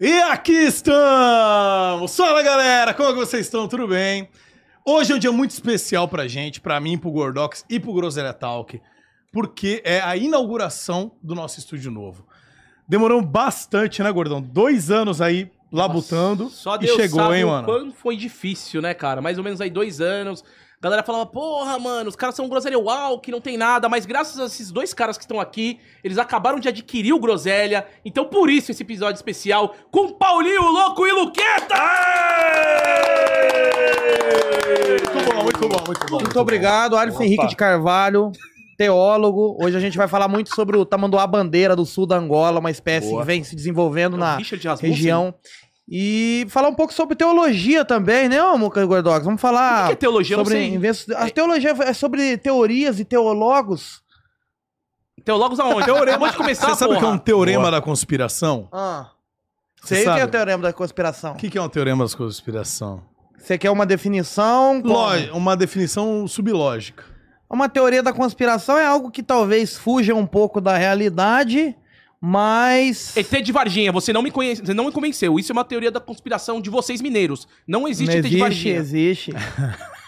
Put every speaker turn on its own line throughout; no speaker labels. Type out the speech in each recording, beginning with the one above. E aqui estamos! Fala galera, como é que vocês estão? Tudo bem? Hoje é um dia muito especial pra gente, pra mim, pro Gordox e pro Groselha Talk, porque é a inauguração do nosso estúdio novo. Demorou bastante, né, Gordão? Dois anos aí labutando
Só
e
Deus
chegou,
sabe
hein,
o
mano?
quanto foi difícil, né, cara? Mais ou menos aí dois anos. A galera falava, porra, mano, os caras são groselha uau, que não tem nada. Mas graças a esses dois caras que estão aqui, eles acabaram de adquirir o groselha. Então por isso esse episódio especial com Paulinho, Louco e Luqueta!
Muito bom, muito bom, muito bom.
Muito obrigado, Alisson Henrique de Carvalho, teólogo. Hoje a gente vai falar muito sobre o tamanduá bandeira do sul da Angola, uma espécie
Boa. É um
que vem se desenvolvendo na
Richard Rasmussen.
região. E falar um pouco sobre teologia também, né, ô, Muca Gordox? Vamos
O
falar
que é teologia? Eu não
sobre
sei.
inventos- A teologia é sobre teorias e teólogos.
Teólogos aonde? Acabou de começar,
Você sabe o que é um
Ah, porra.
teorema da conspiração?
Ah,
Você
sei que
sabe?
é o teorema da conspiração.
O que que é um teorema da conspiração?
Você quer uma definição? Como?
Lógico, uma definição sublógica.
Uma teoria da conspiração é algo que talvez fuja um pouco da realidade, mas.
ET de Varginha, você não, me conhece, você não me convenceu. Isso é uma teoria da conspiração de vocês mineiros. Não existe
Não
ET de Varginha.
existe.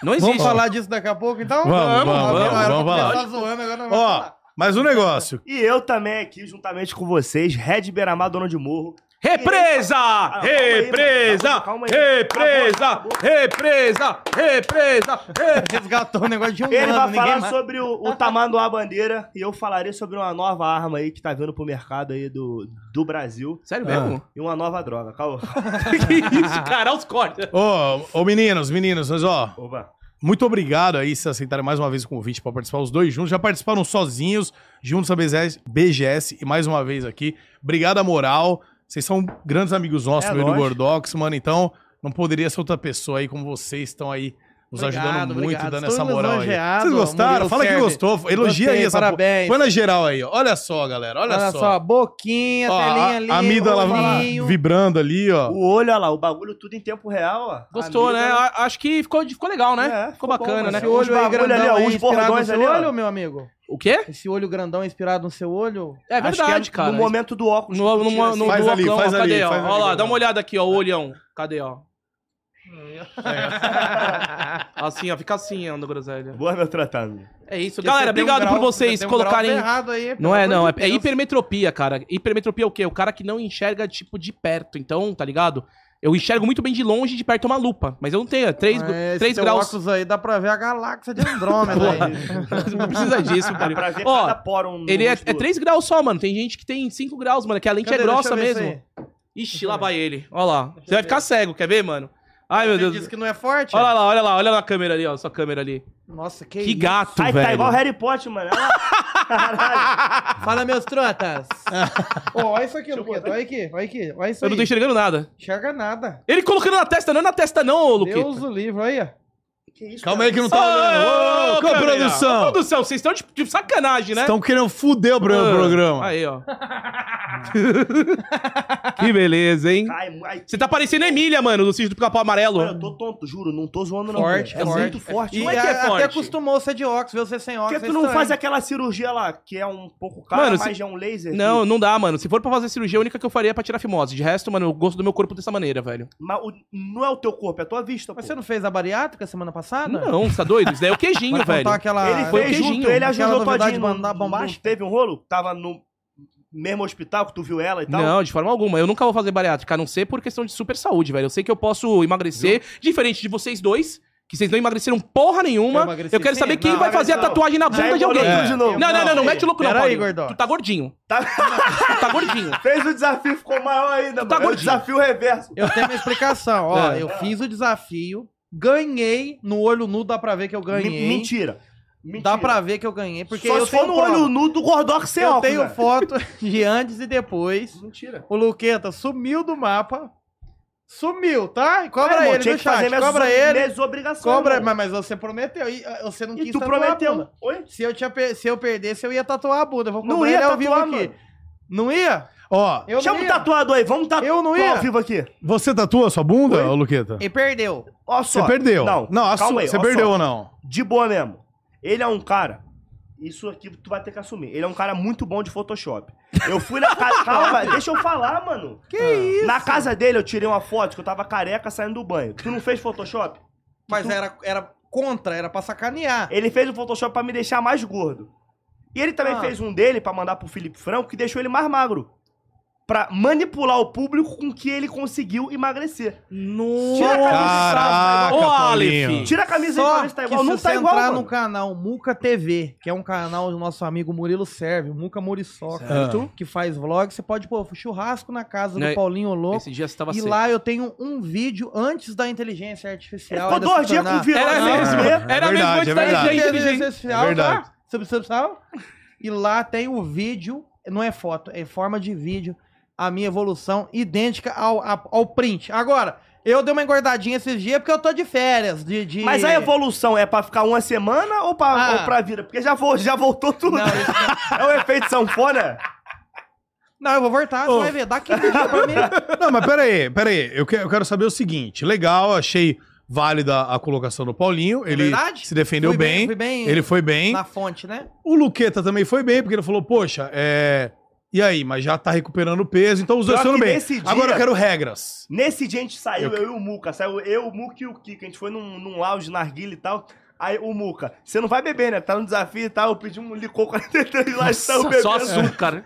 Não existe.
Vamos falar disso daqui a pouco, então?
Vamos, vamos, vamos,
Agora era pra
vamos falar.
começar zoando, agora não vai
Ó,
falar.
mas o negócio.
E eu também aqui, juntamente com vocês, Red Beiramar, dono de morro.
Represa!
calma aí,
Represa!
mano. Calma aí.
Represa!
Acabou, acabou.
Represa! Represa! Represa!
Resgatou o negócio de um
Ele
ano,
vai falar
ninguém mais...
sobre o, o Tamanduá Bandeira e eu falarei sobre uma nova arma aí que tá vindo pro mercado aí do, do Brasil
Sério
Ah.
mesmo?
e uma nova droga. Calma.
que isso, cara? Olha os cortes.
Ô, ô, meninos, meninos, mas ó,
Opa.
muito obrigado aí se aceitarem mais uma vez o convite pra participar os dois juntos. Já participaram sozinhos, juntos a BGS, BGS e mais uma vez aqui. Obrigado a moral. Vocês são grandes amigos nossos,
É,
meu e do
lógico.
Gordox, mano. Então, não poderia ser outra pessoa aí como vocês estão aí nos
Obrigado,
ajudando muito,
obrigado.
dando
Estou
essa moral aí.
lisonjeado,
Vocês gostaram?
Murilo
Fala que
Serve.
gostou. Elogia
Gostei,
aí essa
parabéns.
po- Põe na geral aí. ó. Olha só, galera. Olha,
Olha
só.
só, boquinha,
Ó,
telinha
a-
ali,
a amígdala
olhinho.
vibrando ali, ó.
O olho, olha lá, o bagulho tudo em tempo real, ó.
Gostou, né?
Amigo,
A- Acho que ficou, ficou legal, né?
É,
ficou
ficou
bacana,
bom,
né?
Esse
mano.
olho aí
Os bagulho
grandão
ali, ó,
aí,
os
inspirado no
bordões
seu
ali, ó.
olho, meu amigo?
O quê?
Esse olho grandão inspirado no seu olho?
É
acho que
verdade, cara.
No momento do óculos.
No, no,
Tira
no,
assim.
no
Faz
do
ali,
oclão,
faz
ó,
ali,
cadê, ó?
faz ali,
Olha lá,
Gabriel.
dá uma olhada aqui, ó, o olhão. Cadê, ó? Assim, ó, fica assim, ó, no groselha.
Boa, meu tratado.
É isso. Galera,
um
obrigado por vocês colocarem... Não é, não. É, é hipermetropia, cara. Hipermetropia é o quê? O cara que não enxerga, tipo, de perto. Então, tá ligado? Eu enxergo muito bem de longe e de perto é uma lupa. Mas eu não tenho. 3,
Ah,
graus.
É, óculos aí, dá pra ver a galáxia de Andrômeda aí.
Não precisa disso,
Dá pra
cara.
ver cada
é
um
Ó,
pórum. no
ele é,
rosto
é
do-
3 graus só, mano. Tem gente que tem 5 graus, mano. Que a lente
Cadê?
é
Deixa eu
grossa
ver isso
mesmo.
aí.
Ixi, lá vai ele. Ó lá. Você vai ficar cego, quer ver, mano? Ai, meu
Você
Deus.
disse que não é forte?
Olha lá, olha lá, olha lá a câmera ali, ó. Sua câmera ali.
Nossa, que,
Que
isso.
gato,
Ai, tá
velho.
igual Harry Potter, mano. Olha lá.
Fala, meus trotas. Ó, olha isso aqui, Luqueto. Olha aqui, olha aqui. Olha isso
Eu não tô
aí.
enxergando nada.
Enxerga nada.
Ele colocando na testa, não é na testa, não, ô, Luqueta.
Deus o livro, aí, ó.
Que isso,
Calma
cara?
aí que não
Ô,
tá
ô,
olhando. Ô,
ô, câmera.
produção.
Ô, produção, vocês estão de, de sacanagem, né?
Estão querendo fuder o pro-
Ah,
programa.
Aí, ó. que beleza, hein?
Ai, ai,
Você tá parecendo a Emília, mano, do sítio do Capão Amarelo.
Cara, eu tô tonto, juro, não tô zoando não.
Forte,
velho. é
forte.
muito forte.
E
Como é que é
a-
forte?
até acostumou ser de óculos, ver você sem
Por
óculos. é
que tu não faz aquela cirurgia lá, que é um pouco cara,
Mano,
mas
se-
é um laser?
Não,
que-
não dá, mano. Se for pra fazer cirurgia, a única que eu faria é pra tirar fimose. De resto, mano, eu gosto do meu corpo dessa maneira, velho.
Mas o- não é o teu corpo, é a tua vista,
Mas
pô.
você não fez a bariátrica semana passada?
Não, você tá doido? Isso daí é o queijinho,
Ah, Vai
velho.
contar aquela...
Ele
foi o
fez
queijinho,
junto, ele
aquela
ajudou
novidade
todinho.
de mandar
Não
bombom.
mas teve um rolo? Tava no mesmo hospital que tu viu ela e tal?
Não, de forma alguma. Eu nunca vou fazer bariátrica, a não ser por questão de super saúde, velho. Eu sei que eu posso emagrecer, diferente de vocês dois, que vocês não emagreceram porra
Eu
nenhuma. Eu,
emagreci
quero
sim.
saber quem
Não,
vai
olha
fazer a
só.
tatuagem na
Já
bunda de
engordou
alguém.
É.
de novo.
Não, não, não, não mete o louco não,
Pera aí,
Paulinho.
Gordox.
Tu tá gordinho.
Tá-
Tu tá gordinho.
é. Fez o desafio, ficou maior ainda,
tá
mano. É o
gordinho.
desafio reverso.
Eu tenho uma explicação. Ó,
É.
eu fiz o desafio, ganhei. No olho nu dá pra ver que eu
Me-
ganhei.
Mentira. Mentira.
Dá pra ver que eu ganhei, porque
Só
eu
se for
tenho
no
prova.
olho nu do Gordox sem
Eu
óculos,
tenho
velho.
foto de antes e depois.
Mentira.
O Luqueta sumiu do mapa. Sumiu, tá? E cobra
É, irmão,
ele
tinha
no
que fazer
chat.
minhas,
Cobra ele.
minhas obrigações.
Cobra,
irmão.
mas, mas você prometeu. E ah, você não
E
quis
tu
tatuar a
prometeu.
bunda.
é Oi?
Se eu, tinha per- se eu perdesse, eu ia tatuar a bunda. Eu vou
Não
cobrar
ia
ele ao vivo
tatuar,
aqui.
mano.
Não ia?
Ó,
Eu
Chama
não
o
ia.
tatuador aí, vamos tatuar
Eu não ia.
ao vivo aqui.
você tatua sua bunda, ô, Luqueta?
E perdeu.
Ó
Você
só.
perdeu.
Não,
não a
calma
sua-
aí,
você
ó
perdeu
só.
ou não?
De boa mesmo. Ele é um cara Isso aqui tu vai ter que assumir. Ele é um cara muito bom de Photoshop. Eu fui na casa. Calma, deixa eu falar, mano.
Que isso?
Ah. Na casa dele eu tirei uma foto que eu tava careca saindo do banho. Tu não fez Photoshop?
Mas era, era contra, era pra sacanear.
Ele fez o Photoshop pra me deixar mais gordo. E ele também
Ah.
fez um dele pra mandar pro Felipe Franco que deixou ele mais magro. Pra manipular o público com que ele conseguiu emagrecer. Tira a camisa,
Caraca,
Ô,
Paulinho. É
Aleph.
tira a camisa aí pra ver se tá igual.
que
Não
se
tá
você
igual,
entrar
mano.
no canal Muca TV, que é um canal do nosso amigo Murilo Serve, Muca Muriçoca,
Certo.
que faz vlog, você pode pôr churrasco na casa
Né,
do Paulinho Louco.
Esse dia você tava
E
assim?
seco.
lá eu tenho um vídeo antes da inteligência artificial.
Ele
ainda
ficou
se
dois dias com
tornar-
virose.
Era
né?
mesmo,
é
Esse
Era mesmo
verdade,
antes
é
da
verdade.
gente
Inteligência
inteligente.
artificial,
É verdade.
tá? Você precisa sabe? E lá tem o vídeo, não é foto, é forma de vídeo, a minha evolução idêntica ao, a- ao print. Agora, eu dei uma engordadinha esses dias porque eu tô de férias, de... de...
Mas a evolução é pra ficar uma semana ou pra,
Ah.
ou pra vida? Porque já, vo- já voltou tudo.
Não, isso
É o efeito sanfona?
Não, eu vou voltar,
Ô.
você vai ver. Dá 15 dias pra mim.
Não, mas peraí, peraí. Eu, que- eu quero saber o seguinte. Legal, achei válida a colocação do Paulinho. Ele
verdade?
se defendeu
Fui
bem,
fui bem
Ele foi bem.
na fonte, né?
O Luqueta também foi bem, porque ele falou, poxa, é... E aí, mas já tá recuperando o peso, então os dois
Pior
foram
que
bem.
nesse dia-
Agora eu quero regras.
Nesse dia a gente saiu,
Eu-
eu, e o Muca. Saiu eu, o Muca e o Kika. A gente foi num, num lounge, narguilha e tal. Aí o Muca, você não vai beber, né? Tá no desafio e tal. Eu pedi um licor 43 lá, saiu
Nossa,
bebendo.
Só açúcar.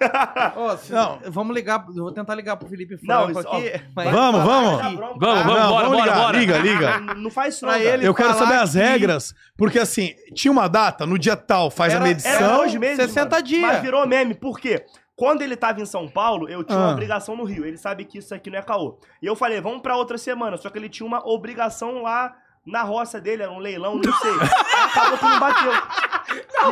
Ó, se-
Não.
Vamos ligar, eu vou tentar ligar pro Felipe
Ah, Não,
Franco
isso-
aqui.
ó,
mas- tá
Vamos, vamos.
Dá bronca.
Vamos, vamos,
não,
bora,
vamos
bora,
ligar,
bora.
Liga, liga.
Não, não faz isso não,
Pra
cara.
ele-
Eu quero
falar
saber as
que-
regras, porque assim, tinha uma data, no dia tal faz a
Era-
medição.
Era
São
dois meses,
60
mano.
dias.
Mas virou meme, por quê? Quando ele tava em São Paulo, eu tinha
Ah.
uma obrigação no Rio. Ele sabe que isso aqui não é caô. E eu falei, vamos pra outra semana. Só que ele tinha uma obrigação lá na roça dele, era um leilão, não sei. Acabou que não bateu.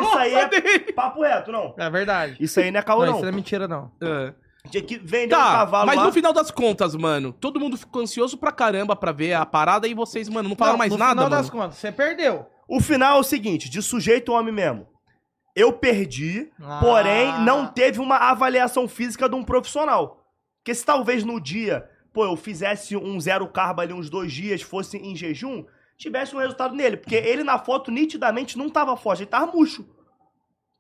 isso aí é papo reto, não.
É verdade.
Isso aí não é caô,
Não,
não.
isso não é mentira, não.
É.
Tinha que vender um
Tá,
cavalo
mas
lá.
no final das contas, mano, todo mundo ficou ansioso pra caramba pra ver a parada e vocês, mano, não falaram
Não,
mais
no
nada,
final
mano.
das contas, você perdeu.
O final é o seguinte, de sujeito homem mesmo. Eu perdi,
Ah.
porém não teve uma avaliação física de um profissional. Porque se talvez no dia, pô, eu fizesse um zero carbo ali uns dois dias, fosse em jejum, tivesse um resultado nele. Porque ele na foto nitidamente não tava forte, ele tava murcho.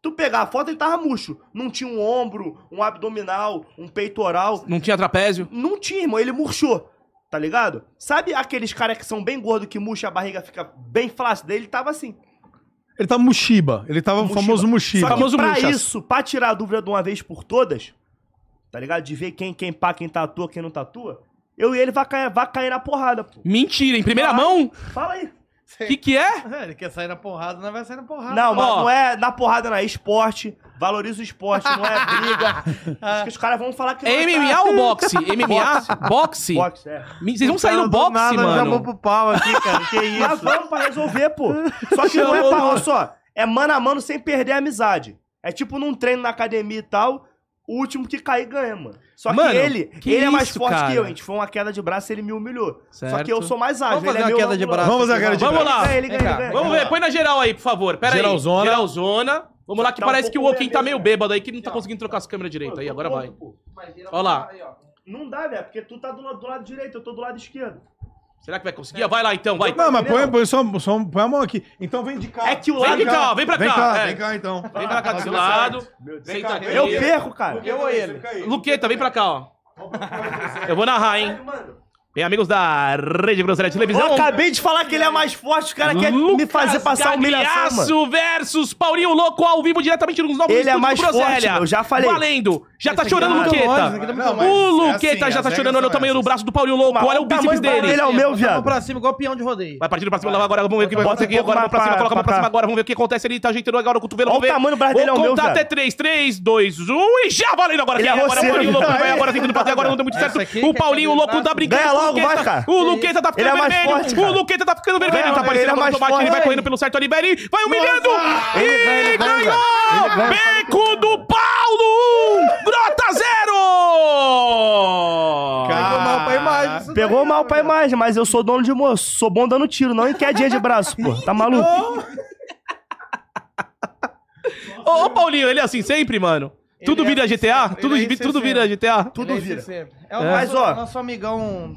Tu pegar a foto, ele tava murcho. Não tinha um ombro, um abdominal, um peitoral.
Não tinha trapézio?
Não tinha, irmão. Ele murchou. Tá ligado? Sabe aqueles caras que são bem gordos, que murcha a barriga, fica bem flácida? Ele tava assim.
Ele tava Mushiba, ele tava o
Mushiba.
famoso Mushiba.
Só que
Famoso
pra
murchas.
isso, pra tirar a dúvida de uma vez por todas, tá ligado? De ver quem, quem pá, quem tatua, quem não tatua, eu e ele vai cair, vai cair na porrada, pô.
Mentira, em primeira
Ah.
mão?
Fala aí.
O que que é?
Ele quer sair na porrada, não vai sair na porrada.
Não, mas
Ó.
não é na porrada, não. É esporte. Valoriza o esporte, não é briga. Acho que os caras vão falar que não
É
tá-
MMA ou boxe? MMA? boxe?
Boxe, é.
Me- Vocês vão sair no boxe,
Chamou
mano?
pro pau aqui, cara. Que
Mas
isso?
vamos pra resolver, pô. Só que não é pra.
né?
Olha só. É mano a mano sem perder a amizade. É tipo num treino na academia e tal. O último que cair ganha, mano. Só
Mano,
que ele,
que
ele é mais
isso,
forte
cara?
que eu, gente. Foi uma queda de braço, ele me humilhou. Só
Certo.
que eu sou mais ágil.
Vamos fazer
ele é
uma
meu
queda de
angular.
braço.
Vamos fazer uma queda de
Vamos
braço.
lá.
Ele ganha, ele
Vem
ganha,
cá,
ele ganha.
Vamos ver, põe na geral aí, por favor. Pera
Geralzona.
aí. Geralzona. Vamos lá, que
Tá um
parece que o
pouco Tá
Wokin tá meio
vermelho,
bêbado aí, que não tá conseguindo trocar as câmeras direito. Aí, agora vai. Olha lá.
Não dá, velho, porque tu tá do, la- do lado direito, eu tô do lado esquerdo.
Será que vai conseguir? Ah, Vai lá então, vai.
Não, mas
Entendeu?
põe, põe, só, só- põe a mão aqui. Então vem de cá.
É que o
Vem
lado.
pra cá, ó, vem pra
Vem cá,
cá. é.
vem cá então.
Vem pra cá desse
Tá
lado.
Meu Deus.
Vem
Senta
cá,
aqui.
eu
Eu
vi.
perco, cara.
Eu ou ele?
Luqueta, vem pra cá, ó.
cá.
Eu vou narrar, hein?
Mano,
Bem, amigos da Rede Grosseria
eu
Televisão.
acabei de falar que ele é mais forte, o cara quer me fazer passar humilhação, mano.
Gagliasso versus Paulinho Louco ao vivo diretamente nos novos
Ele é mais forte,
Groselha.
meu, eu já falei.
Valendo. Já tá
Esse aqui
chorando o
tá muito
é
longe, esse
Luqueta.
aqui tá muito
Não, mas
O
é
Luqueta
assim,
já
as
tá
regras
chorando olha o
são
tamanho do
essas.
braço do Paulinho Louco.
Mas
Olha o
o
bíceps
tamanho do
dele.
Ele é o meu, viado.
Vamos pra cima, igual peão de rodeio.
Vai partir do pra cima, lá agora, vamos ver o que vai
Bota um
acontecer aqui.
pouco
Agora, vamos
mais
pra cima,
pra-
coloca a mão pra
pra
cima
cá.
agora, vamos ver o que acontece ali, tá ajeitando agora o cotovelo,
Olha
vamos
o
ver.
tamanho do braço
Vou
dele, é o meu,
contar
cara.
até 3, 3, 2, 1 e já valendo agora.
Ele
Quem
é
agora o
roceiro,
Paulinho Louco
cara.
vai agora tentando fazer, agora não deu muito
Essa
certo.
aqui
O
que é
Paulinho
cabelo
Louco tá
braço.
brincando com
Ganha
o
logo,
Luqueta.
vai, cara.
O Luqueta tá ficando
Ele é mais
vermelho,
forte, cara.
o Luqueta tá ficando vermelho,
Ganha,
tá
ele é
parecendo agora o
mais
tomate, ele vai
forte.
correndo pelo certo Oliveira, vai humilhando
vai,
e
ele ganha.
ganhou!
Ele ganha.
Beco do Paulo, 1, Grota 0!
Pegou mal pra imagem. isso
Pegou
daí, é
mal pra
cara.
imagem, mas eu sou dono de moço. Sou bom dando tiro, não em quedinha de braço, pô. Tá maluco?
Ô, ô, Paulinho, ele é assim sempre, mano. Tudo
Ele é
vira
assim
GTA?
sempre,
Tudo,
ele é
vi-
assim
tudo
sempre.
vira GTA?
Tudo
Ele é
vira.
esse sempre. É o
É.
nosso,
Mas, ó,
nosso amigão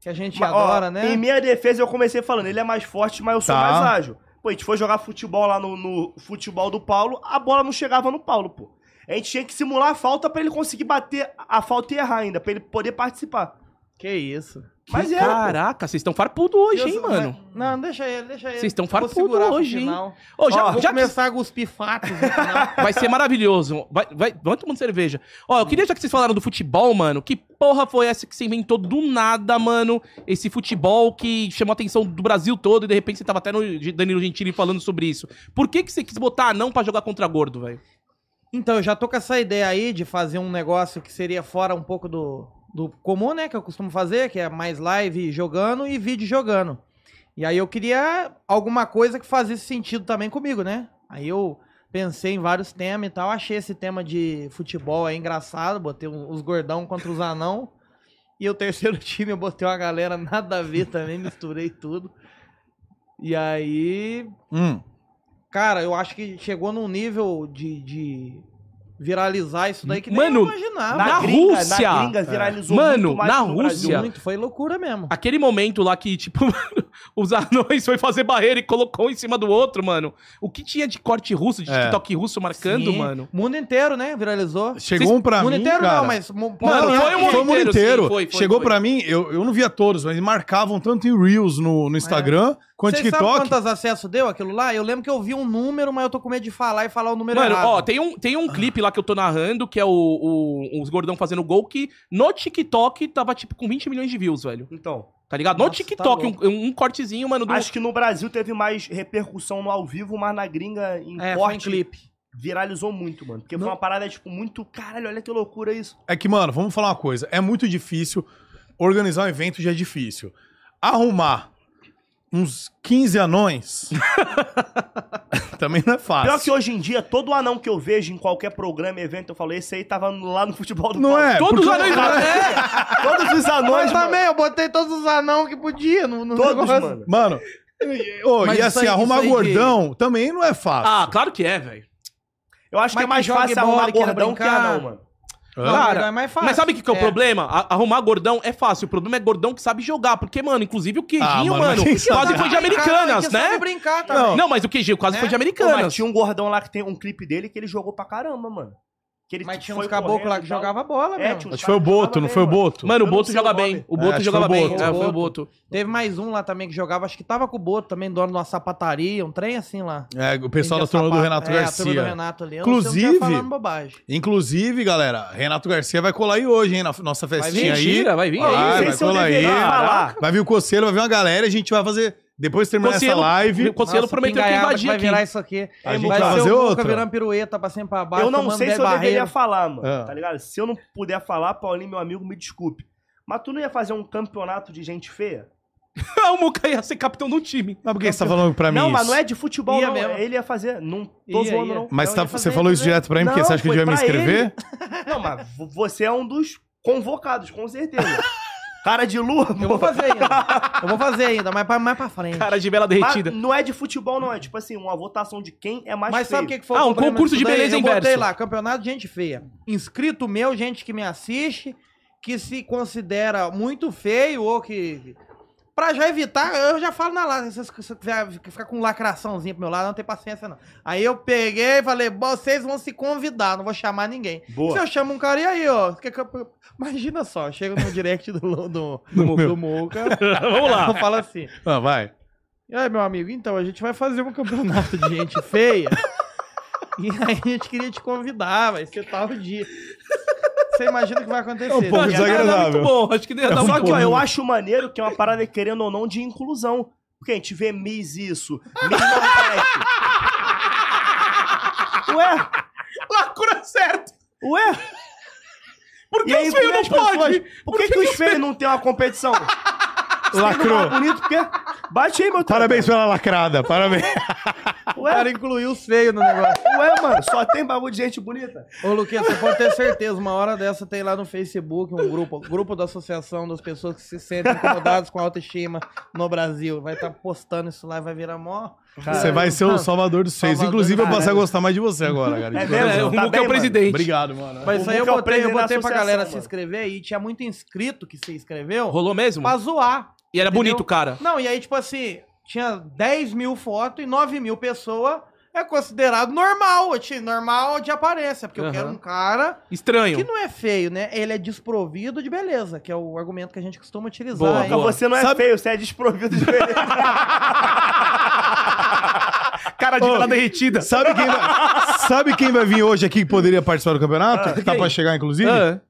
que a gente
Mas, ó,
adora, né?
Em minha defesa, eu comecei falando, ele é mais forte, mas eu sou
Tá.
mais ágil. Pô, a gente foi jogar futebol lá no, no futebol do Paulo, a bola não chegava no Paulo, pô. A gente tinha que simular a falta pra ele conseguir bater a falta e errar ainda, pra ele poder participar.
Que isso.
Mas era, pô.
Caraca, vocês estão farpudo hoje, hein,
Deus-
mano?
Não, deixa ele, deixa ele.
Vocês estão
Vou
farpudo
segurar pro
hoje, hein?
final.
Ô, já,
Ó,
Vou
já que
começar a cuspir fatos no final.
Vai ser maravilhoso. Vai, vai, vai tomando cerveja. Ó, eu queria, já que vocês falaram do futebol, mano, que porra foi essa que você inventou do nada, mano? Esse futebol que chamou a atenção do Brasil todo e de repente você tava até no Danilo Gentili falando sobre isso. Por que, que você quis botar anão pra jogar contra gordo, velho?
Então, eu já tô com essa ideia aí de fazer um negócio que seria fora um pouco do, do comum, né? Que eu costumo fazer, que é mais live jogando e vídeo jogando. E aí eu queria alguma coisa que fazesse sentido também comigo, né? Aí eu pensei em vários temas e tal, achei esse tema de futebol aí engraçado, botei um- os gordão contra os anão. E o terceiro time eu botei uma galera nada a ver também, misturei tudo. E aí
Hum.
Cara, eu acho que chegou num nível de, de viralizar isso daí que
Mano,
nem eu imaginava.
na
Muito,
Rússia.
Na
É.
gringa viralizou
Mano,
muito mais
na
que no Brasil.
Rússia.
Muito, foi loucura mesmo.
Aquele momento lá que, tipo, mano, os anões foi fazer barreira e colocou um em cima do outro, mano. O que tinha de corte russo, de
É.
TikTok russo marcando,
Sim.
mano?
O mundo inteiro, né? Viralizou.
Chegou um pra
o mundo
mim,
inteiro
cara.
não, mas... Mano,
Mano,
foi um o mundo
foi o mundo
inteiro, sim,
inteiro.
foi, foi,
Chegou
foi.
pra mim, eu, eu não via todos, mas marcavam tanto em Reels no, no Instagram quanto
Vocês sabem
TikTok.
quantos acessos deu aquilo lá? Eu lembro que eu vi um número, mas eu tô com medo de falar e falar o número
Mano,
errado.
ó, tem um, tem um clipe lá que eu tô narrando, que é o, o- os gordão fazendo gol, que no TikTok tava, tipo, com 20 milhões de views, velho.
Então,
Tá ligado? no
Nossa,
TikTok,
tá
um, um cortezinho, mano, do...
acho que no Brasil teve mais repercussão no ao vivo, mas na gringa, em
É, foi em
corte,
clipe.
viralizou muito, mano. Porque
Não-
foi uma parada, tipo, muito... Caralho, olha que loucura isso.
É que, mano, vamos falar uma coisa. É muito difícil. Organizar um evento já é difícil. Arrumar uns 15 anões também não é fácil.
Pior que hoje em dia, todo anão que eu vejo em qualquer programa, evento, eu falo, esse aí tava lá no futebol do
Não
Paulo.
é?
Todos os
porque-
anões... É,
Todos os
Mas
anões, mano.
também, eu botei todos os anão que podia no, no
Todos,
negócio.
mano.
Mano, ô,
Mas
e
isso
assim,
aí-
arrumar
isso aí de-
gordão também não é fácil.
Ah, claro que é, velho.
Eu acho
Mas
que é mais
que joga
fácil
bola,
arrumar
que quer
gordão que
brincar.
anão, mano.
Não,
Ah,
Cara,
agora é mais fácil.
Mas sabe o que, que é o
É.
problema? A- arrumar gordão é fácil. O problema é gordão que sabe jogar. Porque, mano, inclusive o
Ah,
queijinho,
mano, mas
mano,
quem sabe
quase foi de Americanas,
Cara, que sabe
né?
brincar tá? também.
Não.
Não, mas o queijinho quase
Né?
foi de
Pô, mas
Americanas.
tinha um gordão lá que tem um clipe dele que ele jogou pra caramba, mano. Que ele tipo
Mas tinha
foi
uns caboclos lá
correndo
que
e tal.
jogavam bola
É,
mesmo.
tinha uns
Acho que foi o
caras que
Boto, não
jogavam
foi o
bem, mano.
Boto?
Mano,
Eu
o
não
Boto
sei
joga
o nome.
bem. O
É,
Boto
acho que
joga
foi o
bem.
Boto.
É, foi o Boto.
Teve mais um lá também que jogava, acho que tava com o Boto também, dono de uma sapataria, um trem assim lá.
É, o pessoal da
Vendia
turma do
sapato.
Renato
é, A turma
Garcia.
do Renato ali. Eu não sei, eu
Inclusive-
não tinha falando bobagem.
Inclusive, galera, Renato Garcia vai colar aí hoje, hein, na f- nossa festinha aí.
Mentira, vai vir.
É Vai,
Eu não
Ah, vai,
é
sei se eu
cola aí.
deveria falar.
Vai vir o Coceiro, vai vir uma galera e a gente vai fazer. Depois de terminar
Conselho-
essa live.
O Conselho
Nossa,
prometeu que
pingaiada
invadia
vai
aqui.
virar isso aqui.
A
Vai
gente vai
ser
fazer
o Luca
outra?
virando pirueta pra cima pra baixo.
Eu não
tomando
sei se eu
barreiro.
deveria falar, mano.
Ah.
Tá ligado? Se eu não puder falar, Paulinho, meu amigo, me desculpe. Mas tu não ia fazer um campeonato de gente feia?
o Muca ia ser capitão do time.
Mas por que você tá falando pra mim?
não, é- mas
isso?
não é de futebol,
Ia
não.
mesmo.
Ele ia fazer. Não tô
Ia,
zoando,
ia.
não.
Mas
Não,
tá-
ia
você
fazer
falou isso
também.
direto pra mim, porque
Não,
você acha que eu
foi
devia me
pra
inscrever?
Não, mas vo- você é um dos convocados, com certeza. Cara de lua,
Eu vou
pô.
fazer ainda. Eu vou fazer ainda, mas pra, mais pra frente.
Cara de vela
Mas
derretida.
não é de futebol, não. É tipo assim, uma votação de quem é mais
Mas
feio.
sabe o que, que foi?
Ah,
o
um
problema
concurso de
disso daí?
beleza
Eu botei
inverso.
lá, campeonato de gente feia. Inscrito meu, gente que me assiste, que se considera muito feio ou que... Pra já evitar, eu já falo na lá, se você quiser ficar com lacraçãozinha pro meu lado, não tem paciência não. Aí eu peguei e falei, "Bom, vocês vão se convidar, não vou chamar ninguém.
Boa.
Se eu chamo um cara, e aí, ó? Que- que- Imagina só, chega no direct do, do, do,
No meu.
do Moca,
Vamos lá.
fala assim,
Ah, vai.
e aí, meu amigo, então, a gente vai fazer um campeonato de gente feia. e aí a gente queria te convidar, vai ser tal dia. Você imagina o que vai acontecer.
É um pouco
Acho
né?
que ia dar muito
desagradável.
bom. Acho que ia dar
Só
muito
que, ó,
bom.
eu acho maneiro que é uma parada, querendo ou não, de inclusão. Porque a gente vê Miss isso, Miss Nordeste. Ué,
Lacura certo.
ué.
Por
E
que
aí,
os feios
como é
não
as pessoas-
pode?
Por que, que os feios não tem uma competição?
Lacrou.
Tá bonito, porque... Bate aí, meu truta.
Parabéns pela lacrada, parabéns.
O
Ué,
cara incluiu os feios no negócio.
ué, mano, só tem bagulho de gente bonita.
Ô, Luquinha, você pode ter certeza, uma hora dessa tem lá no Facebook um grupo, grupo da associação das pessoas que se sentem incomodadas com a autoestima no Brasil. Vai estar postando isso lá e vai virar mó...
Você vai ser o salvador dos feios.
Salvador
Inclusive, eu
dos
passei a
feios.
gostar mais de você agora, cara.
É
De
mesmo?
É,
verdade.
o
Tá
Muca é
bem,
o
mano.
presidente.
Obrigado, mano.
Mas isso aí eu
Muca é o
botei, eu
presidente da
botei pra galera se
associação, mano.
inscrever aí. Tinha muito inscrito que se inscreveu
Rolou mesmo?
pra zoar.
E era
Entendeu?
bonito, cara.
Não, e aí, tipo assim, tinha 10 mil fotos e 9 mil pessoas. É considerado normal, eu tinha- normal de aparência, porque eu
Aham.
quero um cara
Estranho.
que não é feio, né? Ele é desprovido de beleza, que é o argumento que a gente costuma utilizar.
Boa,
hein?
Mas você não é
Sabe-
feio, você é desprovido de beleza.
Cara de
Ô.
vela derretida.
Sabe quem, vai, sabe quem vai vir hoje aqui que poderia participar do campeonato? que tá
quem?
pra chegar, inclusive?
Ah,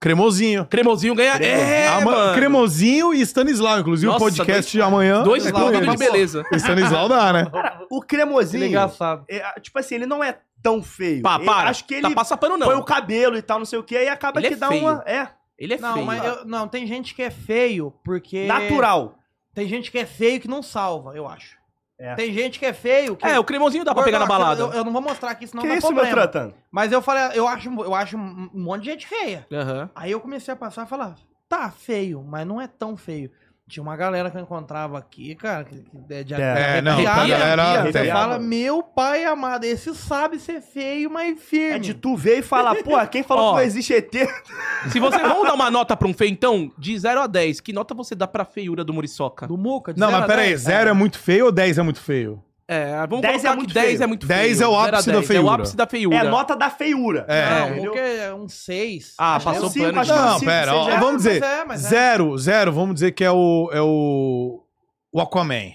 Cremosinho.
cremosinho ganha. É,
Ama-
mano.
Ah, Cremosinho e Stanislau, inclusive, o
Nossa,
podcast
dois-
de amanhã.
Dois
é com
escândalos de
eles.
beleza.
E Stanislau dá, né?
o
Que
cremosinho,
engraçado.
é, tipo assim, ele não é tão feio.
Pá,
Ele-
para.
acho que ele
Tá passa pano, não.
põe o cabelo e tal, não sei o que, e acaba
Ele
que
é
dá
feio.
uma... É,
Ele é
Não,
feio.
mas eu- não, tem gente que é feio porque.
natural.
Tem gente que é feio que não salva, eu acho.
É.
Tem gente que é feio que.
É, o cremosinho dá pra pegar na
Gordox,
balada.
Eu, eu não vou mostrar aqui, senão
que
dá
isso,
problema.
meu tratando?
Mas eu falei, eu acho, eu acho um um monte de gente feia.
Aham.
Aí eu comecei a passar e falar, tá feio, mas não é tão feio. Tinha uma galera que eu encontrava aqui, cara, que, que é de
É, não,
arrepiar,
tá, galera,
arrepia.
tem.
Você fala, meu pai amado, esse sabe ser feio, mas
É
firme.
de tu ver e falar, pô, quem falou
Ó.
que não existe é ET?
Se você. Vamos dar uma nota pra um feio, então? De 0 a 10. Que nota você dá pra feiura do Muriçoca?
Do Muca, de
Não,
zero
mas
a
pera aí,
dez.
zero é muito feio ou dez é muito feio?
É, vamos
10
colocar
é muito
que 10
feio.
é muito feio.
10 é o
0 a
ápice da
10, É o
feiura.
ápice da feiura.
É a nota da feiura.
É.
Não,
É.
o Muca é um 6.
Ah, passou
um cinco,
pano.
acho que
demais.
Não,
Sim,
pera,
você
ó,
já-
vamos dizer,
Mas é, mas é.
zero, zero, vamos dizer que é o, é o, o Aquaman.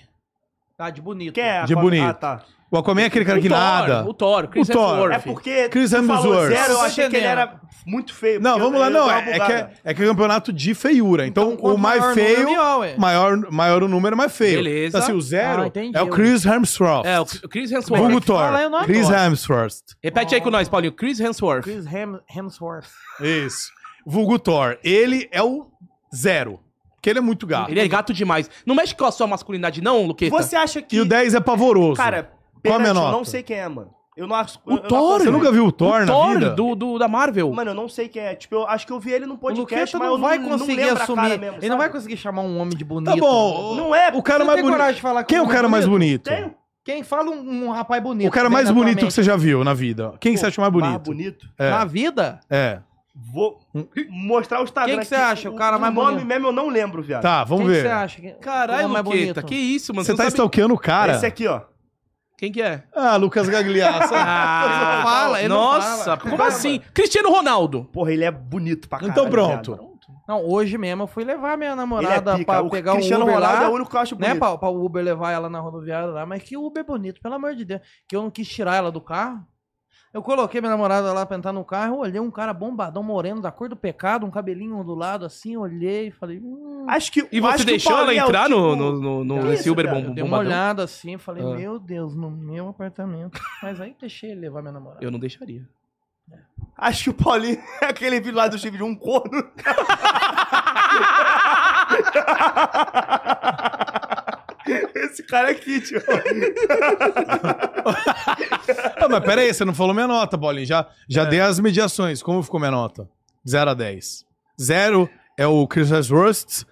Tá de bonito.
Que é a
De
co-
bonito.
Ah, tá.
O Aquaman é aquele cara
O
que
Thor,
nada.
O Thor, Chris
O Thor.
Hemsworth.
É porque
Chris
tu falou
Hemsworth.
zero, eu
Você
achei que ele
entendeu.
era muito feio.
Não,
porque
vamos
eu-
lá,
eu
não,
dei uma
é, é que
bugada.
é, é que é campeonato de feiura, então,
quanto
o mais
maior é. número,
feio,
melhor, ué.
maior, maior o número, mais feio.
Beleza.
Então, assim, o zero
Ah, entendi.
é o Chris Hemsworth.
É, o Chris
Vulgo
Hemsworth.
Thor.
Fala aí o nome.
Chris Hemsworth.
Repete aí com nós, Paulinho. Chris Hemsworth.
Chris Hem- Hemsworth.
Isso. Vulgo Thor. Ele é o zero, porque ele é muito gato.
Ele é gato demais. Não mexe com a sua masculinidade, não, Luqueta?
Você acha que...
E o 10 é pavoroso.
Cara,
Qual a
perante,
minha
eu não
nota?
sei quem é, mano. Eu não acho... eu-
o
eu não
Thor, você
aconselho.
nunca viu o Thor,
o
na vida?
Thor do, do- da Marvel.
Mano, eu não sei quem é. Tipo, eu acho que eu vi ele num
O
podcast,
Luqueta
mas eu
não vai
não,
conseguir
lembro a cara
assumir.
mesmo,
ele não vai
sabe?
conseguir chamar um homem de bonito.
Tá bom.
Não é,
O cara
Você
mais
tem
bonito.
coragem de falar que
Quem é o
não
cara mais bonito?
Tenho.
Quem fala um, um rapaz bonito?
O cara
vem
mais
na tua
bonito que
mente?
você já viu na vida. Quem que você acha mais
Mais
bonito?
bonito.
É,
Na vida?
é.
Vou
Hum.
mostrar o Instagram
Quem que você
aqui.
acha, o cara mais
nome
bonito?
mesmo eu não lembro, viado.
Tá, vamos
Quem que
ver.
você acha? que-
Caralho,
o mais
Luqueta.
bonito?
Que isso, mano?
Você tá
não sabe
stalkeando o cara?
Esse é aqui, ó.
Quem que é?
Ah, Lucas Gagliasso.
Ah,
não fala, ele não
nossa,
fala.
como assim? Cristiano Ronaldo.
Porra, ele é bonito pra caralho.
Então pronto.
viado.
Não, hoje mesmo eu fui levar minha
Ele é
namorada
pica.
pra
o
pegar um
Cristiano
Uber
Ronaldo
lá.
é o único que eu acho bonito.
Né, pra, pra Uber levar ela na rodoviária lá, mas que Uber bonito, pelo amor de Deus. Que eu não quis tirar ela do carro. Eu coloquei minha namorada lá pra entrar no carro, eu olhei um cara bombadão, moreno, da cor do pecado, um cabelinho do lado assim, olhei e falei, hum,
Acho que,
E você
acho que o
deixou ela
Paulinho é o
entrar
tipo-
no, no, no, no-
Que
nesse
isso,
Uber
cara?
bom,
Dei uma
bombadão?
olhada assim, falei,
Ah.
meu Deus, no meu apartamento. Mas aí deixei ele levar minha namorada.
Eu não deixaria.
Acho que o Paulinho é aquele vídeo lá do Steve de um corno. Esse cara é aqui, tio.
Ah, mas pera aí, você não falou minha nota, Bolinha. Já, já dei as mediações. Como ficou minha nota? 0 a 10. 0 é o Chris Hemsworth,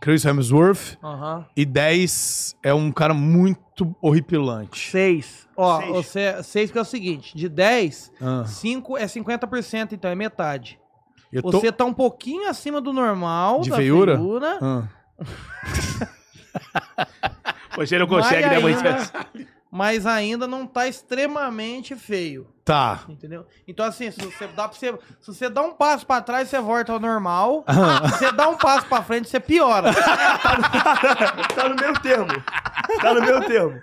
Chris Hemsworth,
Aham.
e 10 é um cara muito horripilante.
Seis. Ó,
Seis.
você. Seis que é o seguinte: de 10,
Ah,
5 é 50%, então é metade.
eu tô...
Você tá um pouquinho acima do normal.
De
da
feiura? Ah.
Você não
consegue, né, Moisés? Mas ainda não tá extremamente feio.
Tá.
Entendeu? Então, assim, se você dá, pra você, se você dá um passo pra trás, você volta ao normal.
Ah.
Se você dá um passo pra frente, você piora.
Tá no meu termo. Tá no meu termo.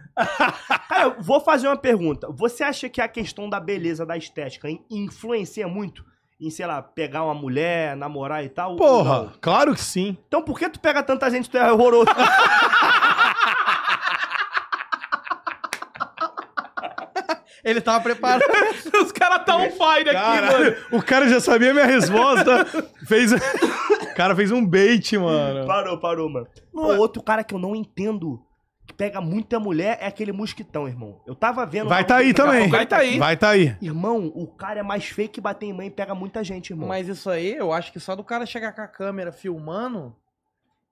Cara, eu vou fazer uma pergunta. Você acha que a questão da beleza, da estética, in- influencia muito em, sei lá, pegar uma mulher, namorar e tal? ou
Porra,
não?
claro que sim.
Então por que tu pega tanta gente e tu é horroroso?
Ele tava preparado.
Os caras tá on fire aqui, mano.
Caralho, o cara já sabia a minha resposta. fez... O cara fez um bait, mano.
Parou, parou, mano.
é-
Pô, outro cara que eu não entendo, que pega muita mulher, é aquele mosquitão, irmão. Eu tava vendo...
Vai tá aí
Daqui a
também.
pouco
Vai tá aí.
Vai tá aí.
Irmão, o cara é mais feio que bater em mãe e pega muita gente, irmão.
Mas isso aí, eu acho que só do cara chegar com a câmera filmando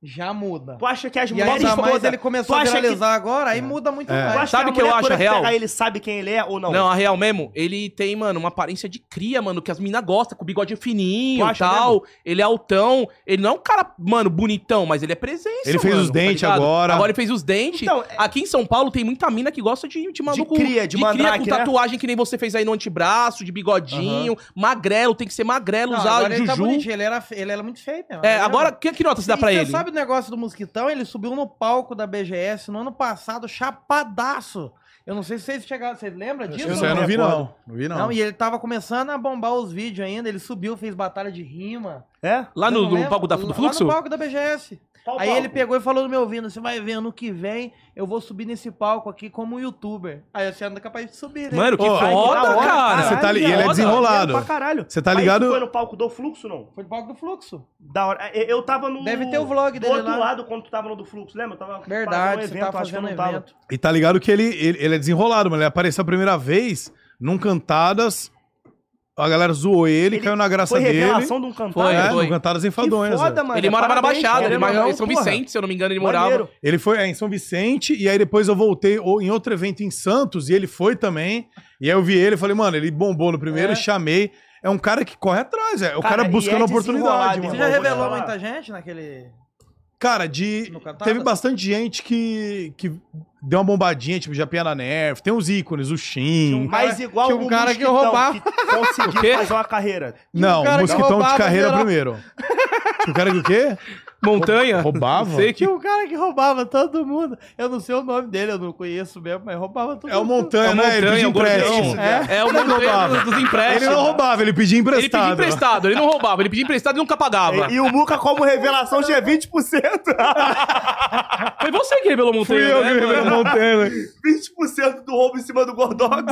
Já muda.
Tu acha que as
E ainda
mulheres
mais
todas...
ele começou a
tu acha que-
viralizar agora,
É.
aí muda muito
tu acha
mais.
Sabe
a
o que eu
mulher,
acho,
quando
a real?
pegar ele sabe quem ele é ou não?
Não, a real mesmo, ele tem, mano, uma aparência de cria, mano, que as minas gostam, com o bigode
Tu
fininho e
acha
tal. Ele é altão. Ele não é um cara, mano, bonitão, mas ele é presença.
Ele fez
mano,
os dentes
ligado?
agora.
Agora ele fez os dentes.
Então, é-
Aqui em São Paulo tem muita mina que gosta de, de maluco.
cria, de mandrake,
com
né?
tatuagem que nem você fez aí no antebraço, de bigodinho. Magrelo, tem que ser magrelo,
Não,
usar
agora ele tá
juju.
bonitinho, ele era, fe- ele era muito feio mesmo.
é, agora, que, que nota você dá pra
E
ele?
sabe o negócio do Mosquitão? Ele subiu no palco da BGS no ano passado, chapadaço. Eu não sei se vocês chegaram, vocês lembram disso?
Isso aí eu não vi, não. Não vi,
Não, e ele tava começando a bombar os vídeos ainda, ele subiu, fez batalha de rima.
É?
Lá
Eu
no,
não
no
lembro.
palco da,
Lá-
do
lá
fluxo?
no palco da BGS.
Qual
Aí
palco?
ele pegou e falou no meu ouvido, você vai ver, ano que vem eu vou subir nesse palco aqui como youtuber. Aí você anda capaz de subir, né?
Mano, que
Ô,
Ai, que da
foda,
hora,
cara.
Você tá ali- ele é
Foda.
desenrolado.
Maneiro pra caralho.
Você tá
Aí tu
ligado-
foi no palco do Fluxo, não?
Foi no palco do Fluxo.
Da hora. É, Eu eu tava no...
Deve ter o vlog
do
dele
outro
lá.
lado, quando tu tava no do Fluxo, lembra? Eu tava
Verdade,
fazendo um
você tava
acho que eu
fazendo
não tava.
evento.
E tá ligado que ele, ele, ele é desenrolado, mano. Ele apareceu a primeira vez num Cantadas. A galera zoou ele,
Ele
caiu na graça
Foi
dele.
revelação de um
Foi,
É,
cantar.
foi.
num Cantadas enfadonhas. velho.
mano.
Ele morava na
é Parabéns,
Baixada, ele
querendo ou
morava em
não,
São
porra.
Vicente, se eu não me engano, ele morava.
Maneiro.
Ele foi é, em São Vicente, e aí depois eu voltei ou- em outro evento em Santos, e ele foi também. E aí eu vi ele e falei, mano, ele bombou no primeiro,
É.
chamei. É um cara que corre atrás, é. O cara,
Cara, e
buscando
é
oportunidade, mano.
desenrolado,
Você
Bom,
já
vou te
revelou
falar.
muita gente naquele...
Cara, de.
No Cantadas?
Teve bastante gente que, que deu uma bombadinha, tipo Japinha na Nerf. Tem uns ícones, o Shin.
Mas igual
tinha um
o
cara que
Mosquitão,
roubava.
que conseguiu
O quê?
fazer uma carreira.
Não,
um cara que
mosquitão de
roubava
carreira
geral.
primeiro. o cara que o quê?
Montanha?
Roubava?
Não Sei que...
Tinha um cara que roubava todo mundo. Eu não sei o nome dele, eu não conheço mesmo, mas roubava todo
É o
mundo.
Montanha,
É o
né? Ele
Montanha,
pedia
o gordão.
empréstimo.
É, o
Ele
montanha
roubava.
dos, dos
Ele
empréstimos.
não roubava, ele pedia
É, Ele pedia
emprestado. É,
emprestado, ele não roubava, ele pedia emprestado e nunca pagava.
E, e o Muca, como revelação, tinha 20%. 20%
Foi você que revelou Montanha,
Fui eu
né,
que revelei
mano?
Montanha.
do roubo em cima do Gordox.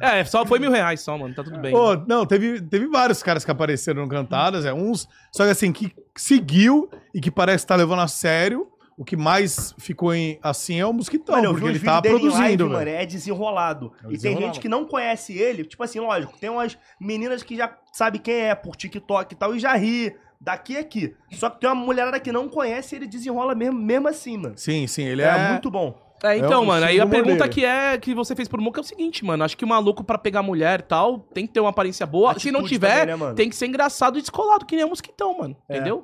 É, só foi mil reais só, mano, tá tudo bem.
Pô, não, teve, teve vários caras que apareceram no Cantadas, é uns, só que assim, que seguiu e que parece estar tá levando a sério. O que mais ficou em, assim é o Mosquitão,
Mano, eu vi
porque
os
ele
vídeos
tá
dele em live,
produzindo,
mano.
velho.
É desenrolado.
É
e tem
desenrolado.
gente que não conhece ele. Tipo assim, lógico, tem umas meninas que já sabe quem é por TikTok e tal e já ri. Daqui a aqui. Só que tem uma mulherada que não conhece ele desenrola mesmo, mesmo assim, mano.
Sim, sim,
Ele
ele
é,
é, muito...
muito bom.
É,
É
então,
um
mano, aí
estilo
a pergunta
maneiro.
que é que você fez pro Muca é o seguinte, mano. Acho que o maluco, pra pegar mulher e tal, tem que ter uma aparência boa. Se não
tá
Atitude
tiver,
também, né, mano?
tem que ser engraçado e descolado, que nem o mosquitão, mano.
É.
Entendeu?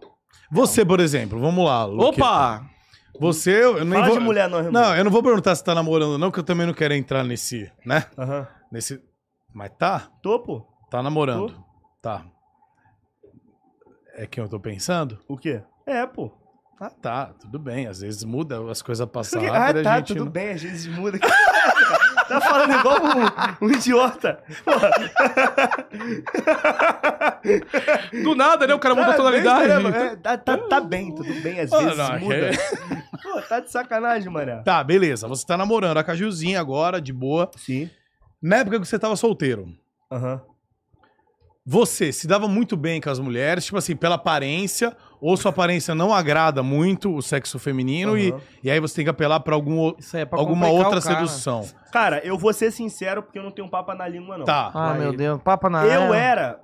Você, por exemplo, vamos lá, Luqueta.
Opa!
Você, eu nem
Fala
vou...
de mulher, não, irmão.
Não, eu não vou perguntar se tá namorando ou não, que eu também não quero entrar nesse, né?
Aham.
Nesse... Mas tá,
Tô, pô.
tá namorando. Tá. É quem eu tô pensando?
O quê? É, pô.
Ah, tá, tudo bem. Às vezes muda, as coisas passam
ah,
rápido, a
tá,
gente
tudo
não-
bem, às vezes muda. tá falando igual um, um idiota.
Do nada, né? O cara mudou a tonalidade.
Tá bem, né, mano? É, tá, tá- tá bem, tudo bem, às
Ah,
vezes
não,
muda. Pô, tá de sacanagem, mané.
Tá, beleza. Você tá namorando a Cajuzinha agora, de boa.
Sim.
Na época que você tava solteiro,
Aham.
você se dava muito bem com as mulheres, tipo assim, pela aparência, ou sua aparência não agrada muito o sexo feminino e,
Aham.
e aí você tem que apelar pra algum, o-
Isso aí é pra
alguma
complicar
outra
o cara.
sedução.
Cara, eu vou ser sincero porque eu não tenho papo na língua, não.
Tá.
Ah,
Vai
meu
ele.
Deus, papa na
Eu é
área.
era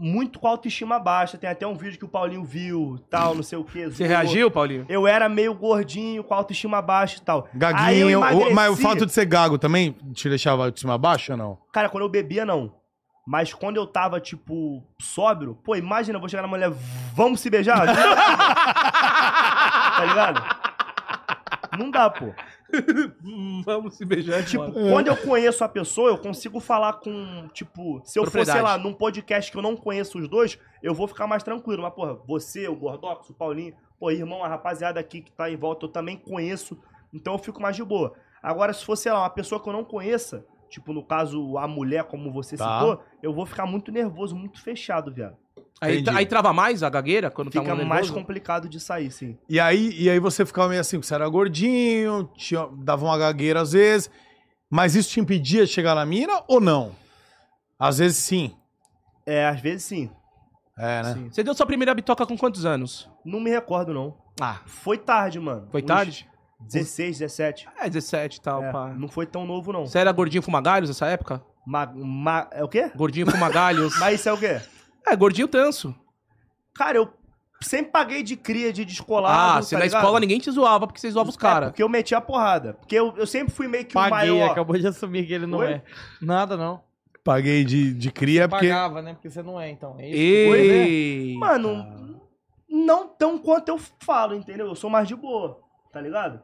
muito com autoestima baixa. Tem até um vídeo que o Paulinho viu, tal, não sei o quê.
Você
zoou.
reagiu, Paulinho?
Eu era meio gordinho, com autoestima baixa e tal. Aí eu
Gaguinho, o- mas o
emagreci.
fato de ser gago também te deixava de cima abaixo ou não?
Cara, quando eu bebia, não. Mas quando eu tava, tipo, sóbrio, pô, imagina, eu vou chegar na mulher, vamos se beijar? tá ligado? Não dá, pô.
Vamos se beijar,
Tipo,
tipo.
quando eu conheço a pessoa, eu consigo falar com, tipo, se eu for, sei
Propriedade.
lá, num podcast que eu não conheço os dois, eu vou ficar mais tranquilo. Mas, porra, você, o Gordox, o Paulinho, pô, irmão, a rapaziada aqui que tá em volta, eu também conheço, então eu fico mais de boa. Agora, se for, sei lá, uma pessoa que eu não conheça, tipo, no caso, a mulher, como você
Tá.
citou, eu vou ficar muito nervoso, muito fechado, viado.
Aí,
Entendi.
aí trava mais a gagueira quando tá
Fica
muito
mais
nervoso?
complicado de sair, sim.
E aí, e aí você ficava meio assim, você era gordinho, tinha, dava uma gagueira às vezes, mas isso te impedia de chegar na mina ou não? Às vezes sim.
É, às vezes sim.
É, né?
sim.
Você deu sua primeira bitoca com quantos anos?
Não me recordo, não.
Ah,
Foi tarde, mano.
foi
Uns
tarde?
16, 17.
É, 17 e tal,
É,
pá.
não foi tão novo, não.
Você era gordinho fumagalhos nessa época?
Ma, ma, é o quê?
Gordinho fumagalhos.
Mas isso é o quê?
É, gordinho tanso.
Cara, eu. Sempre paguei de cria, de descolado.
Ah, se
tá
na
ligado?
escola ninguém te zoava porque você zoava os
É,
caras.
porque eu meti a porrada. Porque eu, eu sempre fui meio que o
Paguei,
maior.
acabou de assumir que ele não
Oi?
é. Nada, não.
Paguei de, de cria é porque.
Pagava, né? Porque você não é, então. É isso.
Ei!
Mano, não tão quanto eu falo, entendeu? Eu sou mais de boa, tá ligado?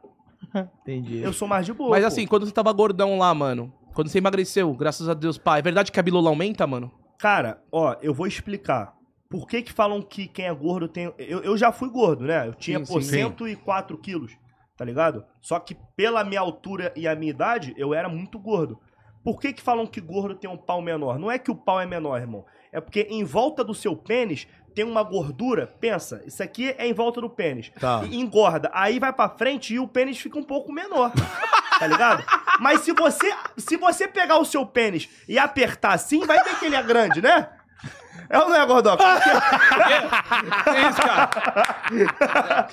Entendi.
Eu sou mais de boa.
Mas
pô.
assim, quando você tava gordão lá, mano, quando você emagreceu, graças a Deus, pai, é verdade que a bilola aumenta, mano?
Cara, ó, eu vou explicar. Por que que falam que quem é gordo tem... Eu, eu já fui gordo, né? Eu tinha,
Sim,
pô,
sim.
104 quilos, tá ligado? Só que pela minha altura e a minha idade, eu era muito gordo. Por que que falam que gordo tem um pau menor? Não é que o pau é menor, irmão. É porque em volta do seu pênis tem uma gordura. Pensa, isso aqui é em volta do pênis.
Tá.
E engorda. Aí vai pra frente e o pênis fica um pouco menor. tá ligado? Mas se você, se você pegar o seu pênis e apertar assim, vai ver que ele é grande, né? É ou não é, Gordox?
Que isso, cara?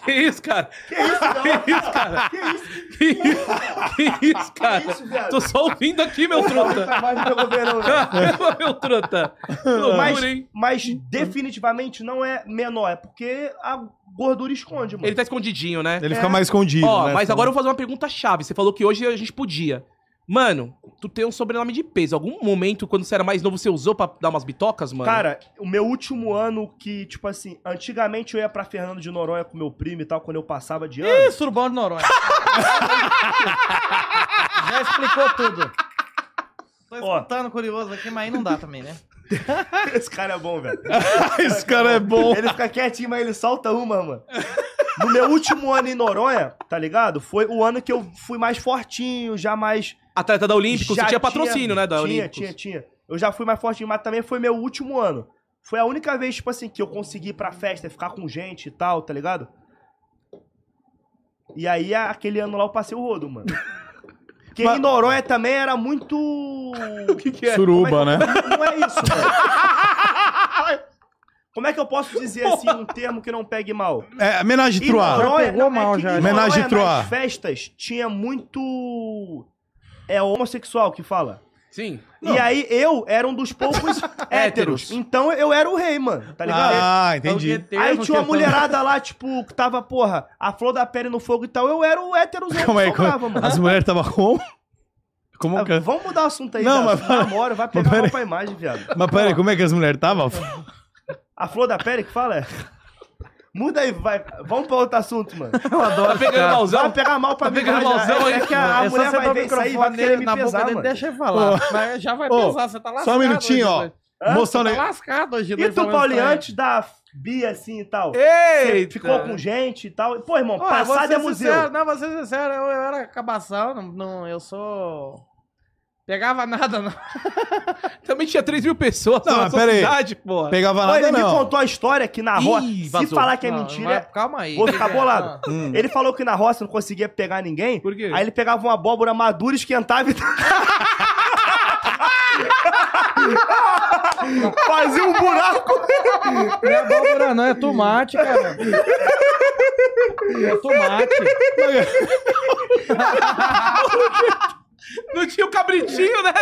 Que isso, cara?
Que isso, não?
Que isso, cara?
Que isso?
Que isso, que isso cara?
Que isso, viado?
Tô só ouvindo aqui, meu truta.
Jamais me pegou bem, não, velho.
Caramba, meu truta. Que Loucura,
Mas,
hein?
mas definitivamente não é menor, é porque a gordura esconde, mano.
Ele tá escondidinho, né?
Ele fica mais escondido.
Ó,
né?
mas agora eu vou fazer uma pergunta chave. Você falou que hoje a gente podia. Mano, tu tem um sobrenome de peso. Algum momento, quando você era mais novo, você usou pra dar umas bitocas, mano?
Cara, o meu último ano que, tipo assim, antigamente eu ia pra Fernando de Noronha com meu primo e tal, quando eu passava de ano.
Ih, surubão de Noronha. Já explicou tudo. Tô
Ó.
escutando curioso aqui, mas aí não dá também, né?
Esse cara é bom, velho.
Esse cara é bom.
Ele fica quietinho, mas ele solta uma, mano. No meu último ano em Noronha, tá ligado? Foi o ano que eu fui mais fortinho, já mais.
Atleta da Olímpicos,
já
você tinha patrocínio, né, da
tinha,
Olímpicos.
Tinha, tinha. Eu já fui mais fortinho, mas também foi meu último ano. Foi a única vez, tipo assim, que eu consegui ir pra festa, ficar com gente e tal, tá ligado? E aí, a- aquele ano lá eu passei o rodo, mano. Porque
Mas-
em Noronha também era muito. O que,
é?
que
Suruba, né?
não é isso, velho. Como é que eu posso dizer assim um termo que não pegue mal? é
É, homenagem de Troar.
Já pegou mal, já.
Homenagem
Homenagem
de Troá.
Nas festas tinha muito. É homossexual que fala.
Sim.
Não.
E aí eu era um dos poucos héteros. Então eu era o rei, mano, tá ligado?
Ah,
É
entendi.
Aí tinha uma
mulherada.
mulherada lá, tipo, que tava, porra, a flor da pele no fogo e tal. Eu era o héterozão que
Calma aí,
sobrava,
como- é
mano.
as mulheres estavam como? Como
Ah,
que...
Vamos mudar o assunto aí,
Não,
cara.
mas-
Namoro, vai pegar
pera
mal
aí.
pra imagem, viado.
Mas peraí, como é que as mulheres estavam?
A flor da pele que fala? é? Muda aí, vai. Vamos pra outro assunto, mano.
Eu adoro.
Tá pegando
Vai
malzão?
pegar mal pra
Tá
mim.
pegando
vai,
malzão aí?
é, é que a, a
é só
mulher
você
vai
dar o
ver isso aí e vai
microfone
querer
dele
me
na boca
pesar,
dele,
mano.
deixa eu falar.
Ô.
Mas já vai
Ô,
pensar, você tá lascado.
Só um minutinho,
hoje,
ó.
doido.
né? Hã?
Mostra um
Tá
negócio.
lascado hoje.
E
doido,
tu,
falando
Paulinho,
estranho.
antes da Bia assim e tal? Você
Eita!
ficou com gente e tal? Pô, irmão,
Ó, eu vou
passado
ser
é museu.
Sincero, não, vou ser sincero, eu, eu era cabação, não, não, eu sou... Pegava nada, não.
Também tinha 3 mil pessoas
Não,
na
mas
nossa
pera aí.
cidade, porra.
Pegava
Pô,
nada,
ele me
não.
contou a história que na
Ih,
roça. Se
vazou.
falar que é
Não,
mentira,
mas Calma aí. é?
vou ficar bolado.
Hum.
Ele falou que na roça não conseguia pegar ninguém.
Por quê?
Aí ele pegava uma abóbora madura, esquentava e. Fazia um buraco.
Não é abóbora, não, é tomate, cara. É tomate.
Não tinha o cabritinho, né?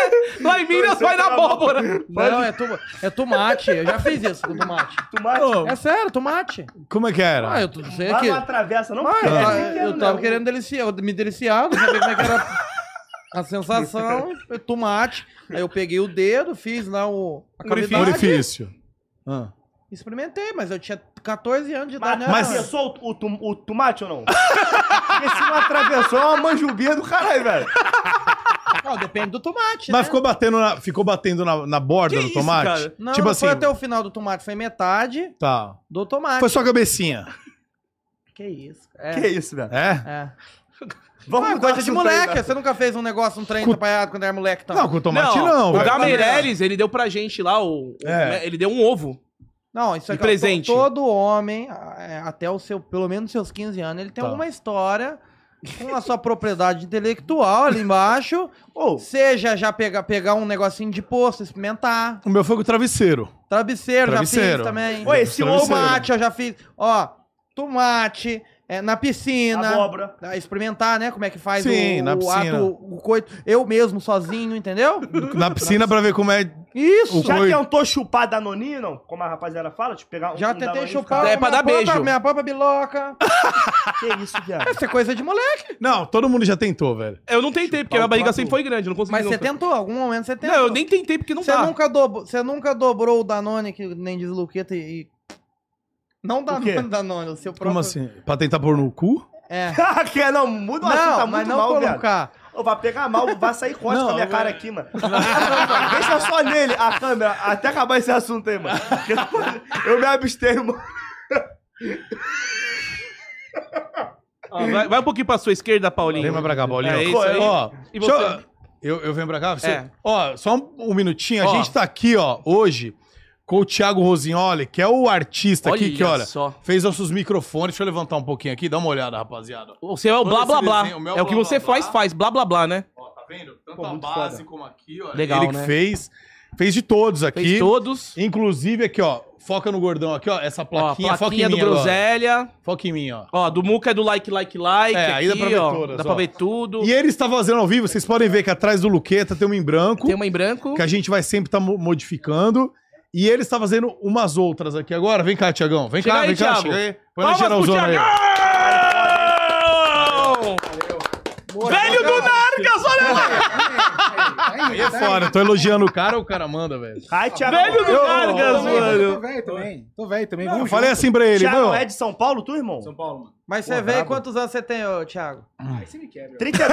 Lá em Minas vai na
tá
abóbora.
Não, é, toma- é tomate. Eu já fiz isso com tomate.
Tomate.
Ô,
É sério, tomate.
como é que era?
Ah, eu tô dizendo
Lá
que...
não atravessa, não?
Mas,
porque é
eu,
assim que é,
eu
né?
tava querendo deliciar, eu me deliciar, não sabia como é que era a sensação, e tomate. Aí eu peguei o dedo, fiz lá o, a cavidade,
é Orifício. Ah.
experimentei, mas eu tinha 14 anos de idade.
Mas,
né?
atravessou o, tom- o tomate ou não? Porque se não atravessou, é uma manjubinha do caralho, velho.
Não, depende do tomate,
Mas
né?
ficou batendo na, ficou batendo na, na borda
Que
do
isso,
tomate?
cara?
Não,
tipo
não
assim.
foi até o final do tomate, foi metade
Tá.
do tomate.
Foi só a cabecinha.
Que isso, é.
Que isso, velho.
É?
É.
Vamos
Ah,
mudar
gosta
de um né?
de moleque,
moleque.
você nunca fez um negócio, um trem
Com-
atrapalhado quando era moleque, então?
Não, com o tomate não,
ó, Tá. o
velho.
Gamereles, ele deu pra gente lá, o, o-
É.
né, ele deu um ovo.
Não, isso
E
é que
presente.
todo homem, é, até o seu, pelo menos seus 15 anos, ele tem
Tá.
alguma história com a sua propriedade intelectual ali embaixo.
Ô,
Seja já pega, pegar um negocinho de poço, experimentar.
O meu foi com o travesseiro.
Travesseiro, já
Travesseiro.
fiz também.
ô, esse ovo...
Travesseiro.
tomate, eu já fiz. Ó, tomate. é, na
né?
piscina.
Abóbora.
Ah, Experimentar, né? Como é que faz
Sim,
o,
na
o
piscina.
ato, o coito. Eu mesmo, sozinho, entendeu?
Na piscina pra ver como é.
Isso!
O
Já
Foi.
tentou chupar Danoninho, não? Como a rapaziada fala, tipo, pegar um
Já
um Danoninho
tentei
e
chupar
É, pra
minha
dar
própria-
beijo.
minha própria biloca.
ficar- Que isso, viado?
Isso é coisa de moleque.
Não, todo mundo já tentou, velho.
Eu não tentei, porque
Chupar
minha
o
barriga
próprio-
sempre foi grande, eu não consegui
Mas você
nunca.
tentou, algum momento você tentou.
Não, eu nem tentei porque não
Você
dá.
nunca, dobro, você nunca dobrou o Danone, que nem diz Luqueta, e. e- Não
quê?
Danone, Danone, o seu próprio.
Como assim? Pra tentar pôr no cu?
É.
que não, muda o assunto,
Não,
tá
mas
muito
não
mal, viado.
colocar.
Ô, vai pegar mal, vai sair corte
Não,
com a minha
eu-
é.
cara aqui, mano. Deixa só nele a câmera até acabar esse assunto aí, mano. Porque Eu me abstenho, mano.
Ó, vai, vai um pouquinho pra sua esquerda, Paulinho.
Vem mais pra cá, Paulinho.
É isso aí.
Ó,
E
deixa
você?
Eu, eu, eu venho pra cá? Você...
É.
Ó, só um, um minutinho. A
Ó.
gente tá aqui, ó, hoje, com o Thiago Rosignoli, que é o artista aqui, que olha,
só.
fez nossos microfones. Deixa eu levantar um pouquinho aqui, dá uma olhada, rapaziada.
Você é o
Todo
blá
esse
blá blá.
desenho, o meu
É o que
blá,
você
blá,
faz,
blá.
faz. Blá blá blá, né?
Ó, tá vendo? Tanto
Pô,
a
muito
base
foda.
como aqui, ó.
Legal,
Ele que
né?
fez, fez de todos aqui.
Fez todos.
Inclusive aqui, ó, foca no gordão aqui, ó, essa
Ó, a
plaquinha,
plaquinha,
foca em mim
do
agora.
Groselha.
Foca em mim, ó.
Ó, do Muca é do like, like, like.
É, aí dá pra ver
ó,
todas,
Dá
ó.
pra ver tudo.
E ele está fazendo ao vivo, vocês podem ver que atrás do Luqueta tem um em branco.
Tem uma em branco.
que a gente vai sempre estar modificando. E ele está fazendo umas outras aqui agora. Vem cá, Tiagão. Vem
Chega
cá,
aí,
vem cá.
Thiago.
Chega aí. Põe na
Palmas pro
geralzona aí.
Thiagão! Velho do Nargas, olha lá!
Aí é fora. Eu tô elogiando o cara, o cara manda, velho.
Ai, Thiago.
Velho do Nargas,
também,
mano!
Tô velho também. Tô velho também.
Eu
Vamos
falei assim pra ele,
Thiago
mano.
é de São Paulo, tu, irmão?
São Paulo, mano.
Mas você
Pô,
vê
brabo.
quantos anos você tem, ô, Thiago?
Aí você me quebra.
32.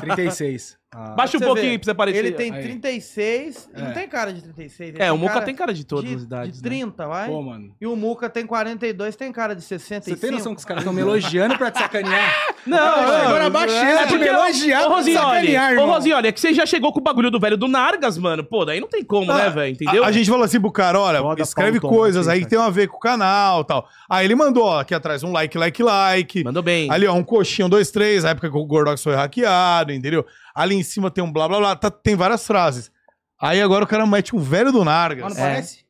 36. Ah,
Baixa um
Você
pouquinho
vê,
pra você aparecer.
Ele tem
aí.
36. e Não
É.
tem cara de 36. ele
É, o Muca tem
de-
cara de todas as idades.
De
né?
30, vai.
pô, mano.
E o Muca tem 42, tem cara de 65.
Você tem noção que os caras estão me elogiando pra te sacanear?
Não, é,
Cara, chegou na baixeza de me elogiar
né? Ô,
pra me
Rosioli,
é sacanear,
ô,
irmão.
Rosioli, é que você já chegou com o bagulho do velho do Nargas, mano. Pô, daí não tem como, né, velho? Entendeu?
A, a gente falou assim pro cara, olha,
Roda
escreve
pau, toma,
coisas aí
fica.
que tem a ver com o canal e tal. Aí ele mandou, ó, aqui atrás, um like, like, like.
Mandou bem.
Ali, ó, um coxinho, um, dois, três, a época que o Gordox foi hackeado, entendeu? Ali em cima tem um blá, blá, blá, tá- tem várias frases. Aí agora o cara mete um velho do
Mas
Nargas.
não parece?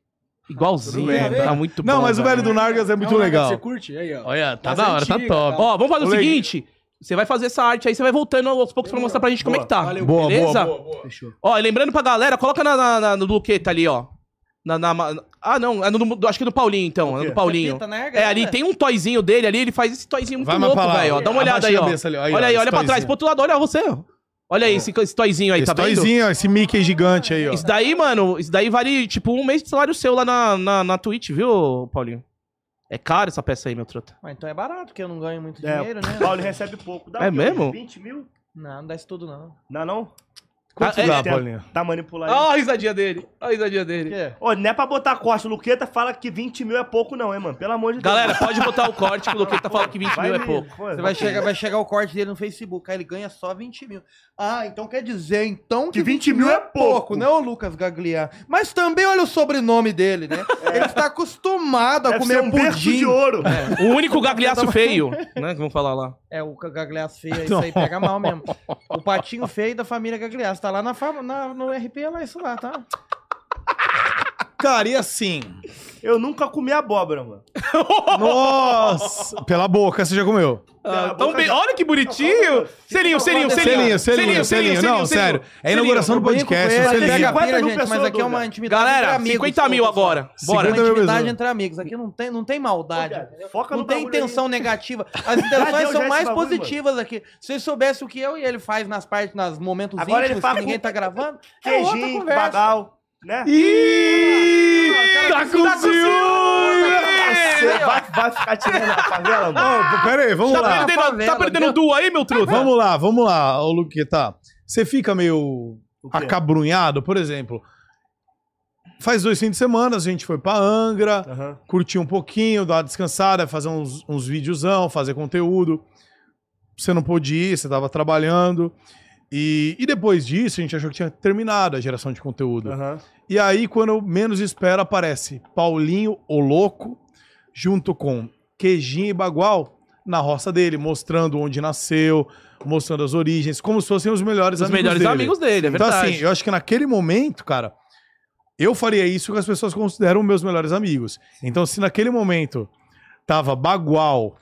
Igualzinho,
Tudo bem,
tá
velho.
muito bom.
Não, mas o velho do Nargas é muito
um
legal.
negócio que Você curte? Aí, ó.
Olha, tá
Mas
é
da hora, tá
antiga,
top.
tá?
Ó, vamos fazer o
Moleque.
seguinte. Você vai fazer essa arte aí, você vai voltando aos poucos pra mostrar pra gente como é que tá.
Valeu,
Boa,
beleza?
boa, boa, boa.
Fechou.
Ó, e lembrando pra galera, coloca na, na, na- no Luqueta ali, ó. Na, na, ma- ah, não, é no, do- acho que é do Paulinho, então. É
quê?
do Paulinho.
Fita, né,
É,
galera?
ali tem um toyzinho dele ali, ele faz esse toyzinho muito
Vai, mas
louco,
fala,
velho. ó. Dá uma
abaixa
olhada
a
aí, ó.
cabeça ali, aí, ó,
Olha aí,
esse
olha pra trás,
toyzinho.
pro outro lado, olha você, ó. Olha aí, esse, esse toyzinho aí,
Esse
tá vendo?
toyzinho, ó, esse Mickey gigante aí, ó.
Isso daí, mano, isso daí vale tipo um mês de salário seu lá na, na, na Twitch, viu, Paulinho? É caro essa peça aí, meu trota.
Mas então é barato, porque eu não ganho muito
É,
dinheiro, né?
Paulo ele recebe pouco. Dá
É
o quê?
mesmo?
20 mil?
Não, não dá isso tudo, não.
Não, não?
Quanto
Ah, é,
dá,
é, tem-
Paulinho?
Tá manipulado.
Ó a risadinha dele, ó a risadinha
Por
dele.
quê?
Ô, não é pra botar corte. O Luqueta fala que 20 mil é pouco, não, hein, mano? Pelo amor de
Galera, pode botar o corte que o Luqueta tá falando que
Deus.
20 mil é
me-
pouco.
pô,
Você vai chegar, vai chegar o corte dele no Facebook, aí ele ganha só 20 mil. Ah, então quer dizer, então
Que 20 mil é pouco.
né, o Lucas Gagliar? Mas também olha o sobrenome dele, né? Ele está acostumado a
Deve
comer
ser um
um
berço
pudim.
de ouro.
O único
Tá
gagliaço feio, né, que vão falar lá.
É, o Gagliasso feio, isso aí pega mal mesmo. O patinho feio da família Gagliasso, tá lá na, fama, na- no RP, lá isso lá, tá?
Cara, e assim?
Eu nunca comi abóbora, mano.
Nossa! Pela boca, você já comeu.
Ah,
Pela
tão
boca
bem-
já-
Olha que bonitinho! Selinho, selinho,
Selinho,
selinho,
selinho, selinho, Não, sério. É a inauguração do
Eu brinco
podcast.
com ele,
você
ele
liga.
pega a
50
pira,
mil
gente, mas
pessoas,
aqui é uma
Duda.
intimidade entre
Galera,
amigos.
50 mil
pô, pessoal.
agora. Bora.
Uma
50 mil
intimidade
pessoas.
entre amigos, aqui não tem, não tem maldade.
Foca
Não
no
tem
bagulho aí.
intenção negativa. As
deu
intenções
já
são
esse
mais
bagulho, mano.
positivas aqui. Se vocês soubessem o que eu e ele faz nas partes, nas momentos
Agora ele
íntimos
fala
que ninguém
com-
tá gravando, é outra
Queijinho,
conversa.
bagal, né?
Ih!
Cara,
Tá
que
com
tá com
ciúme!
Você vai, vai ficar tirando na favela, mano?
Ô, Pera aí, vamos
Tá
lá.
perdendo,
favela,
tá perdendo
meu.
duo aí, meu truta?
Vamos lá, vamos lá, ô Luqueta. Você fica meio
O quê?
acabrunhado, por exemplo. Faz dois fins de semana, a gente foi pra Angra.
Aham.
curtir um pouquinho, dar uma descansada, fazer uns, uns videozão, fazer conteúdo. Você não pôde ir, você tava trabalhando. E, e depois disso, a gente achou que tinha terminado a geração de conteúdo.
Aham.
E aí, quando eu menos espero, aparece Paulinho, o louco, junto com Queijinho e Bagual na roça dele, mostrando onde nasceu, mostrando as origens, como se fossem os melhores
Os
amigos
melhores
dele.
amigos dele, é
Então,
verdade.
assim, eu acho que naquele momento, cara, eu faria isso que as pessoas consideram meus melhores amigos. Então, se naquele momento tava Bagual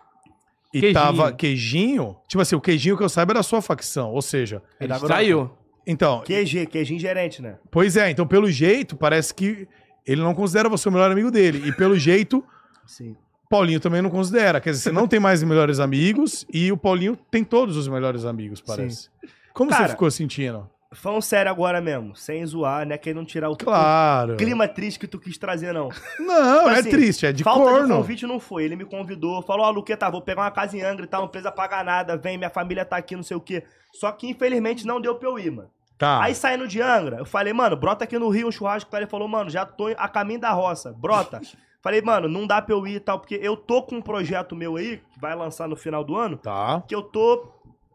e
Queijinho.
tava queijinho, tipo assim, o queijinho que eu saiba era a sua facção, ou seja,
Ele saiu.
então,
QG, QG gerente, né?
pois é, então pelo jeito parece que ele não considera você o melhor amigo dele e pelo jeito
Sim.
Paulinho também não considera, quer dizer, você não tem mais melhores amigos e o Paulinho tem todos os melhores amigos, parece. Como
Cara-
você ficou sentindo?
Falando sério agora mesmo, sem zoar, né? Querendo tirar o,
Claro.
o clima triste que tu quis trazer, não.
Não, é
Assim,
triste, é de
Falta de
corno.
convite não foi. Ele me convidou, falou, ó, Luqueta, vou pegar uma casa em Angra e tal, não precisa pagar nada, vem, minha família tá aqui, não sei o quê. Só que, infelizmente, não deu pra eu ir, mano.
Tá.
Aí saindo de Angra, eu falei, mano, brota aqui no Rio um churrasco. Ele falou, mano, já tô a caminho da roça, brota. falei, mano, não dá pra eu ir e tal, porque eu tô com um projeto meu aí, que vai lançar no final do ano,
Tá.
que eu tô.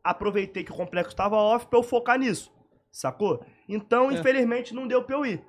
Aproveitei que o complexo tava off pra eu focar nisso, sacou?
É.
Então, infelizmente, não deu pra eu ir.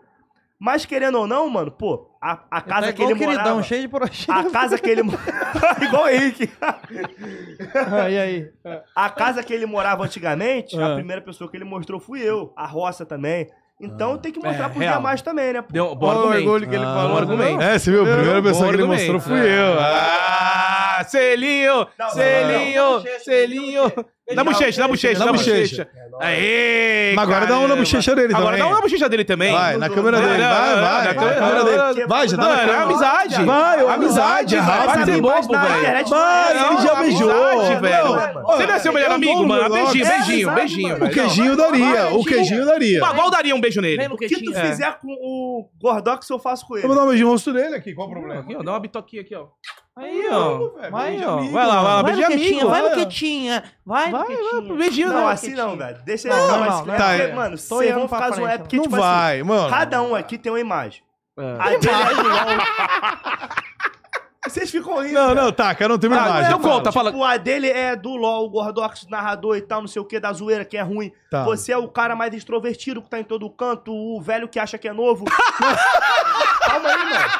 Mas querendo ou não, mano, pô, a, a casa
tá
que
igual o
ele
queridão,
morava...
cheio de projeto.
A casa que ele mo- igual o Henrique. Ah.
e aí?
A casa que ele morava antigamente,
Ah.
a primeira pessoa que ele mostrou fui eu, a roça também. Então tem que mostrar
É,
pros
real.
demais também, né? pô?
Deu, bom
Olha o
argumento.
orgulho que ele
Ah,
falou.
bom argumento.
É, você viu? A primeira
Eu,
pessoa que ele
argumento.
mostrou fui eu.
Ah, selinho,
Não,
selinho,
não, não.
selinho. Dá bochecha, dá bochecha,
Dá
dá
bochecha.
bochecha. Aê,
Mas agora dá uma na
caramba.
bochecha dele
Agora
também.
dá uma na bochecha dele também.
Vai, na câmera
Não,
dele.
não,
Vai, vai.
não, na
vai,
câmera-
na câmera
não,
dele. Vai, já dá
Mano,
na
é
câmera.
amizade.
Vai, ô,
amizade,
amizade,
rapaz.
rapaz.
Vai ser
Mas
bobo,
na
velho.
internet não
Vai,
é
ele
assim,
já
não,
beijou.
amizade,
velho.
mano.
Você não é seu melhor
Eu
amigo,
dou um
mano.
negócio.
Beijinho,
É
beijinho,
amizade,
beijinho.
mano.
O
velho.
queijinho daria, o queijinho daria.
O Bagual daria um beijo nele.
O que tu
É.
fizer com o Gordox eu faço com
Eu vou
ele.
dar um beijinho no rosto dele aqui, qual o problema?
Aqui, ó, dá uma bitoquinha aqui, ó. Aí, ó.
velho,
Vai,
beijo
ó.
amigo,
Vai lá, vai lá,
É. Vai
beijo
no quietinha,
amigo.
vai no
vai.
quietinha. Vai no
Vai, vai,
quietinha.
beijinho,
Não,
não,
assim não, velho. Deixa ele.
Não, não,
mas-
não,
porque,
tá, é.
mano,
Tô
vocês
indo
vão
pra
ficar zoando.
frente,
É porque,
Não
tipo assim,
vai, mano.
cada um aqui tem uma imagem.
É.
A dele é igual. Vocês ficam rindo.
Não, não, tá, cara, não tem
Ah,
imagem.
então conta, fala.
O A dele é do LOL, o Gordox narrador e tal, não sei o que, da zoeira que é ruim.
Tá.
Você é o cara mais extrovertido que tá em todo canto, o velho que acha que é novo. Calma aí, mano.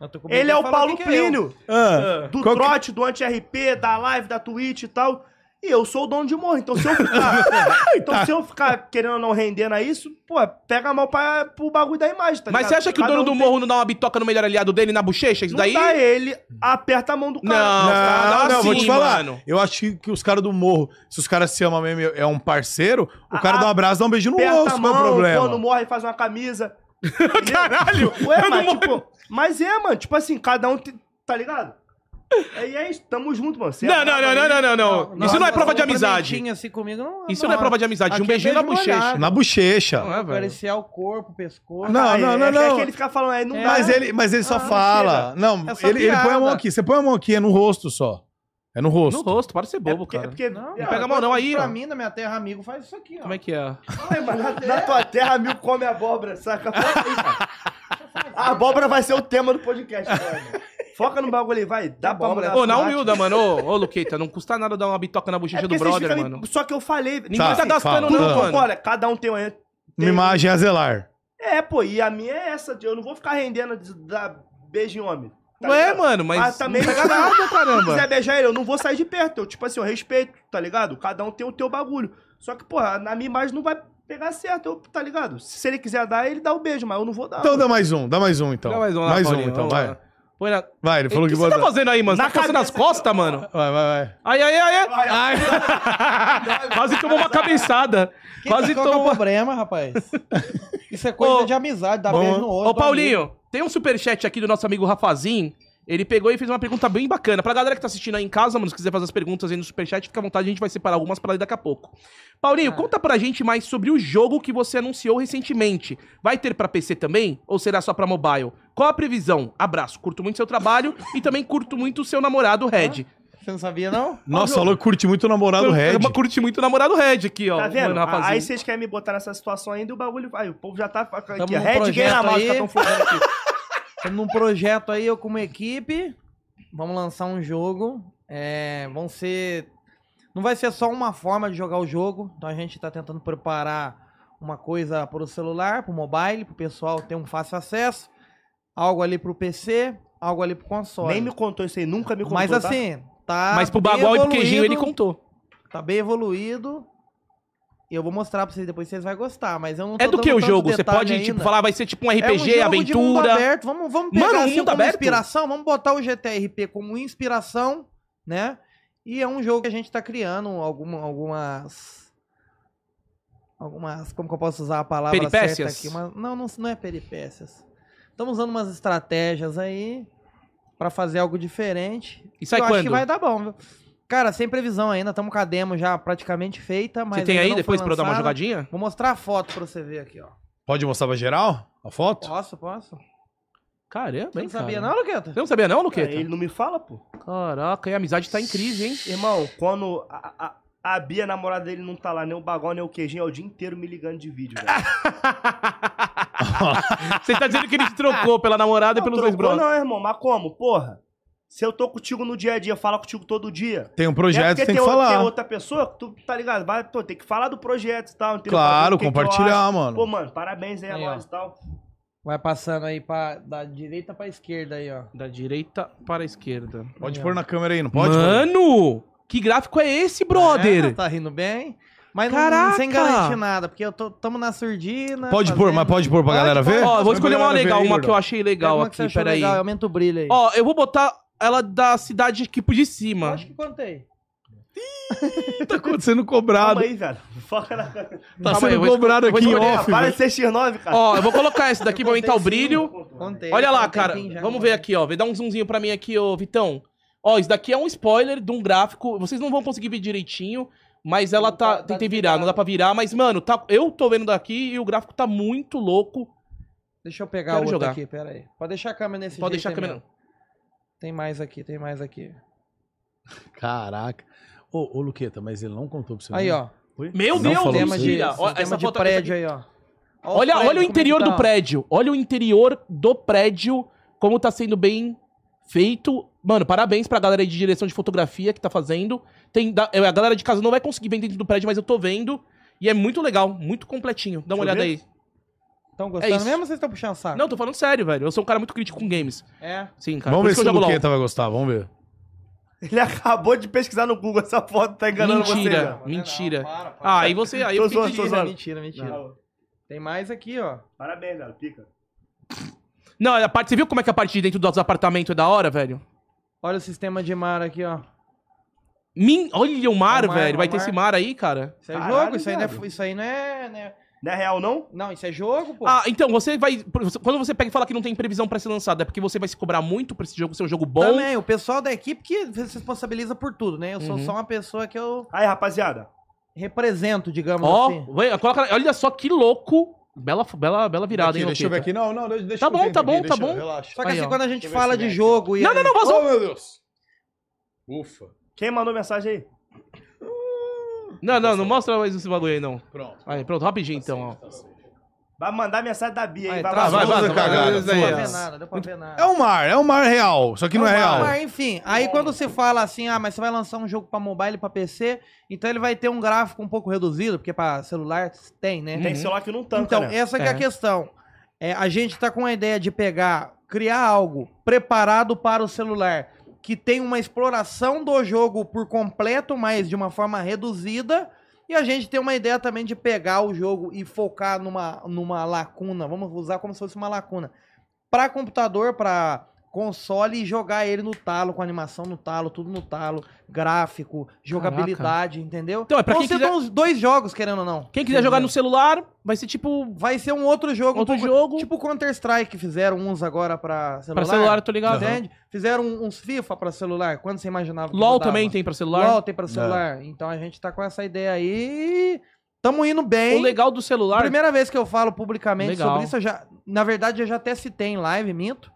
Eu tô com medo
Ele é
de
o
falar
Paulo
que que é eu.
Plínio,
Ah,
do
Qual que-
trote, do anti-RP, da live, da Twitch e tal. E eu sou o dono de morro, então se eu
Tá.
ficar, então se eu ficar querendo ou não rendendo a isso, pô, pega mal pra, pro bagulho da imagem, tá
Mas
ligado?
você acha que o
Cada
dono
um
do
tem-
morro não dá uma bitoca no melhor aliado dele na bochecha? Isso
Não
daí?
dá ele, aperta a mão do cara.
Não, cara,
Não,
dá
não, vou
sim,
te falar.
mano.
Eu acho que- que os caras do morro, se os caras se amam mesmo, e é um parceiro, o cara
Ah,
dá um abraço, dá um beijo no
aperta
rosto, qual é
a
o
mão, quando
problema?
morre faz uma camisa. Entendeu?
Caralho!
Ué,
Eu não
mas,
morro.
tipo, mas é, mano, tipo assim, cada um, te- tá ligado? É, e é isso, tamo junto, mano. Você é
Não, não,
brabo
não, não,
aí.
não, não, não. Isso não é prova de
Fazer um
amizade.
pimentinho assim comigo, não-
Isso não é prova de amizade. Um
Aqui é
beijinho na
beijo no
bochecha.
olhar.
Na bochecha.
Não é, velho?
Aparecer o corpo, o pescoço.
Não,
Aí,
não, não,
é, que- É
não.
que ele fica falando aí, não dá. né?
Mas ele, mas ele só
Ah, não
fala. Não,
É só
ele, ele põe a mão
piada.
aqui. Você põe a mão aqui, é no rosto só. É no rosto.
No rosto, para de ser
é
bobo,
porque, é
cara.
porque
Não,
é,
pega a mão não aí,
Pra
ó.
mim, na minha terra, amigo, faz isso aqui, ó.
Como é que é?
ai, mano, na, na tua terra, amigo come abóbora, saca? Foca aí, cara. A abóbora vai ser o tema do podcast, cara. Foca no bagulho aí, vai. Dá pra mulher.
né? Ô, na
tomate.
humilda, mano. Ô, ô, Luqueta, não custa nada dar uma bitoca na
É
bochecha
porque
do
vocês
brother,
ficam me-
mano.
Só que eu falei.
Ninguém tá
Fala,
gastando,
né?
fala.
não, mano.
Olha, cada um tem um.
Uma imagem azelar.
É, pô, e a minha é essa. Eu não vou ficar rendendo de dar beijo em homem. tá
Não é,
ligado?
mano, mas.
Mas também
não
não é
pega nada,
Se quiser
caramba.
beijar ele, eu não vou sair de perto. Eu, tipo assim, eu respeito, tá ligado? Cada um tem o teu bagulho. Só que, porra, na minha imagem não vai pegar certo, eu, tá ligado? Se ele quiser dar, ele dá o beijo, mas eu não vou dar.
Então dá mais um, dá mais um então.
Dá mais um lá, Paulinho,
então,
vamos
vai.
lá. Põe na... O
Vai, ele falou
que
que
você
bota.
tá fazendo aí, mano? Você
Na
tá coçando as
cabeça.
costas, mano?
Vai, vai, vai.
Ai, ai, ai, ai.
Ai,
Quase tomou uma cabeçada.
Que-
Quase
qual que é o
tomou.
problema, rapaz? Isso é coisa
Ô,
de amizade, dá
vamos-
beijo no olho.
Ô, Paulinho, tem um superchat aqui do nosso amigo Rafazin. Ele pegou e fez uma pergunta bem bacana. Pra galera que tá assistindo aí em casa, mano, se quiser fazer as perguntas aí no superchat, fica à vontade, a gente vai separar algumas pra ler daqui a pouco. Paulinho,
Ah.
conta pra gente mais sobre o jogo que você anunciou recentemente. Vai ter pra PC também? Ou será só pra mobile? Qual a previsão? Abraço, curto muito seu trabalho e também curto muito o seu namorado, Red.
Você não sabia, não?
Nossa, falou que curte muito o
Tá
namorado Red.
Eu curti muito o namorado Red aqui, ó.
Tá vendo?
mano, Rafazin.
aí vocês querem me botar nessa situação ainda e o bagulho vai. O povo já tá.
Tamo
Aqui,
num
Red Game
projeto
na
aí.
máscara, tão falando aqui.
Estamos num projeto aí, eu com uma equipe. Vamos lançar um jogo. É, vão ser. Não vai ser só uma forma de jogar o jogo. Então a gente está tentando preparar uma coisa para o celular, para o mobile, para o pessoal ter um fácil acesso. Algo ali para o PC, algo ali para o console.
Nem me contou isso aí, nunca me contou.
Mas
tá?
assim, tá.
Mas pro
bem
Bagual e pro Queijinho ele
evoluído.
contou.
Tá bem evoluído. E eu vou mostrar pra vocês depois, vocês vão gostar, mas eu não tô
É do que
dando
o
tanto
jogo? Você
detalhe
pode, tipo,
ainda.
falar, vai ser tipo um
É um
RPG,
jogo de mundo
aventura.
aberto. Vamos, vamos pegar
Mano, um
assim,
mundo
como
aberto?
inspiração, vamos botar o GTRP como inspiração né? E é um jogo que a gente tá criando alguma- algumas. Algumas. Como que eu posso usar a palavra certa
Peripécias?
aqui? Mas, não, não, não é peripécias. Estamos usando umas estratégias aí pra fazer algo diferente.
E sai
eu acho
quando?
que vai dar bom, viu? Cara, sem previsão ainda, estamos com a demo já praticamente feita, mas.
Você tem
ainda
aí
não foi
depois pra eu dar uma
lançada.
jogadinha?
Vou mostrar a foto pra você ver aqui, ó.
Pode mostrar pra geral a foto?
Posso, posso?
Caramba,
Você
hein,
não sabia,
cara?
não, Luqueta?
Você não sabia não,
Cara,
Luqueta?
ele não me fala, pô.
Caraca, e a amizade tá em crise, hein?
Irmão, quando a, a- a Bia, namorada dele, não tá lá, nem o bagulho, nem o queijinho, é o dia inteiro me ligando de vídeo,
Ah,
velho.
Você tá dizendo que ele te trocou pela namorada e
Não,
pelos dois
trocou
brothers.
não, irmão, mas como, porra? Se eu tô contigo no dia a dia, falar contigo todo dia.
Tem um
é
projeto
porque
que tem que
outra-
falar.
tem outra pessoa, tu tá ligado? Vai, pô, tem que falar do projeto e tal. entendeu?
Claro,
Pra ver o que que eu
compartilhar,
acho. Pô,
mano.
mano, parabéns aí a
Aí, ó.
nós e tal.
Vai passando aí pra, da direita pra esquerda aí, ó.
Da direita para a esquerda.
Pode
Aí,
pôr
ó.
na câmera aí, não pode?
Mano, que gráfico é esse, brother?
É, tá rindo bem? Mas não-
Caraca!
Não, sem garantir nada, porque eu tô, tamo na surdina.
Pode pôr,
fazendo-
mas pode pôr pra
Pode,
galera
pode.
ver?
Ó, eu vou
Mas
escolher
pra
uma
galera
legal,
ver aí,
uma que eu
Gordão.
achei legal
Pega uma é que você
aqui,
achou
peraí.
legal, Aumenta o brilho aí.
Ó, eu vou botar ela da cidade tipo de cima.
Acho que contei.
Tá acontecendo cobrado.
Calma aí, velho. Foca na câmera.
Tá
Calma aí, eu
sendo
vou
cobrado
escolher-
aqui em
vou escolher-
off.
Para
velho.
de ser X9, cara.
Ó, eu vou colocar essa daqui pra aumentar o brilho.
Contei.
Olha
tem
lá,
um
cara.
tempinho já,
Vamos
né?
ver aqui, ó. Vê, Dá um zoomzinho pra mim aqui, ô Vitão. Ó, isso daqui é um spoiler de um gráfico. Vocês não vão conseguir ver direitinho, mas ela
Não
tá.
tá- tá
Tentei virar,
desvirado.
não dá pra virar. Mas, mano, tá, eu tô vendo daqui e o gráfico tá muito louco.
Deixa eu pegar o
Quero
outro
jogar.
aqui, pera aí. Pode deixar a câmera nesse
Pode
jeito
deixar a
aí
câmera.
mesmo. Tem mais aqui, tem mais aqui.
Caraca. Ô, ô, Luqueta, mas ele não contou pra você.
Aí,
né?
ó.
Meu
Não
Deus,
falou
Sistema
isso
de,
mentira. Ó,
sistema
essa
de
foto
prédio aí, ó. Ó os
Olha, olha
prédios,
o
como é que
interior
tá,
do
ó.
prédio. Olha o interior do prédio, como tá sendo bem feito. Mano, parabéns pra galera aí de direção de fotografia que tá fazendo. Tem, da- é, a galera de casa não vai conseguir ver dentro do prédio, mas eu tô vendo. E é muito legal, muito completinho. Dá uma
Deixa eu
olhada
ver.
aí.
Estão
É
gostando
isso.
mesmo ou vocês estão puxando
Ah.
saco?
Não, tô falando sério, velho. Eu sou um cara muito crítico com games.
É.
Sim, cara.
Vamos
Por
ver
isso
se
que
o tá-
eu jogo LOL.
Luqueta vai gostar, vamos ver.
Ele acabou de pesquisar no Google essa foto, tá enganando
Mentira.
você. velho.
Não,
Mentira.
não, para, para.
Ah, aí você. Aí eu
Tô
fiquei
zoando, tô
de-
zoando.
Mentira, mentira, mentira. Tem mais aqui, ó.
Parabéns, velho. Pica.
Não, a parte, você viu como é que a parte de dentro dos apartamentos é da hora, velho?
Olha o sistema de mar aqui, ó.
Min... Olha o mar,
É o mar,
velho.
é o
Vai ter
mar.
esse mar aí, cara.
Isso é
Caralho,
jogo, isso aí, não
viado.
é, isso aí não é, não é-
Não é real, não?
Não, isso é jogo, pô.
Ah, então, você vai. Quando você pega e fala que não tem previsão pra ser lançado, é porque você vai se cobrar muito pra esse jogo ser um jogo bom.
Também, o pessoal da equipe que se responsabiliza por tudo, né? Eu sou
Uhum.
só uma pessoa que eu
Aí, rapaziada.
represento, digamos
Ó,
assim.
vai- coloca- olha só que louco. Bela, bela, bela virada,
Aqui,
hein,
deixa eu ver
Luqueta?
aqui. Não, não, deixa, deixa
Tá
eu
bom,
ver
tá
aqui,
bom,
deixa
tá
eu-
bom. Tá
Relaxa.
Só que
Aí,
assim,
ó.
quando a gente
Deixa eu ver
fala
esse
de
Mac.
jogo e...
Não, não, não, vazou.
Ô, meu Deus. Ufa.
Quem mandou mensagem aí?
Não, não, não mostra mais esse bagulho aí, não.
Pronto. Tá
Aí, pronto, rapidinho então, ó.
Vai mandar mensagem da Bia,
Vai,
hein?
tá,
vai,
vazar.
vaza, cagada.
Olha isso
Deu
aí,
pra
ó.
ver nada, deu pra ver nada.
É um mar, é um mar real, só que não é
um
Mas,
real.
mas, enfim, aí quando você fala assim, ah, mas você vai lançar um jogo pra mobile e pra PC, então ele vai ter um gráfico um pouco reduzido, porque pra celular tem, né?
Tem celular que não tanca,
Então,
né?
essa que é
É.
a questão. É, a gente tá com a ideia de pegar, criar algo preparado para o celular, que tem uma exploração do jogo por completo, mas de uma forma reduzida. E a gente tem uma ideia também de pegar o jogo e focar numa, numa lacuna, vamos usar como se fosse uma lacuna, para computador, para console e jogar ele no talo, com animação no talo, tudo no talo, gráfico, jogabilidade, entendeu?
Então, é pra
Vão
quem
ser
quiser-
uns dois jogos, querendo ou não.
Quem quiser jogar no celular, vai ser tipo.
Vai ser um outro jogo.
Outro
um pouco-
jogo.
Tipo Counter-Strike que fizeram uns agora pra celular.
Pra celular, eu tô ligado. É, tipo,
Entende? Fizeram uns FIFA pra celular. Quando você imaginava que
LOL
mudava?
também tem pra celular.
LOL
É.
tem pra celular. Então a gente tá com essa ideia aí. Tamo indo bem.
O legal do celular.
Primeira vez que eu falo publicamente
Legal.
sobre isso, eu já, na verdade eu já até citei em live, minto,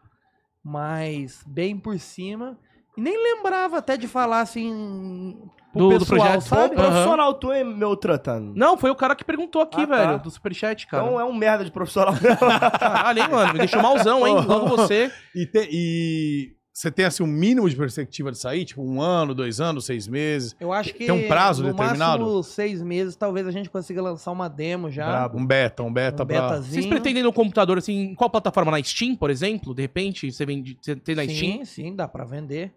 mas bem por cima. E nem lembrava até de falar assim
Do- do projeto.
Bom
sabe?
Aham.
profissional tu, hein, meu Trantan?
Não, foi o cara que perguntou aqui,
Ah, tá.
velho, do superchat, cara.
Então é um merda de profissional.
Caralho, hein, mano? Me deixou malzão,
Então
hein?
é.
Logo você.
E, te- e você tem assim um mínimo de perspectiva de sair, tipo um ano, dois anos, seis meses,
Eu acho que
Tem um prazo
no
determinado?
máximo seis meses, talvez a gente consiga lançar uma demo já.
Brabo.
um beta, um beta
um
pra.
betazinho.
Vocês pretendem no computador, assim, em qual plataforma? Na Steam, por exemplo? De repente, você vende, você tem na Steam?
Sim, sim, dá pra vender.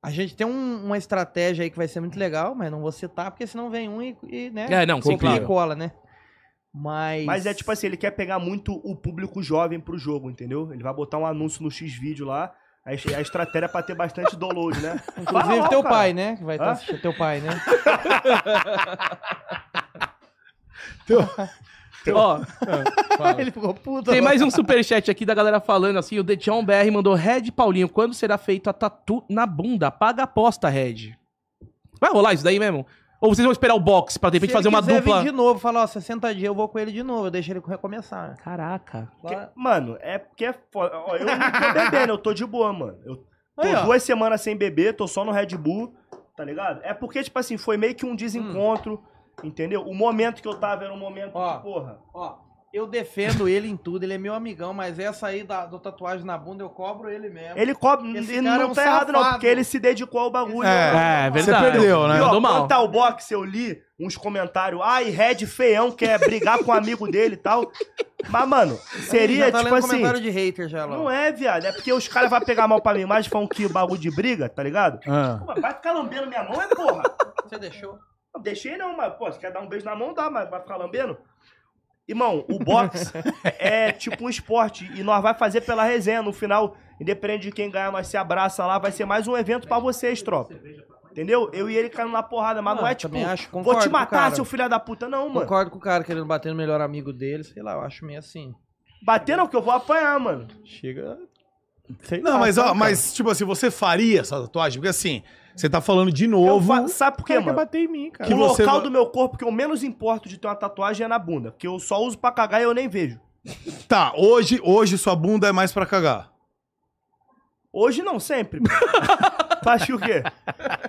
A gente tem um- uma estratégia aí que vai ser muito legal, mas não vou citar, porque senão vem um e, e, né?
É, não, sim,
copia e
claro.
cola, né? Mas.
Mas é tipo assim, ele quer pegar muito o público jovem pro jogo, entendeu? Ele vai botar um anúncio no X-Vídeo lá. A, es- a estratégia é pra ter bastante download, né?
Inclusive
Fala,
teu
cara.
pai, né? Que vai estar
Hã?
assistindo teu pai, né?
Ó,
Ele ficou puto.
tem mais um superchat aqui da galera falando assim. O The John BR mandou Red Paulinho, quando será feito a tatu na bunda? Paga a aposta, Red. Vai rolar isso daí mesmo? Ou vocês vão esperar o box pra de
Se
repente
ele
fazer uma
quiser vir
dupla?
de novo, falar, ó, 60 dias eu vou com ele de novo, eu deixo ele recomeçar.
Caraca.
Que- mano, é porque é foda. Ó, Eu não tô bebendo, eu tô de boa, mano. Eu tô
Aí, ó.
duas semanas sem beber, tô só no Red Bull, tá ligado? É porque, tipo assim, foi meio que um desencontro, entendeu? O momento que eu tava era um momento
Ó.
que, porra.
Ó, eu defendo ele em tudo, ele é meu amigão, mas essa aí da, do tatuagem na bunda eu cobro ele mesmo.
Ele cobre.
Esse
Ele
cara
não
é um
tá errado, não,
safado. um
porque ele se dedicou ao bagulho.
É.
né?
É,
Você
verdade.
perdeu, né?
E, ó,
Mandou mal.
quanto ao boxe, eu li uns comentários. Ai, Red feião quer brigar com um amigo dele e tal. Mas, mano, seria,
já tá
tipo
lendo
assim.
comentário de hater já,
Não é, viado. É porque os caras vão pegar mal pra mim, mas falam que bagulho de briga, tá ligado?
Ah.
Pô, mas vai ficar lambendo minha mão, é porra.
Você deixou?
Não deixei não, mas, pô, se quer dar um beijo na mão, dá, mas vai ficar lambendo. Irmão, o boxe é tipo um esporte e nós vai fazer pela resenha. No final, independente de quem ganhar, nós se abraça lá. Vai ser mais um evento pra vocês, tropa. Entendeu? Eu e ele caindo na porrada, mas
Ah,
não é tipo,
também acho,
vou
concordo
te
com o
matar,
cara.
seu filho da puta. Não, mano.
Concordo com o cara querendo bater no melhor amigo dele, sei lá, eu acho meio assim.
Bater não, que eu vou apanhar, mano.
Chega. Ah,
Não, mas,
então,
ó, mas, tipo assim, você faria essa tatuagem? Porque assim, você tá falando de
Eu
novo.
fa- Sabe por quê,
Quem quer
mano?
bater em mim, cara?
Que
o
você
local
va-
do meu corpo que eu menos importo de ter uma tatuagem é na bunda. Porque eu só uso pra cagar e eu nem vejo.
Tá, hoje, hoje sua bunda é mais pra cagar.
Hoje não, sempre. mano. Tu acha que o quê?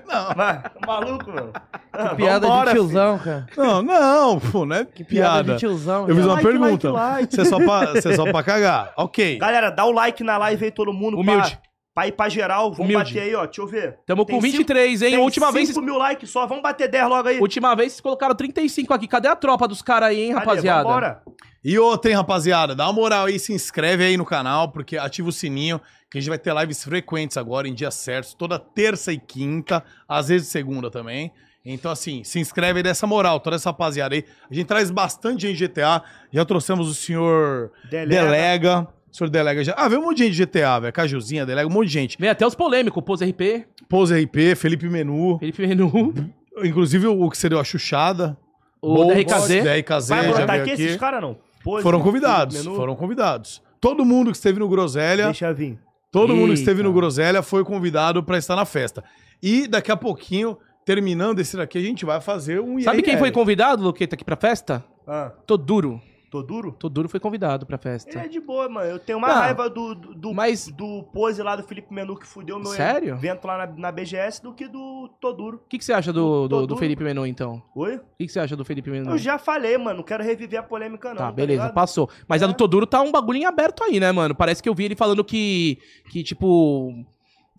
Não.
Vai, tá maluco, mano. Ah,
Que piada
vambora,
de tiozão, cara.
Não, não, pô, não é
Que piada,
piada.
de tiozão.
Eu fiz
cara.
uma
Like,
pergunta.
like, like.
Você é só pra- você é só pra cagar. Ok.
Tá
filho. Galera, dá o like na live aí, todo mundo.
Humilde.
Pra, pra ir pra geral. Vamos
Humilde.
bater aí, ó. Deixa eu ver.
Tamo
Tem
com
cinco-
23, hein?
tem
Última vez,
5 mil likes só. Vamos bater 10 logo aí.
última vez vocês colocaram 35 aqui. Cadê a tropa dos caras aí, hein,
Cadê?
rapaziada?
Vambora.
E outra, hein, rapaziada, dá uma moral aí, se inscreve aí no canal, porque ativa o sininho, que a gente vai ter lives frequentes agora, em dias certos, toda terça e quinta, às vezes segunda também. Então, assim, se inscreve aí dessa moral, toda essa rapaziada aí. A gente traz bastante gente de GTA, já trouxemos o senhor
Delega.
Delega. O senhor Delega já. Ah, veio um monte de gente de GTA, velho. Cajuzinha, Delega, um monte de gente.
Vem até os polêmicos, Pose RP,
Pose RP, Felipe Menu.
Felipe Menu,
Uhum. Inclusive o que seria a Chuchada.
o DRKZ.
DRKZ,
Vai
já
brotar
veio
aqui
aqui.
esses caras, não? Pose,
Foram convidados,
menu.
foram convidados. Todo mundo que esteve no Groselha,
Deixa vir.
todo mundo que esteve
Eita.
no Groselha foi convidado pra estar na festa. E daqui a pouquinho, terminando esse daqui, a gente vai fazer um
Sabe quem
IRL.
foi convidado, Luqueta, aqui pra festa?
Ah,
Tô duro.
tô duro?
Tô duro foi convidado pra
Ele
festa.
é de boa, mano. Eu tenho uma
Tá. Não,
raiva do, do, do-
mas-
do pose lá do Felipe Menu que fudeu meu
Sério?
evento lá na, na BGS do que do Toduro.
O que, que você acha do, do,
Tô
do
duro.
Felipe Menu, então?
Oi?
O que, que você acha do Felipe Menu?
Eu já falei, mano. Não quero reviver a polêmica, não.
tá, beleza,
ligado? É.
passou. Mas a do Toduro tá um bagulho em aberto aí, né, mano? Parece que eu vi ele falando que, que tipo,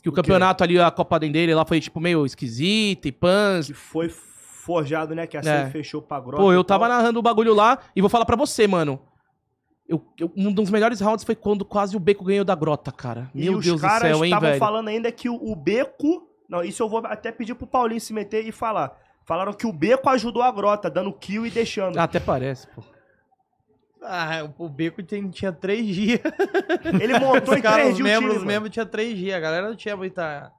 que o, campeonato ali, a Copa dele lá foi, tipo, meio esquisita e pans.
Que foi forjado, né? Que a
É.
é. fechou pra grossa.
Pô, eu
e tal.
tava narrando o bagulho lá e vou falar pra você, mano. Eu, eu- um dos melhores rounds foi quando quase o Beco ganhou da grota, cara.
E
Meu
os
Deus do
caras
céu, hein,
estavam
velho.
falando ainda que o, o Beco... Não, isso eu vou até pedir pro Paulinho se meter e falar. Falaram que o Beco ajudou a grota, dando kill e deixando.
Ah, Até parece, pô.
Ah, o- o Beco tem- tinha três dias.
Ele montou
Os
em
caras,
três
os
dias o time,
membros, os
mano.
membros tinha três dias. A galera não tinha muita,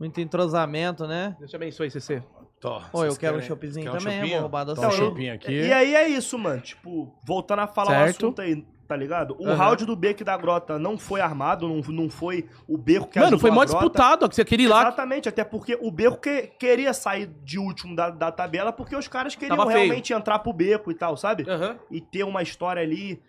muito entrosamento, né?
Deus te abençoe, CC.
Tô,
Pô, eu
vocês
quero um
querem- quer
choppzinho
um
também,
chopinho?
vou roubar da
Dá um
Então,
sua.
eu-
chopinho aqui.
E aí é isso, mano. Tipo, voltando a falar o
Certo.
assunto aí, tá ligado? O
Aham.
round do Beco e da Grota não foi armado, não, não foi o Beco que
Mano, foi
mó
mó disputado aquele lá.
Exatamente, até porque o Beco que- queria sair de último da, da tabela porque os caras queriam
Tava feio.
realmente entrar pro Beco e tal, sabe?
Aham.
E ter uma história ali.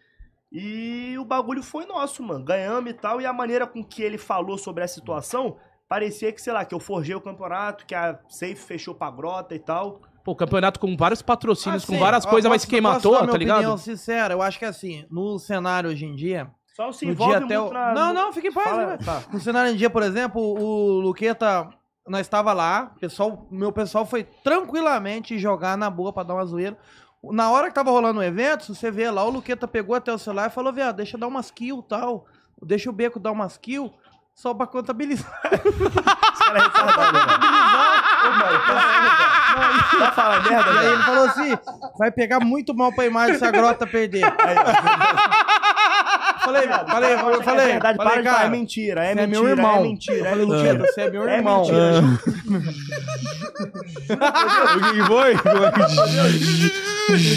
E o bagulho foi nosso, mano. Ganhamos e tal. E a maneira com que ele falou sobre a situação, parecia que, sei lá, que eu forjei o campeonato, que a Safe fechou pra Grota e tal.
Pô, campeonato com vários patrocínios, com
Assim,
várias
ó,
coisas, mas
posso-
quem
posso
matou,
dar minha
tá ligado?
opinião sincera, eu acho que assim, no cenário hoje em dia.
Só se
no
envolve
dia até
muito
o...
na...
Não,
no-
não, fique em paz.
Fala,
né?
tá.
No cenário hoje em dia, por exemplo, o Luqueta. Nós estava lá, o pessoal, meu pessoal foi tranquilamente jogar na boa pra dar uma zoeira. Na hora que tava rolando o evento, se você vê lá, o Luqueta pegou até o celular e falou: viado, deixa eu dar umas kill e tal. Deixa o beco dar umas kill. Só pra contabilizar.
cara é retardado, mano. Tá falando merda,
E aí
velho?
ele falou assim: vai pegar muito mal pra imagem se a grota perder.
Aí, ó.
Falei, falei,
Acha
falei,
que
falei,
é verdade, para
falei,
de falar, é
cara,
mentira,
você
é,
é
mentira,
meu irmão.
é mentira, é
falei,
mentira.
Luquita, você é meu
É
irmão.
mentira.
O que que foi? Como é que-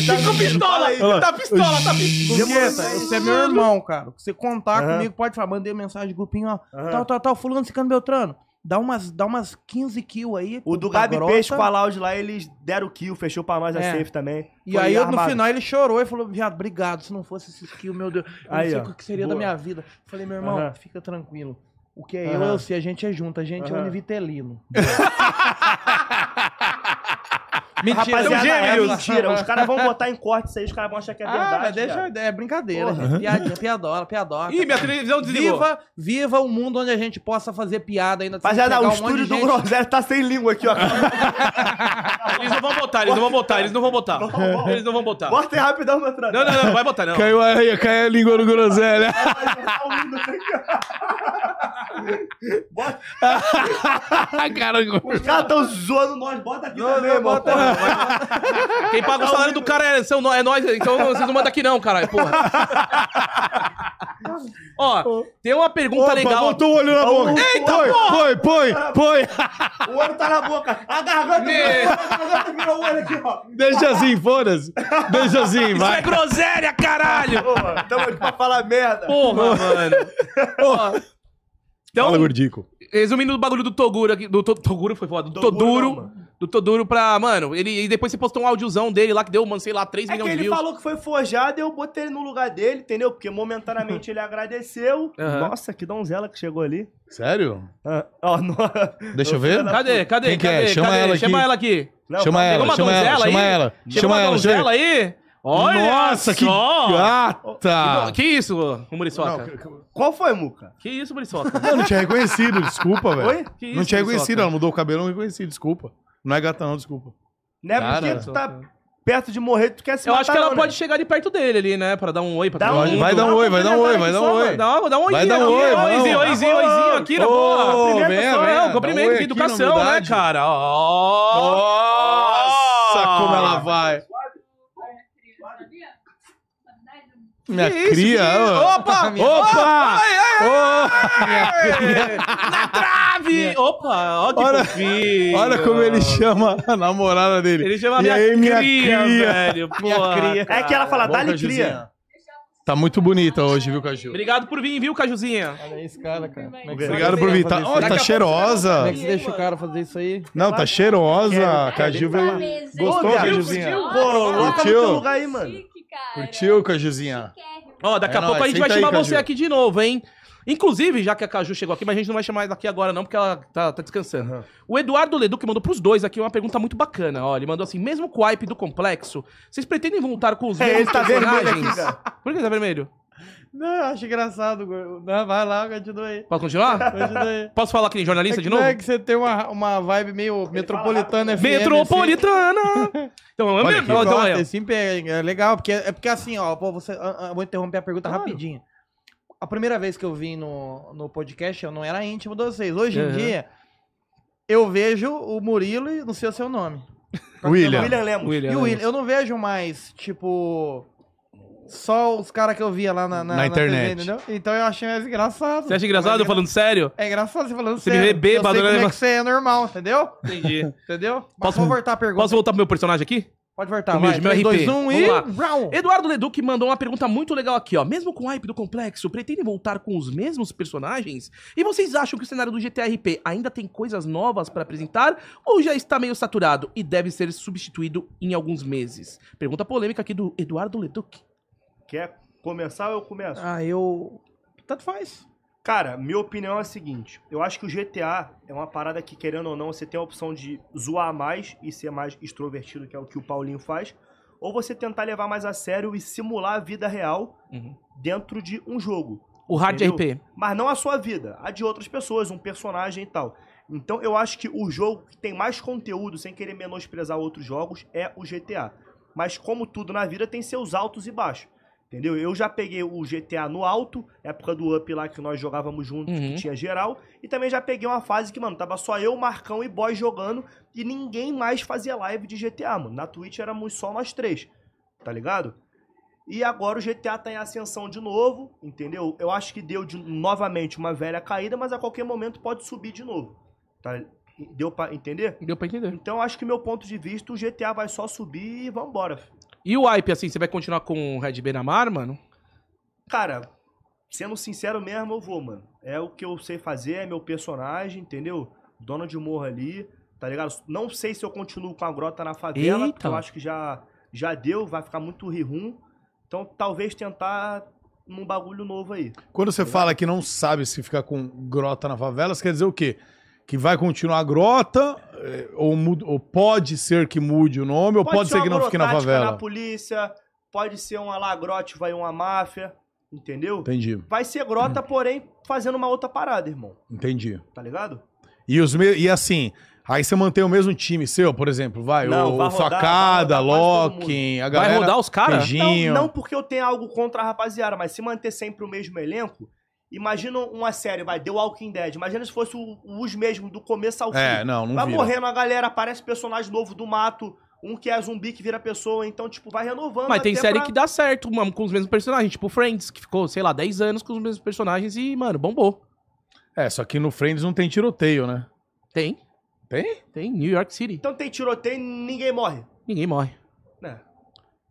Tá com
Ah.
pistola aí,
Olha lá.
tá pistola, tá pistola.
Luqueta, você é meu irmão, cara. Se você contar
Aham.
comigo, pode falar, mandei mensagem de grupinho, ó,
Aham.
tal, tal, tal, fulano, cicano, beltrano. Dá umas, dá umas 15 kills aí.
O do
da
Gabi
grota.
Peixe com a Loud lá, eles deram o kill, fechou pra nós a
É.
safe também.
E
Foi
aí, eu, no
armado.
final, ele chorou e falou, viado, obrigado, se não fosse esses kills, meu Deus, eu
Aí,
não
ó,
sei o que seria da
boa.
minha vida. Falei, meu irmão,
Aham.
fica tranquilo. O que é eu,
Aham.
eu sei, a gente é junto, a gente é
Aham.
univitelino.
Mentira, Rapaziada, é
gêmeos.
mentira. Os caras vão botar em corte isso aí, os caras vão achar que é verdade.
Ah, mas deixa,
cara.
é brincadeira, gente. piadinha, piadola, piadola.
Ih, minha televisão desligou.
Viva, viva o mundo onde a gente possa fazer piada ainda. sem
Rapaziada,
pegar
o
um monte de
estúdio do
gente. Ah,
Groselha tá sem língua aqui, ó.
Eles não vão botar, eles não vão botar, eles não vão botar. Eles não vão
tá.
botar.
Bota aí rapidão, meu
Não, não, não, vai botar, não.
Caiu a, caiu a língua no groselha. Cara,
Os caras tão zoando nós, bota aqui
Não,
também,
não,
irmão.
bota não.
Quem paga o salário do cara é, são, nó- é nós, então não- vocês não mandam aqui não, caralho, porra. Ó, tem uma pergunta
Opa,
legal.
Botou o olho na boca. tá
Eita,
põe, põe, põe, põe.
O olho tá na boca. A garganta,
Meu.
a garganta virou o olho aqui, ó.
Deixa assim, foda-se. Deixa assim,
Isso é
vai.
groselha, caralho!
Porra, tamo aqui pra falar merda.
Porra, mano. Ó,
Fala,
então,
gordico.
resumindo o bagulho do Toguro aqui, do To- Toguro foi foda, do
Toguro
Toduro,
não, mano.
do Toduro pra, mano, ele, e depois você postou um áudiozão dele lá que deu, mano, sei lá, 3
É que
milhões de
ele
views.
falou que foi forjado e eu botei ele no lugar dele, entendeu? Porque momentaneamente ele agradeceu.
Aham.
Nossa, que donzela que chegou ali.
Sério?
Ah, ó, no-
Deixa eu ver.
Cadê, cadê,
Quem que
cadê,
é? Chama
cadê?
ela
Chama
aqui.
ela aqui.
Não,
chama
cadê?
ela,
uma
chama ela,
donzela
chama
aí?
ela.
Chegou
Chama
uma
ela, chama
donzela
ela.
aí? Olha
Nossa, que Ah.
só!
gata!
Que, que isso, ô, Muriçoca?
Qual foi, Muca?
que isso, Muriçoca?
Eu não tinha reconhecido, desculpa,
Oi?
velho.
Que
Não
isso,
tinha
Muriçoca?
reconhecido, ela mudou o cabelo, não reconheci, desculpa. Não é gata não, desculpa.
Né?
Cara.
Porque tu tá perto de morrer, tu quer se
Eu acho
matar,
que ela
não,
pode
né?
chegar de perto dele ali, né? Pra dar um oi pra
Dá
todo
um-
mundo.
Vai dar um oi, vai dar um oi, vai dar um oi.
Dá um, dá um oi.
Vai dar um oi, vai dar um
oizinho,
oi.
oizinho, oizinho
Tá
aqui na
Ô,
boa.
vem,
Primeiro,
vem,
não,
dá um
cumprimento,
oi
que
aqui,
educação, né,
humildade.
cara? Ó.
Nossa, como ela vai. Minha
Que isso,
cria.
que isso?
ó.
Opa!
Opa!
Ai, ai,
Ô,
ai, Na trave! Opa, ó que
Olha-
fofinho.
Olha como ele chama a namorada dele.
Ele chama
E
minha,
aí, minha
cria,
cria.
velho. Porra,
cria. É que ela fala,
Bom,
dá-lhe
Cajuzinha.
cria.
Tá muito bonita hoje, viu, Caju?
Obrigado por vir, viu, Cajuzinha?
Olha esse cara, cara. Como é que você
Obrigado
deixa
por
ele
vir.
fazer
Tá,
isso
ó,
aí?
tá cheirosa.
Como é que você deixa o cara fazer isso aí?
Não, tá cheirosa.
Quero.
Caju
Tá
veio.
Ô,
Gostou,
viado,
Cajuzinha?
Pô, coloca no
Curtiu?
teu lugar aí, mano.
Curtiu, Cajuzinha?
Ó, daqui
É
a pouco a
nóis,
gente vai
senta aí,
chamar
Caju.
você aqui de novo, hein? Inclusive, já que a Caju chegou aqui, mas a gente não vai chamar ela aqui agora não, porque ela tá, tá descansando. O Eduardo Leduc mandou pros dois aqui uma pergunta muito bacana, ó. Ele mandou assim, mesmo com o hype do complexo, vocês pretendem voltar com os
É,
mesmos
ele tá vermelho aqui, cara.
Por que ele tá vermelho?
Não, eu acho engraçado. gordo. Não, vai lá, continua aí.
Posso continuar?
Continua aí.
Posso falar que nem jornalista
É
de
que não
novo?
É que você tem uma, uma vibe meio metropolitana FM.
Metropolitana! Então, é
Olha
mesmo.
aqui.
Então,
Assim,
olha.
Esse empenho é legal, porque é porque assim, ó, pô, você, ah, ah, vou interromper a pergunta
Claro.
rapidinho. A primeira vez que eu vim no, no podcast, eu não era íntimo de vocês. Hoje
Uhum.
em dia, eu vejo o Murilo e não sei o seu nome.
William.
William Lemos.
William,
E o
né?
William, eu não vejo mais, tipo, só os caras que eu via lá na,
Na internet.
entendeu? Então eu achei mais engraçado.
Você acha engraçado eu falando sério?
É engraçado você falando
Você me vê
sério.
bêbado,
eu sei
né?
como é que você é normal, entendeu?
Entendi.
Entendeu? Mas
Posso-
pode voltar a pergunta.
Posso voltar pro meu personagem aqui?
Pode voltar,
Comigo,
vai.
meu
3, 2,
RP.
1
Vamos
e...
lá.
Round.
Eduardo Leduc mandou uma pergunta muito legal aqui, ó. Mesmo com o hype do complexo, pretende voltar com os mesmos personagens? E vocês acham que o cenário do GTRP ainda tem coisas novas pra apresentar ou já está meio saturado e deve ser substituído em alguns meses? Pergunta polêmica aqui do Eduardo Leduc.
Quer começar ou eu começo?
Ah, eu... Tanto faz.
Cara, minha opinião é a seguinte: eu acho que o GTA é uma parada que, querendo ou não, você tem a opção de zoar mais e ser mais extrovertido, que é o que o Paulinho faz, ou você tentar levar mais a sério e simular a vida real
Uhum.
dentro de um jogo.
O Hard
Entendeu?
RP.
Mas não a sua vida, a de outras pessoas, um personagem e tal. Então eu acho que o jogo que tem mais conteúdo, sem querer menosprezar outros jogos, é o GTA. Mas como tudo na vida, tem seus altos e baixos. Entendeu? Eu já peguei o GTA no alto, época do Up lá que nós jogávamos juntos,
Uhum.
que tinha geral. E também já peguei uma fase que, mano, tava só eu, Marcão e Boy jogando e ninguém mais fazia live de GTA, mano. Na Twitch éramos só nós três, tá ligado? E agora o GTA tá em ascensão de novo, entendeu? Eu acho que deu de- novamente uma velha caída, mas a qualquer momento pode subir de novo. Tá? Deu pra entender?
Deu pra entender.
Então eu acho que meu ponto de vista, o GTA vai só subir e vambora. filho.
E o hype, assim, você vai continuar com o Red Benamar, mano?
Cara, sendo sincero mesmo, eu vou, mano. É o que eu sei fazer, é meu personagem, entendeu? Dono de morro ali, tá ligado? Não sei se eu continuo com a grota na favela,
Eita.
porque eu acho que já, já deu, vai ficar muito rirrum. Então talvez tentar num bagulho novo aí.
Quando você fala que não sabe se ficar com grota na favela, você quer dizer o quê? Que vai continuar a grota, eh, ou, muda- ou pode ser que mude o nome, ou pode, ser
uma né,
que não fique na
agrotática
favela.
na polícia, pode ser uma lagrote, vai uma máfia, entendeu?
Entendi,
Vai ser grota, porém, fazendo uma outra parada, irmão.
entendi.
Tá ligado?
E, os me- e assim, aí você mantém o mesmo time seu, por exemplo, vai,
Não,
o,
vai
o
rodar,
Facada,
vai rodar quase todo
Loki, a
vai
galera...
rodar os caras?
Não,
Beijinho.
não porque eu tenho algo contra a rapaziada, mas se manter sempre o mesmo elenco, imagina uma série, vai, The Walking Dead. Imagina se fosse o- os mesmos do começo ao fim.
É, não, não
vai
vira.
morrendo a galera, aparece personagem novo do mato, um que é zumbi que vira pessoa, então, tipo, vai renovando.
Mas tem
até
série
pra-
que dá certo, mano, com os mesmos personagens. Tipo Friends, que ficou, sei lá, 10 anos com os mesmos personagens e, mano, bombou.
É, só que no Friends não tem tiroteio, né?
Tem.
Tem?
Tem. New York City.
Então tem tiroteio e ninguém morre.
Ninguém morre.
né?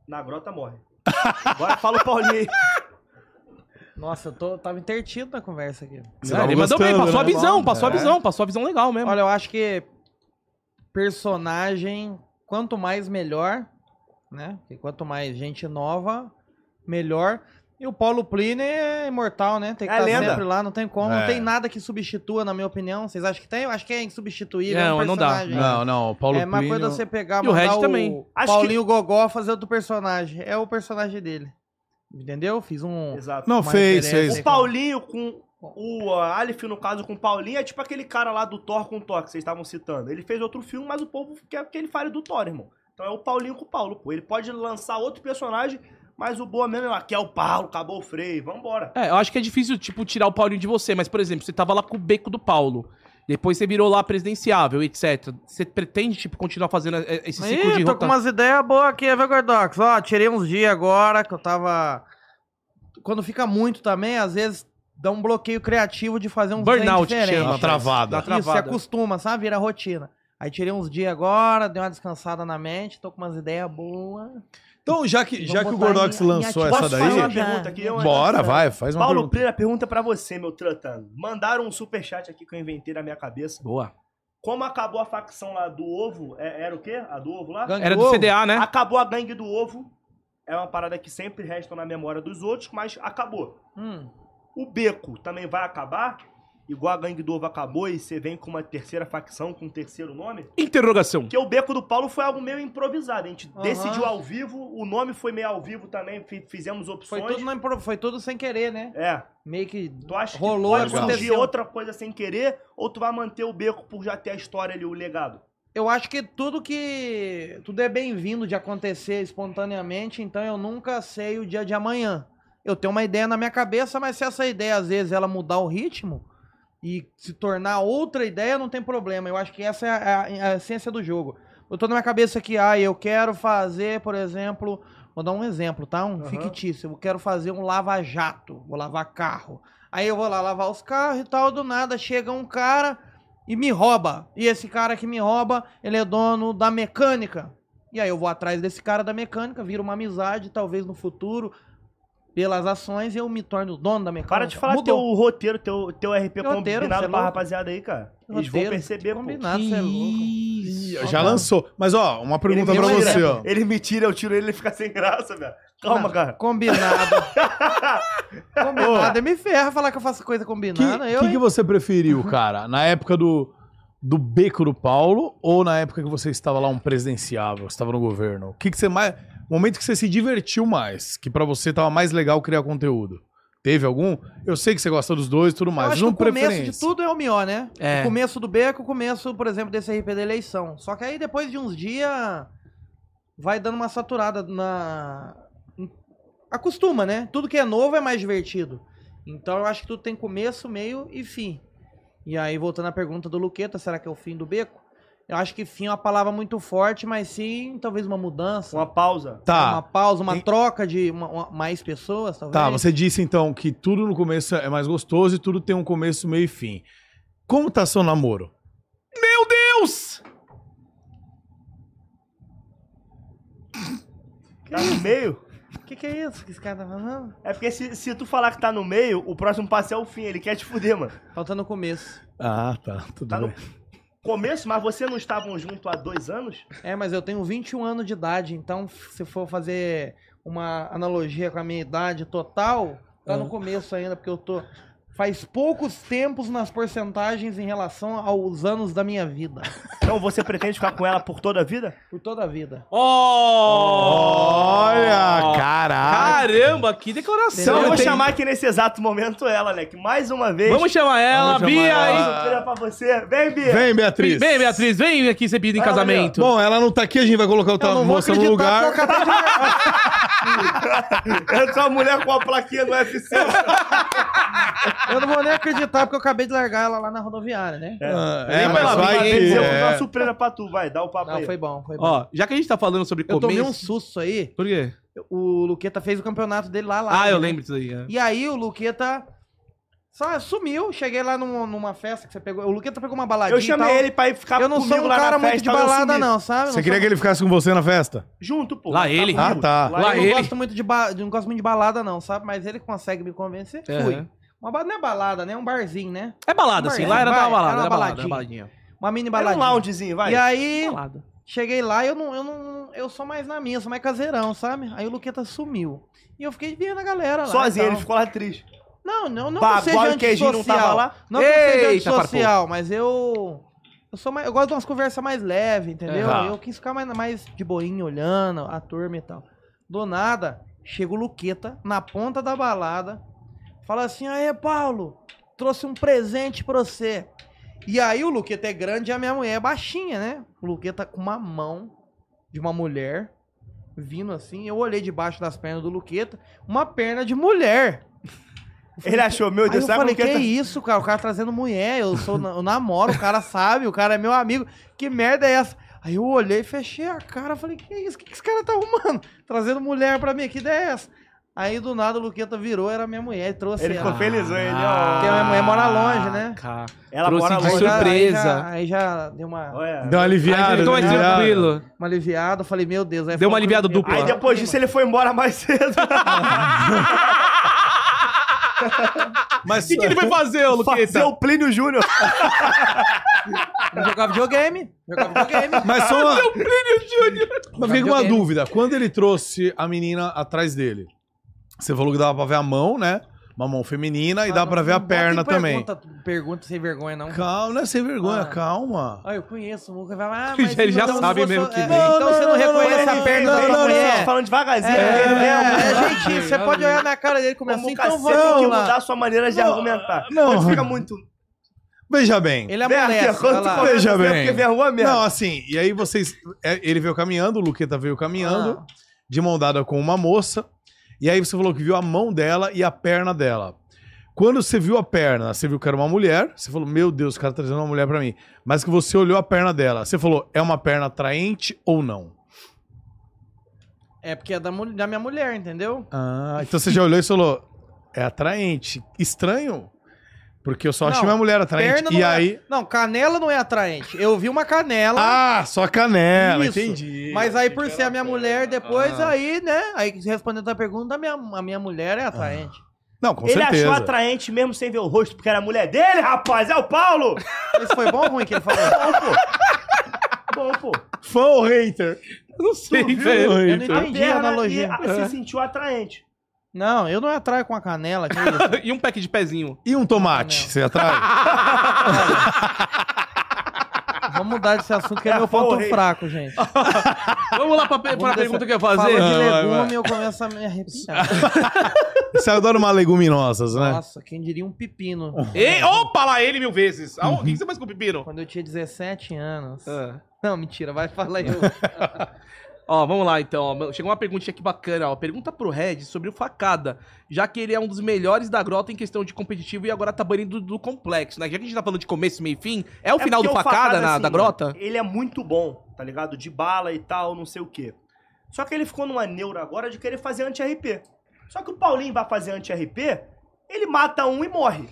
Na grota morre. Agora fala o Paulinho aí.
Nossa, eu tô, tava intertido na conversa aqui.
Você
Ah,
tava
ele mandou bem,
gostando,
passou a
né?
visão,
Bom,
passou a
é.
visão, passou a visão legal mesmo.
Olha, eu acho que personagem, quanto mais melhor, né? Porque quanto mais gente nova, melhor. E o Paulo Pliny é imortal, né? Tem que
É
estar
lenda.
sempre lá, não tem como.
É.
Não tem nada que substitua, na minha opinião. Vocês acham que tem? Eu acho que é insubstituível. é
Não, não dá.
personagem.
Não, não, o Paulo
é uma
Plínio-
coisa você pegar,
E o Red
mandar o,
também.
Acho
Paulinho Gogó fazer outro personagem. É o personagem dele. Entendeu? Fiz um...
Exato.
Não,
uma
fez,
referência.
fez.
O Paulinho com. O uh, Aleph, no caso, com o Paulinho, é tipo aquele cara lá do Thor com o Thor que vocês estavam citando. Ele fez outro filme, mas o povo quer que ele fale do Thor, irmão. Então é o Paulinho com o Paulo, pô. Ele pode lançar outro personagem, mas o boa mesmo é lá, que é o Paulo, acabou o freio, vambora.
É, eu acho que é difícil, tipo, tirar o Paulinho de você, mas, por exemplo, você tava lá com o beco do Paulo. Depois você virou lá presidenciável, etc. Você pretende, tipo, continuar fazendo é, esse ciclo
Ih,
de
tô com
rota?
umas ideias boas aqui, viu, Gordox? Ó, tirei uns dias agora que eu tava. Quando fica muito também, às vezes dá um bloqueio criativo de fazer um
Burnout que chama,
Uma
rapaz.
travada.
Dá
Isso, se
travada.
acostuma, sabe? Vira rotina. Aí tirei uns dias agora, dei uma descansada na mente, tô com umas ideias boas.
Então, já que,
Vamos
já que o
botar
Gordox
em- em
lançou
ativo.
essa
Posso fazer uma
daí...
pergunta aqui?
Então, é
Eu-
Bora, vai, faz uma
Paulo
pergunta.
Pereira, pergunta é pra você, meu tratando. Mandaram um superchat aqui que eu inventei na minha cabeça.
Boa.
Como acabou a facção lá do ovo, é- era o quê? A do ovo lá?
Era do CDA, né?
Acabou a gangue do ovo. É uma parada que sempre resta na memória dos outros, mas acabou.
Hum.
O beco também vai acabar, igual a gangue do ovo acabou, e você vem com uma terceira facção, com um terceiro nome.
Interrogação.
Porque o beco do Paulo foi algo meio improvisado. A gente
Aham.
decidiu ao vivo, o nome foi meio ao vivo também, fi- fizemos
Foi
opções.
tudo, na impro- foi tudo sem querer, né?
É.
Meio que.
Tu acha
Rolou,
que pode surgir
aconteceu.
outra coisa sem querer, ou tu vai manter o beco por já ter a história ali, o legado?
Eu acho que tudo que. Tudo é bem-vindo de acontecer espontaneamente, então eu nunca sei o dia de amanhã. Eu tenho uma ideia na minha cabeça, mas se essa ideia, às vezes, ela mudar o ritmo e se tornar outra ideia, não tem problema. Eu acho que essa é a, a- a essência do jogo. Eu tô na minha cabeça aqui, ah, eu quero fazer, por exemplo. Vou dar um exemplo, tá? Um
Aham.
fictício. Eu quero fazer um lava-jato. Vou lavar carro. Aí eu vou lá lavar os carros e tal. Do nada chega um cara e me rouba. E esse cara que me rouba, ele é dono da mecânica. E aí eu vou atrás desse cara da mecânica, vira uma amizade, talvez no futuro, pelas ações, eu me torne o dono da mecânica.
Para de falar
Mudou.
teu roteiro, teu, teu RP
Roteiro, você
combinado
é
pra
louco.
rapaziada aí, cara. Eles vão
Roteiro,
perceber, pô.
Combinado, você é louco.
Ih, Já lançou. Mas, ó, uma pergunta
Ele
pra
me
você,
tira.
ó.
Ele me tira, eu tiro ele, ele fica sem graça, velho. Calma,
Não,
cara.
Combinado. combinado. me ferra falar que eu faço coisa
Que,
combinada. eu,
que, que
hein?
você preferiu, cara? Na época do, do beco do Paulo ou na época que você estava lá um presidenciável, estava no governo? O que, que você mais. O momento que você se divertiu mais, que pra você tava mais legal criar conteúdo. Teve algum? Eu sei que você gosta dos dois e tudo
Eu
mais.
acho
mas
que
Não
o começo
preferência.
de tudo é o melhor, né?
É.
O começo do beco, o começo, por exemplo, desse RP da eleição. Só que aí depois de uns dias vai dando uma saturada na. Acostuma, né? Tudo que é novo é mais divertido. Então eu acho que tudo tem começo, meio e fim. E aí, voltando à pergunta do Luqueta, será que é o fim do beco? Eu acho que fim é uma palavra muito forte, mas sim talvez uma mudança.
Uma pausa.
Uma
Tá,
pausa, uma
E-
troca de uma- é uma- mais pessoas, talvez.
tá. Você disse então que tudo no começo é mais gostoso e tudo tem um começo, meio e fim. Como tá seu namoro?
Deus!
Tá no meio?
O que, que é isso que esse cara tá falando?
É porque se, se tu falar que tá no meio, o próximo passo é o fim. Ele quer te fuder, mano.
Faltando o começo.
Ah, tá. Tudo
Tá no
bem.
começo, mas você não estavam junto há dois anos?
É, mas eu tenho 21 anos de idade, então se for fazer uma analogia com a minha idade total, tá
Ah.
no começo ainda, porque eu tô. Faz poucos tempos nas porcentagens em relação aos anos da minha vida.
Então você pretende ficar com ela por toda a vida?
Por toda a vida.
Oh!
Olha, caralho.
Caramba, que declaração!
Então eu vou
hein?
chamar aqui nesse exato momento ela, né? Que mais uma vez.
Vamos chamar ela,
Vamos chamar
Bia!
ela.
hein?
Mais um filho pra você. Vem, Bia!
Vem, Beatriz.
Vem, Beatriz, vem aqui ser pedido em
Vai lá,
casamento.
Bom, ela não tá aqui, a gente vai colocar outra moça no lugar.
porque eu acabei de
Eu sou a mulher com a plaquinha do UFC.
É,
Eu não vou nem acreditar porque eu acabei de largar ela lá na rodoviária, né?
Ah,
Vem
é,
pra
mas
lá,
vai
Bia,
que...
Eu vou dar uma
É.
surpresa pra tu, vai, dá o papo
tá
Não,
aí.
foi bom, foi bom.
Ó, já que a gente tá falando sobre
eu tomei
começo...
um susto aí.
Por quê?
O Luqueta fez o campeonato dele lá. lá
Ah, eu
né?
lembro disso aí. é.
E aí o Luqueta só sumiu. Cheguei lá num- numa festa que você pegou. O Luqueta pegou uma baladinha.
Eu chamei
e tal.
ele pra ir ficar
Eu não sou um cara muito de balada, não, sabe?
Você queria que ele ficasse com você na festa?
é Junto, pô.
Lá
Tá
ele.
comigo.
Ah, tá.
Lá
Lá
ele.
Eu
ele.
não gosto muito de ba... não gosto muito de balada, não, sabe? Mas ele consegue me convencer.
É.
Fui. Uma ba... Não é balada, né? É um barzinho, né?
É balada, assim. Lá era
Vai,
uma balada,
era uma
era balada. Era
baladinha.
baladinha.
Uma mini
Era
baladinha.
um loungezinho, vai.
E aí,
Balada.
cheguei lá eu não, eu não. Eu sou mais na minha, sou mais caseirão, sabe? Aí o Luqueta sumiu. E eu fiquei vendo a galera lá.
Sozinho,
e
ele
tal.
ficou lá triste.
Não, não, não
Pá,
que eu seja
agora o queijinho não tava
antissocial.
lá?
Não que eu seja
Eita,
antissocial, mas eu. Eu, sou mais, eu gosto de umas conversas mais leves, entendeu?
É, tá.
Eu quis ficar mais, mais de boinha olhando a turma e tal. Do nada, chega o Luqueta na ponta da balada, fala assim: Aê, Paulo, trouxe um presente pra você. E aí o Luqueta é grande e a minha mulher é baixinha, né? O Luqueta com uma mão de uma mulher vindo assim. Eu olhei debaixo das pernas do Luqueta, uma perna de mulher. Eu falei,
Ele achou, meu
Aí
Deus,
eu
sabe
falei,
o que
que
tá...
isso, cara? O cara trazendo mulher, eu sou eu namoro, o cara sabe, o cara é meu amigo. Que merda é essa? Aí eu olhei, fechei a cara, falei, que isso? O que, que esse cara tá arrumando? Trazendo mulher pra mim, que ideia é essa? Aí do nada o Luqueta virou, era minha mulher, e trouxe
Ele
ela.
ficou feliz, ele,
Porque a
ó.
minha mulher mora longe, né?
Cara.
Ela
Ah, trouxe
mora
de
Aí
longe.
já- aí já-
surpresa.
Aí já deu uma,
Olha.
Deu uma aliviada.
Aí ficou mais
deu uma aliviada.
Então tranquilo.
uma aliviada, eu falei, meu Deus. Aí
Deu uma
foi um
aliviada
clima-
dupla.
Aí depois disso ele foi embora mais cedo.
Mas,
O que ele vai é, fazer, um ô
Fazer
Luqueta?
o Plínio Júnior.
Eu jogava videogame, jogava videogame.
mas só uma... Mas fiquei com uma
Videogame.
dúvida. Quando ele trouxe a menina atrás dele, você falou que dava pra ver a mão, né? Uma mão feminina e dá pra ver a
Ah, Não bota em
perna também.
Pergunta, pergunta sem vergonha, não.
Calma, não é sem vergonha,
Ah.
calma.
Ah, eu conheço o Muca. vai lá, Ah,
Ele
mas
já- ele já
então
sabe
você-
mesmo que
é,
vem.
Não,
Então você
não,
não
não,
reconhece
não,
a perna
não,
da
não,
sua
Tá
mulher.
falando devagarzinho.
É,
porque ele mesmo.
é, gentil. Você pode olhar na cara dele e começar
Como
assim,
então
então
você tem que
vamos
mudar
lá.
a sua maneira de
Não,
argumentar.
não.
Quando fica muito...
Veja bem.
Ele
Vem aqui,
amolece,
quando
olha
tu
É lá.
começa,
Veja
você
bem.
fica vergonha mesmo.
Não, assim, e aí vocês. é, Ele veio caminhando, o Luqueta veio caminhando,
Ah.
de mão dada com uma moça. E aí você falou que viu a mão dela e a perna dela. Quando você viu a perna, você viu que era uma mulher, você falou, meu Deus, o cara tá trazendo uma mulher pra mim. Mas que você olhou a perna dela, você falou, é uma perna atraente ou não?
É porque é da, mul- da minha mulher, entendeu?
Ah, então você já olhou e falou, é atraente. Estranho, porque eu só achei
Não,
uma mulher atraente.
Perna
E
não é-
aí.
Não, canela não é atraente. Eu vi uma canela,
Ah, só canela,
Isso.
entendi.
mas aí por ser a minha mulher depois,
Ah.
aí, né? Aí respondendo a pergunta, a minha, a minha mulher é atraente.
Não, com
ele
certeza.
achou atraente mesmo sem ver o rosto, porque era a mulher dele, rapaz. É o Paulo.
Mas foi bom ou ruim que ele falou?
Bom, pô.
Fã ou hater?
Não sei,
Tu viu,
velho.
Eu não
hater?
entendi a analogia. É.
e a- se sentiu atraente.
Não, eu não atraio com a canela, que isso?
E um pack de pezinho.
E um tomate?
Não.
Você atrai?
Vamos mudar desse assunto que é,
É,
meu ponto
porra.
fraco, gente.
Vamos lá pra, pe- pra
Vamos
pergunta
dessa-
que eu ia
Falou
fazer.
de
vai,
legume,
vai.
eu começo a me arrepiar.
Você adora uma leguminosas, né?
Nossa, quem diria um pepino.
Ei, opa, lá ele mil vezes. Ah, O que que você faz com o pepino?
Quando eu tinha 17 anos.
Ah.
Não, mentira, vai falar eu.
Ó, vamos lá então. ó. Chegou uma perguntinha aqui bacana, ó. Pergunta pro Red sobre o Facada, já que ele é um dos melhores da grota em questão de competitivo e agora tá banido do complexo, né? Já que a gente tá falando de começo, meio e fim, é o
É
final do
porque o
Facada, na-
assim,
da grota?
Ele é muito bom, tá ligado? De bala e tal, não sei o quê. Só que ele ficou numa neura agora de querer fazer anti-RP. Só que o Paulinho vai fazer anti-RP, ele mata um e morre.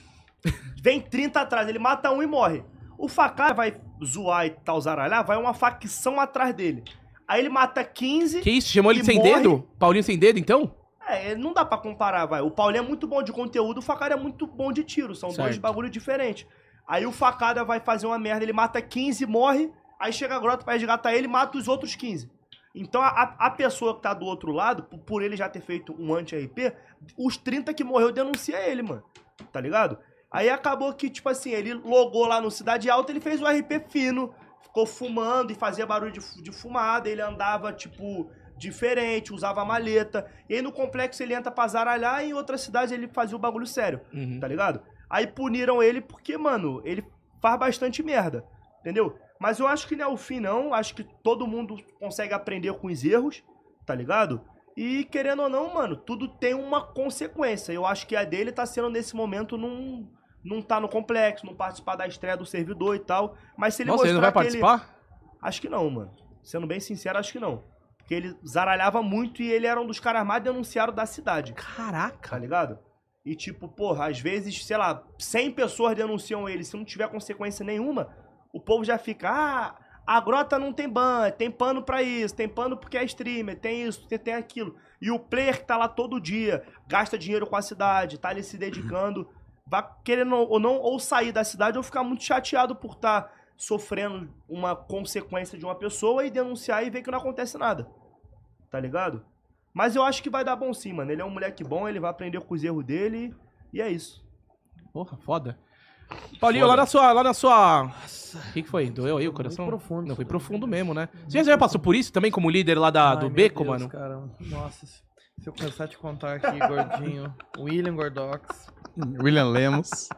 Vem 30 atrás, ele mata um e morre. O facada vai zoar e tal, zaralhar, vai uma facção atrás dele. Aí ele mata 15.
Que isso? Chamou ele
E
sem
morre?
dedo? Paulinho sem dedo, então?
É, não dá pra comparar, vai. O Paulinho é muito bom de conteúdo, o Facada é muito bom de tiro. São dois
Certo.
bagulho diferentes. Aí o Facada vai fazer uma merda, ele mata 15, morre. Aí chega a grota pra resgatar ele e mata os outros 15. Então a, a pessoa que tá do outro lado, por, por ele já ter feito um anti-RP, os 30 que morreu denuncia ele, mano. Tá ligado? Aí acabou que, tipo assim, ele logou lá no Cidade Alta, ele fez o RP fino, ficou fumando e fazia barulho de, fu- de fumada, ele andava, tipo, diferente, usava maleta. E aí no complexo ele entra pra zaralhar e em outra cidade ele fazia o bagulho sério, tá ligado? Aí puniram ele porque, mano, ele faz bastante merda, entendeu? Mas eu acho que não é o fim, não. Acho que todo mundo consegue aprender com os erros, tá ligado? E querendo ou não, mano, tudo tem uma consequência. Eu acho que a dele tá sendo nesse momento num. Não tá no complexo, não participar da estreia do servidor e tal. Mas se ele
Nossa, ele não vai
mostrar que ele-
participar?
Acho que não, mano. Sendo bem sincero, acho que não. Porque ele zaralhava muito e ele era um dos caras mais denunciados da cidade, tá
Caraca.
ligado? E tipo, porra, às vezes, sei lá, 100 pessoas denunciam ele, se não tiver consequência nenhuma, o povo já fica, ah, a grota não tem ban, tem pano pra isso, tem pano porque é streamer, tem isso, tem, tem aquilo. E o player que tá lá todo dia, gasta dinheiro com a cidade, tá ali se dedicando, vai querendo ou não, ou sair da cidade ou ficar muito chateado por tá estar sofrendo uma consequência de uma pessoa e denunciar e ver que não acontece nada. Tá ligado? Mas eu acho que vai dar bom sim, mano. Ele é um moleque bom, ele vai aprender com os erros dele e é isso.
Porra, foda. Paulinho, lá na sua. Lá na sua... O que, que foi? Doeu aí o coração?
profundo.
Não, foi profundo mesmo, né? Você já passou por isso também como líder lá da,
Ai,
Ah, do
meu
Beco,
Deus,
mano?
cara. Nossa, se se eu começar a te contar aqui, gordinho. William Gordox.
William Lemos.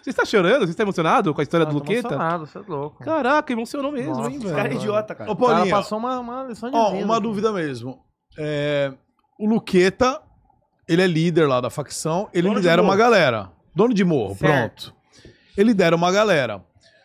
Você está chorando? Você está emocionado com a história
Ah,
do
tô
Luqueta?
emocionado, Você é louco. O
Caraca, emocionou mesmo,
Nossa,
hein,
Esse
velho?
cara é
mano.
idiota, cara.
Ô,
cara
Paulinho,
passou uma, uma lição de
ó,
vida.
uma
aqui.
dúvida mesmo. É, o Luqueta, ele é líder lá da facção, ele
Dono de
lidera uma
morro.
galera. Dono de morro,
Certo.
pronto. Ele lidera uma galera.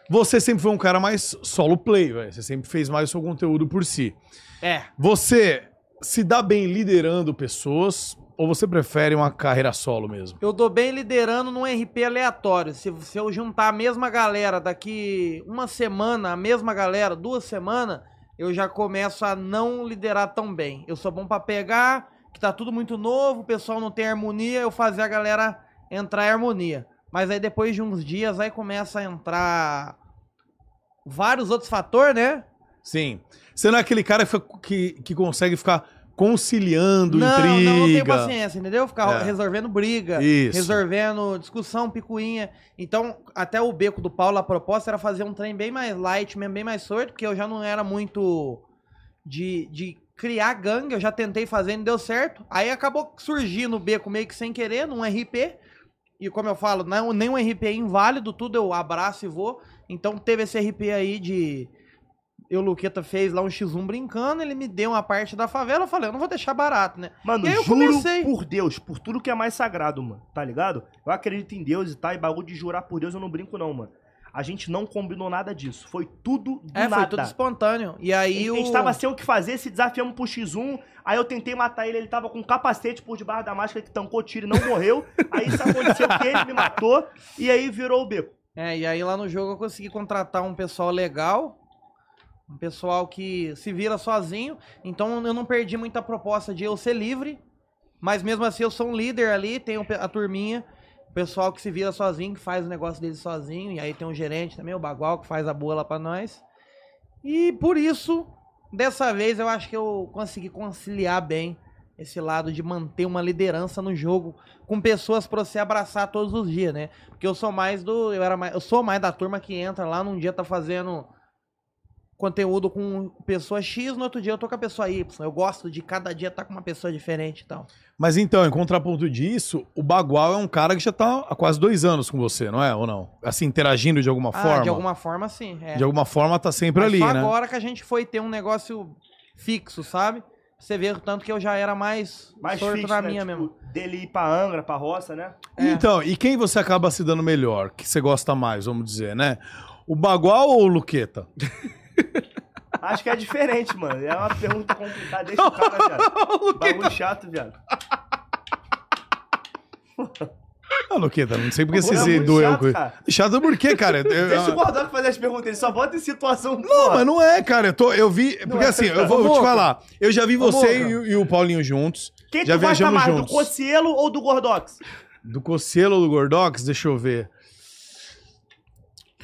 Você sempre foi um cara mais solo play, velho. Você sempre fez mais seu conteúdo por si.
É.
Você se dá bem liderando pessoas ou você prefere uma carreira solo mesmo?
Eu dou bem liderando num RP aleatório. Se, se eu juntar a mesma galera daqui uma semana, a mesma galera, duas semanas, eu já começo a não liderar tão bem. Eu sou bom pra pegar, que tá tudo muito novo, o pessoal não tem harmonia, eu fazer a galera entrar em harmonia. Mas aí depois de uns dias, aí começa a entrar vários outros fatores, né?
Sim. Você não é aquele cara que, fica- que, que consegue ficar conciliando
não,
intriga.
não, não tenho paciência, entendeu? Ficar
É.
resolvendo briga.
Isso.
resolvendo discussão, picuinha. Então, até o beco do Paulo, a proposta era fazer um trem bem mais light, mesmo, bem mais sorte, porque eu já não era muito de, de criar gangue, eu já tentei fazer e não deu certo. Aí acabou surgindo o beco meio que sem querer, num RP. E como eu falo, não, nenhum RP é inválido, tudo eu abraço e vou. Então teve esse RP aí de. Eu, Luqueta, fez lá um X1 brincando, ele me deu uma parte da favela, eu falei, eu não vou deixar barato, né?
Mano,
E aí eu
juro
comecei.
por Deus, por tudo que é mais sagrado, mano, tá ligado? Eu acredito em Deus e tal, e bagulho de jurar por Deus eu não brinco não, mano. A gente não combinou nada disso, foi tudo do
é,
nada.
foi tudo espontâneo. E aí
A
o.
gente tava sem o que fazer, se desafiamos pro X1, aí eu tentei matar ele, ele tava com um capacete por debaixo da máscara que tancou o tiro e não morreu. Aí isso aconteceu que ele me matou, e aí virou o beco.
É, e aí lá no jogo eu consegui contratar um pessoal legal, um pessoal que se vira sozinho, então eu não perdi muita proposta de eu ser livre, mas mesmo assim eu sou um líder ali, tenho pe- a turminha, o pessoal que se vira sozinho, que faz o negócio dele sozinho, e aí tem um gerente também, o Bagual, que faz a boa lá pra nós. E por isso, dessa vez eu acho que eu consegui conciliar bem esse lado de manter uma liderança no jogo com pessoas pra você abraçar todos os dias, né? Porque eu sou mais do. Eu, era mais, eu sou mais da turma que entra lá num dia tá fazendo conteúdo com pessoa X, no outro dia eu tô com a pessoa Y. Eu gosto de cada dia estar tá com uma pessoa diferente e tal.
Mas então, em contraponto disso, o Bagual é um cara que já tá há quase dois anos com você, não é? Ou não? Assim, interagindo de alguma
Ah,
forma.
de alguma forma, sim. É.
De alguma forma tá sempre
Mas
ali,
só
né?
agora que a gente foi ter um negócio fixo, sabe? Pra Você vê o tanto que eu já era mais,
Mais
sorto
fixo,
na
né?
minha
Tipo,
mesmo.
Dele ir pra Angra, pra roça, né?
Então, e quem você acaba se dando melhor? Que você gosta mais, vamos dizer, né? O Bagual ou o Luqueta?
Acho que é diferente, mano. É uma pergunta complicada. Deixa o cara, viado. Bagulho chato, viado.
Ah, Luqueta, não sei por que você
Porra,
se
muito
doeu.
chato,
com-
cara.
Chato por quê, cara? Eu-
Deixa o Gordox fazer as perguntas. Ele só bota em situação...
Não, mas não é, cara. Eu, tô, eu vi. Porque
é.
assim,
Tá
eu vou, vou te falar. Eu já vi você e, o- e o Paulinho juntos.
Quem
já
tu gosta
viajamos
mais, do
juntos.
Cocielo ou do Gordox?
Do Cocelo ou do Gordox? Deixa eu ver.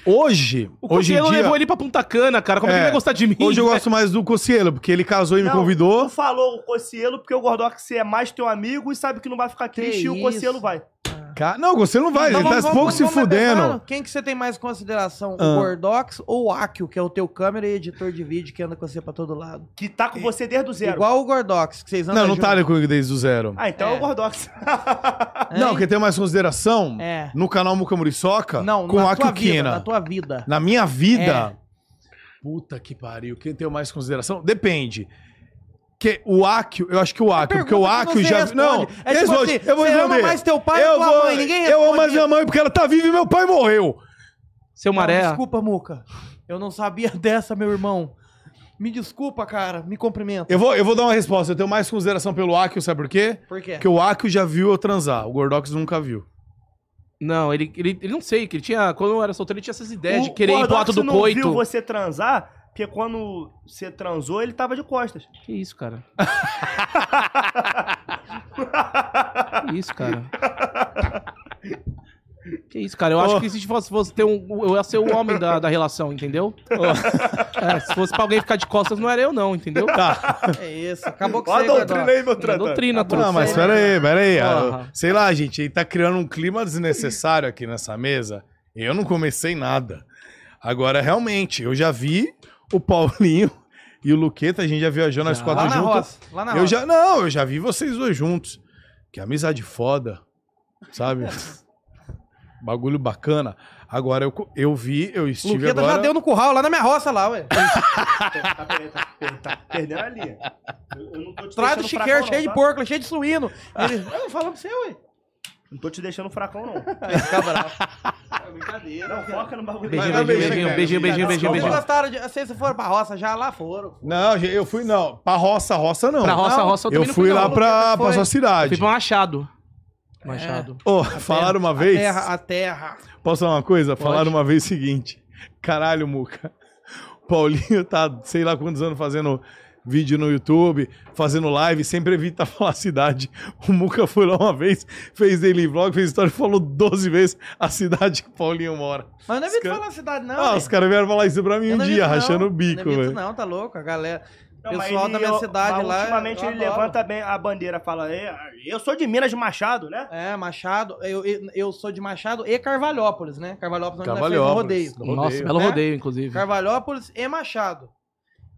Hoje.
O
hoje em
Coquelo
dia,
levou ele pra Punta Cana, cara. Como é que
É.
ele vai gostar de mim?
Hoje
né?
eu gosto mais do Cocielo, porque ele casou e me
Não,
convidou.
Tu falou o Cocielo porque o Gordox é mais teu amigo e sabe que não vai ficar triste e o
isso.
Cocielo vai.
Ca- Não, o Cocielo não vai,
Então
ele
vamos-
tá
vamos-
pouco se
vamos
fudendo.
apertando. Quem que você tem mais consideração?
Ah.
O Gordox ou o Akio, que é o teu câmera e editor de vídeo que anda com você pra todo lado?
Que tá com você desde o zero.
Igual o Gordox, que vocês andam
Não, não tá
junto. É
ali comigo desde o zero.
Ah, então é, o Gordox.
Hein?
Não, quem tem mais consideração
É.
no canal Mucamuriçoca
Não,
com
na
a
tua vida, na
Kukina.
tua vida.
Na minha vida. É. Puta que pariu. Quem tem mais consideração? Depende. Que o Akio, eu acho que o
Ah,
Akio, porque o
pergunta que
Akio
você
já.
responde.
Não,
É tipo
responde.
assim, você ama mais teu pai
eu
ou tua
vou-
mãe? Ninguém
Eu amo
responde
mais minha
isso.
mãe porque ela tá viva e meu pai morreu.
Seu Maré.
Não, desculpa, Muca. Eu não sabia dessa, meu irmão. Me desculpa, cara. Me cumprimenta.
Eu vou, eu vou dar uma resposta. Eu tenho mais consideração pelo Akio, sabe por quê?
Por quê?
Porque o Akio já viu eu transar. O Gordox nunca viu.
Não, ele, ele, ele não sei, que ele tinha. Quando eu era solteiro, ele tinha essas ideias de
O
querer ir pro
Gordox
ato do
não viu
coito.
você transar, porque quando você transou, ele tava de costas.
Que isso, cara? que isso, cara? Que isso, cara? Eu acho
Ô.
que se fosse, fosse ter um. Eu ia ser o homem da, da relação, entendeu? É, se fosse pra alguém ficar de costas, não era eu, não, entendeu?
Tá.
É isso. Acabou com
Ó a
você,
doutrina
Gordox. tá.
aí, meu
Na
trantão.
doutrina,
Não,
trouxe.
mas pera aí, pera aí.
Porra.
Ah, Sei lá, gente, ele tá criando um clima desnecessário aqui nessa mesa. Eu não comecei nada. Agora, realmente, eu já vi o Paulinho e o Luqueta, a gente já viajou nós
Já.
quatro
Lá na
juntos.
roça. Lá na
Eu
roça.
já, não, eu já vi vocês dois juntos. Que amizade foda, sabe? Bagulho bacana. Agora, eu, co- eu vi, eu estive
Luqueta
agora...
já deu no curral, lá na minha roça, lá, ué.
Tá, per- tá per- tá perdendo a linha. Eu, eu não tô te
Atrás do
deixando
chiqueiro,
fracão,
cheio
não,
de
tá?
porco, cheio de suíno.
Ah.
Ele, eu não falo pra você, ué.
Não tô te deixando fracão, não.
Aí fica bravo. É
Não, foca no bagulho.
Beijinho,
Vai, vai, beijinho,
beijinho, beijinho,
cara.
beijinho, beijinho, beijinho,
Vocês
beijinho.
gostaram de... Vocês foram pra roça já? Lá foram.
Não, eu fui, não. Pra roça, roça não.
Pra roça,
Não,
roça,
eu
também não
fui lá
não.
pra,
Foi.
pra sua cidade.
Fui pra Machado.
É.
Machado.
Ô, falaram uma vez.
É, A terra, a terra.
Posso falar uma coisa? Falaram uma vez o seguinte. Caralho, Muca. O Paulinho tá, sei lá quantos anos, fazendo vídeo no YouTube, fazendo live, sempre evita falar tá a cidade. O Muca foi lá uma vez, fez daily vlog, fez história e falou 12 vezes a cidade que o Paulinho mora.
Mas não é
Os
evito
cara-
falar a cidade, não. né?
ah,
velho.
os caras vieram falar isso pra mim
Eu
um
não
dia,
evito, não.
rachando o bico,
Não evito,
velho.
não, tá louco. A galera...
Não, mas
pessoal da minha
ó,
cidade
mas
lá...
Ultimamente
eu
ele
adoro.
levanta bem a bandeira, fala, "É, eu sou de Minas de Machado, né?
É, Machado. Eu, eu, eu sou de Machado e Carvalhópolis, né? Carvalhópolis é onde nós fez o
Carvalhópolis.
rodeio.
Rodeio.
Nossa, belo
Né?
rodeio, inclusive.
Carvalhópolis e Machado.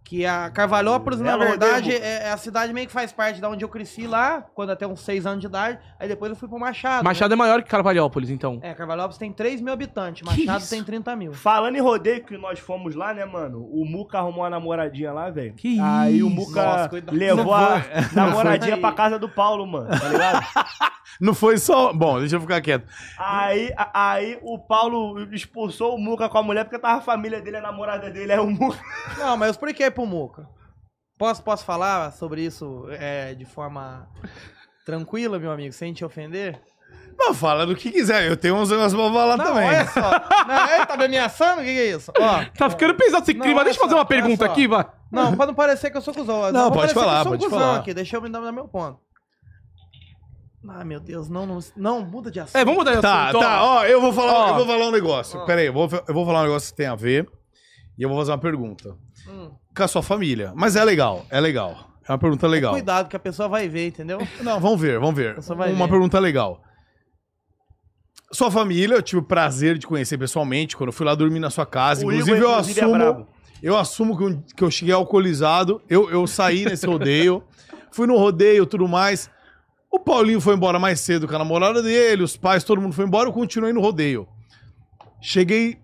Que a Carvalhópolis, na
Belo rodeio,
verdade,
Lucas.
é, é a cidade meio que faz parte da onde eu cresci lá, quando até uns 6 anos de idade. Aí depois eu fui pro Machado. né?
Machado é maior que Carvalhópolis, então.
É, Carvalhópolis tem 3 mil habitantes,
Que
Machado
isso?
tem 30 mil.
Falando em rodeio que nós fomos lá, né, mano? O Muca arrumou a namoradinha lá, velho.
Que isso.
Aí o Muca
Nossa, cuidado.
levou a namoradinha
Não foi.
pra casa do Paulo, mano, tá ligado?
Não foi só. Bom, deixa eu ficar quieto.
aí, a- aí o Paulo expulsou o Muca com a mulher porque tava a família dele, a namorada dele, é o Muca.
Não, mas eu expliquei pro Muca. Posso, posso falar sobre isso é, de forma tranquila, meu amigo, sem te ofender?
Não, fala do que quiser. Eu tenho uns negócios pra falar
Não, é,
também.
olha só. Não, ele tá me ameaçando? O que, que é isso? Ó,
Tá ficando pesado esse
Não,
clima.
olha
Deixa eu fazer uma
só, olha
pergunta
só.
aqui, vai.
não, pra não parecer que eu sou cuzão. ó.
Não,
vou
pode
parecer que
falar,
eu sou um
pode
cuzão
falar.
aqui, deixa eu me dar, dar meu ponto. Ah, meu Deus, não, não, não muda de assunto.
É, vamos mudar de
Tá,
assunto, ó.
tá, ó, eu vou falar,
Ó.
eu vou falar um negócio.
então, Ó.
Pera aí, eu vou, eu vou falar um negócio que tem a ver e eu vou fazer uma pergunta.
Hum.
Com a sua família. Mas é legal, é legal. É uma pergunta legal.
Cuidado que a pessoa vai ver, entendeu?
Não, vamos ver, vamos ver.
Você vai
uma
ver.
pergunta legal. Sua família, eu tive o prazer de conhecer pessoalmente quando eu fui lá dormir na sua casa.
O
inclusive,
Igor,
eu
inclusive, é
assumo.
brabo.
eu assumo que, eu- que eu cheguei alcoolizado. Eu, eu saí nesse rodeio. fui no rodeio e tudo mais. O Paulinho foi embora mais cedo com a namorada dele, os pais, todo mundo foi embora. Eu continuei no rodeio. Cheguei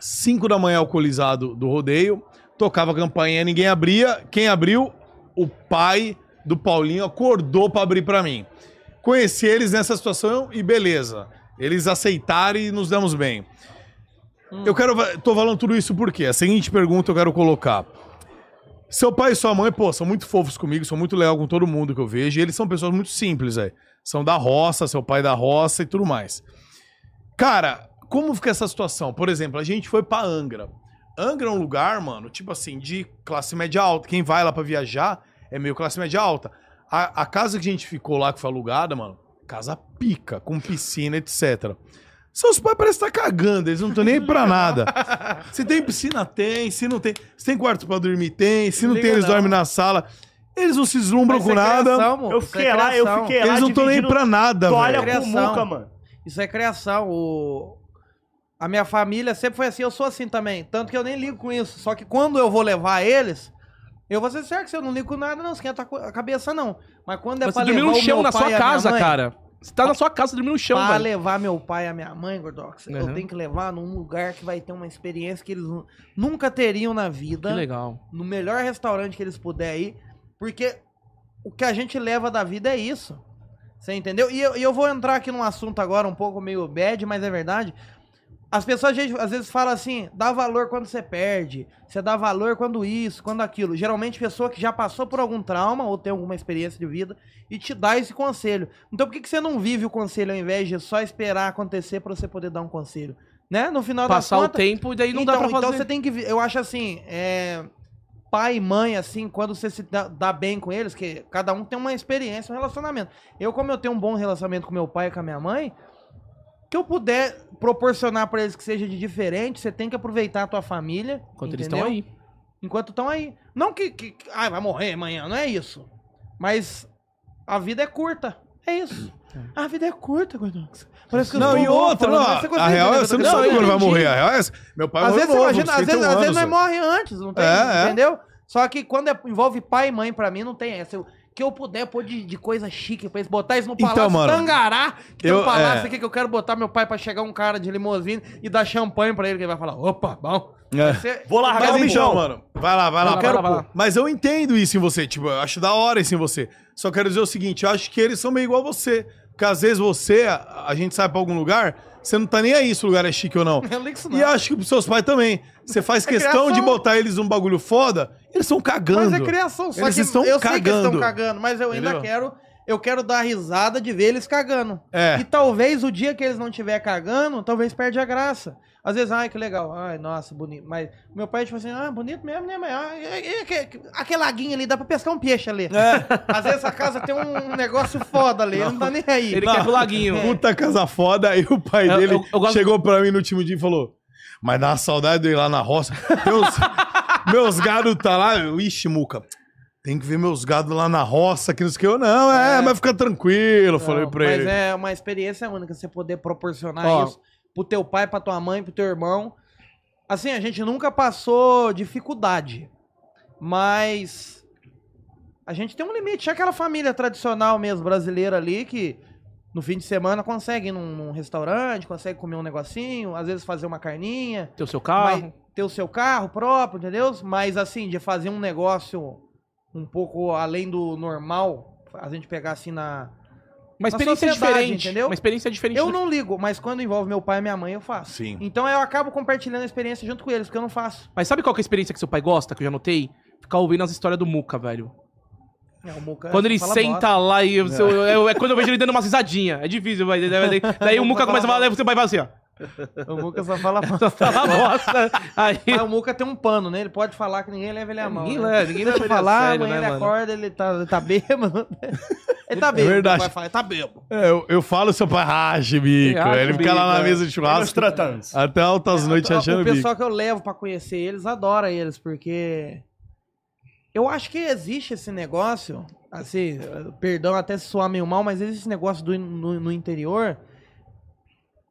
5 da manhã alcoolizado do rodeio. Tô Tocava a campainha, ninguém abria. Quem abriu? O pai do Paulinho acordou pra abrir pra mim. Conheci eles nessa situação e beleza. Eles aceitaram e nos damos bem. Eu quero. va- Tô falando tudo isso porque a seguinte pergunta eu quero colocar. Seu pai e sua mãe, pô, são muito fofos comigo, são muito leal com todo mundo que eu vejo. E eles são pessoas muito simples, velho. São da roça, seu pai é da roça e tudo mais. Cara, como fica essa situação? Por exemplo, a gente foi pra Angra. Angra é um lugar, mano, tipo assim, de classe média alta. Quem vai lá pra viajar é meio classe média alta. A, a casa que a gente ficou lá, que foi alugada, mano, casa pica, com piscina, etc. Seus pais parecem estar cagando, eles não estão nem aí pra nada. Se tem piscina, tem. Se não tem. Se tem quarto pra dormir, tem. Se não
Liga
tem, eles
não.
dormem na sala. Eles não se deslumbram
Mas
com
isso é
nada.
criação, moço,
Eu
isso é
fiquei lá, eu
criação.
fiquei lá.
Eles não estão nem
dividindo
pra nada,
Olha
velho.
com o
Criação.
Muca, mano.
Isso é criação. O... A minha família sempre foi assim, eu sou assim também. Tanto que eu nem ligo com isso. Só que quando eu vou levar eles, eu vou ser sério que se eu não ligo com nada, não esquenta a cabeça, não. Mas quando é
Mas
pra
você dormiu
levar
no
o
chão
meu
na
pai e
sua
a minha
casa,
mãe,
cara. Você tá na sua casa dormindo no chão,
Pra
velho.
levar meu pai e a minha mãe, Gordox,
Uhum.
eu tenho que levar num lugar que vai ter uma experiência que eles nu- nunca teriam na vida.
Que legal.
No melhor restaurante que eles puderem ir. Porque o que a gente leva da vida é isso. Você entendeu? E eu, e eu vou entrar aqui num assunto agora um pouco meio bad, mas é verdade. As pessoas às vezes- às vezes falam assim: dá valor quando você perde, você dá valor quando isso, quando aquilo. Geralmente, pessoa que já passou por algum trauma ou tem alguma experiência de vida e te dá esse conselho. Então, por que, que você não vive o conselho ao invés de só esperar acontecer pra você poder dar um conselho? Né? No final das
Passar o
contas,
tempo e daí não
então,
dá pra fazer.
Então você tem que. vi- Eu acho assim. é, Pai e mãe, assim, quando você se dá, dá bem com eles, que cada um tem uma experiência, um relacionamento. Eu, como eu tenho um bom relacionamento com meu pai e com a minha mãe, que eu puder proporcionar pra eles que seja de diferente, você tem que aproveitar a tua família.
Enquanto eles
entendeu?
estão aí.
Enquanto estão aí. Não que, que, que- ai, vai morrer amanhã, não é isso. Mas a vida é curta. É isso. A vida é curta, Gordox. Parece eu
Tá. Não,
sou
e
louco
outra,
falando,
não,
mas você
a
consegue
real é
entender o que
você
eu
não
tô
sabe
querendo
quando vai
dizer?
morrer. A real é essa. Meu pai
Às
morreu
vezes, você
novo,
imagina,
com
às vezes,
31
às vezes
anos,
nós
velho.
morre antes, não tem,
um É, é.
entendeu? Só que quando é- envolve pai e mãe, pra mim, não tem essa. Eu- que eu puder pôr de, de coisa chique pra eles, botar eles no
Então,
palácio
mano,
Tangará, que
eu-
tem um palácio
é.
aqui que eu quero botar meu pai pra chegar um cara de limousine e dar champanhe pra ele, que ele vai falar, opa, bom.
É.
Você-
Vou largar
Mas
o
então,
mijão.
mano, vai lá, vai lá.
lá,
quero-
vai lá, vai lá.
Mas eu entendo isso em você, tipo, eu acho da hora isso em você. Só quero dizer o seguinte, eu acho que eles são meio igual você. Porque às vezes você, a, a gente sai pra algum lugar, você não tá nem aí se o lugar é chique ou não.
Eu ligo isso não.
E acho que pros seus pais também. Você faz
É
questão de
criação.
botar eles num bagulho foda, eles são cagando.
Mas é criação, só
Eles
que
estão
eu sei que eles
cagando.
estão cagando, mas eu ainda
Entendeu?
quero. Eu quero dar risada de ver eles cagando.
É.
E talvez o dia que eles não estiver cagando, talvez perde a graça. Às vezes, ai, que legal. Ai, nossa, bonito. Mas meu pai, tipo assim, ah, bonito mesmo, né? Mas, ah, e- e aque- aquele laguinho ali, dá pra pescar um peixe ali.
É.
Às vezes a casa tem um negócio foda ali, ele não tá nem aí.
Ele quer pro laguinho.
Puta casa foda, aí o pai
Eu-
dele
eu- eu gosto-
chegou pra mim no último dia e falou: Mas dá uma saudade de eu ir lá na roça. Meus, meus gados tá lá. Eu, Ixi, Muca, tem que ver meus gados lá na roça, que não sei o que. Eu, não, é, mas fica tranquilo,
Não,
falei pra
mas
ele.
é uma experiência única você poder proporcionar
Ó.
isso pro teu pai, pra tua mãe, pro teu irmão. Assim, a gente nunca passou dificuldade, mas a gente tem um limite. É aquela família tradicional mesmo brasileira ali que no fim de semana consegue ir num, num restaurante, consegue comer um negocinho, às vezes fazer uma carninha,
Tem o seu
Ah.
mas
carro.
ter o seu carro próprio, entendeu? Mas assim, de fazer um negócio um pouco além do normal, a gente pegar assim na
Uma
na
experiência
sociedade,
diferente.
entendeu?
Uma experiência diferente.
eu
do-
não ligo, mas quando envolve meu pai e minha mãe, eu faço.
Sim.
Então eu acabo compartilhando a experiência junto com eles, porque eu não faço.
Mas sabe qual que é a experiência que seu pai gosta, que eu já notei? Ficar ouvindo as histórias do Muca, velho.
É, o Muca
Quando ele
fala
senta
bosta.
lá e eu, eu- eu- é quando eu vejo ele dando umas risadinhas. É difícil, mas daí, daí- daí o Muca começa a falar, daí você vai falar assim, ó.
O Muca só fala bosta.
Só fala Tá bosta. Aí.
Mas o Muca tem um pano, né? Ele pode falar que ninguém leva ele a mão.
Ninguém
né?
leva- ninguém
Deixa
leva ele a
falar,
sério,
amanhã
né,
ele
mano? É
acorda, ele tá, ele tá bêbado. ele tá bêbado.
É verdade.
Vai falar, ele tá Ah, bêbado.
É, eu, eu falo, seu pai racha o bico.
Ele racha
ele
o
fica lá
bico,
na
é.
mesa de
Tá
Menos
churrasco
tratando.
até altas noites achando
É, o
o bico.
pessoal que eu levo pra conhecer eles adora eles, porque eu acho que existe esse negócio, assim, perdão até se soar meio mal, mas existe esse negócio do, no, no interior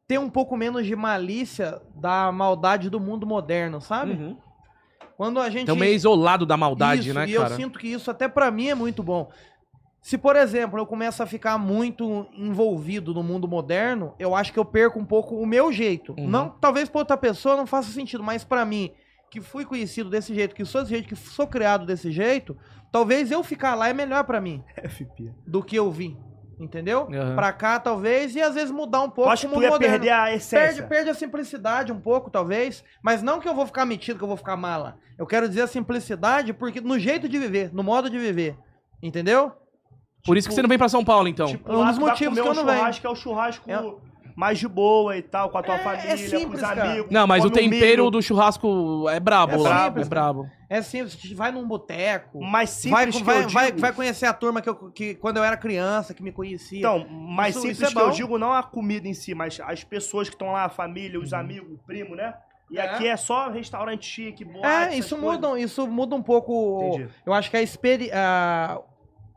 ter um pouco menos de malícia da maldade do mundo moderno, sabe?
Uhum.
Quando a gente
Então meio isolado da maldade,
isso,
né,
e
cara?
eu sinto que isso até pra mim é muito bom. Se, por exemplo, eu começo a ficar muito envolvido no mundo moderno, eu acho que eu perco um pouco o meu jeito.
Uhum.
Não, talvez pra outra pessoa não faça sentido, mas pra mim, que fui conhecido desse jeito, que sou desse jeito, que sou criado desse jeito, talvez eu ficar lá é melhor pra mim
FP.
do que eu vim. Entendeu?
Aham.
Pra cá, talvez, e às vezes mudar um
Eu
pouco
acho que
como
tu ia
moderno.
perder a essência.
Perde, perde a simplicidade um pouco, talvez. Mas não que eu vou ficar metido, que eu vou ficar mala. Eu quero dizer a simplicidade porque no jeito de viver, no modo de viver. Entendeu?
Por isso que você não vem pra São Paulo, então.
Tipo,
É um
lá
dos
tu vai
motivos
comer
que eu
um
não venho.
churrasco, é o churrasco
É.
mais de boa e tal, com a tua
É- é
família, com
simples,
os
cara.
amigos.
não, mas o
come um
tempero
milho
do churrasco é brabo
É
lá.
brabo,
é brabo.
É simples, vai num boteco.
Mais
Vai,
Hum, simples que
vai,
eu
vai,
digo.
vai conhecer a turma que, eu, que quando eu era criança, que me conhecia.
Então, mais
Isso-
simples
isso é
que eu
bom.
digo, não a comida em si, mas as pessoas que estão lá, a família, os amigos, o primo, né? E
Uhum. É.
aqui é só restaurante chique, boate,
é,
ah, essas
isso
coisas.
muda, isso muda um pouco.
Entendi.
Eu acho que a, experi a,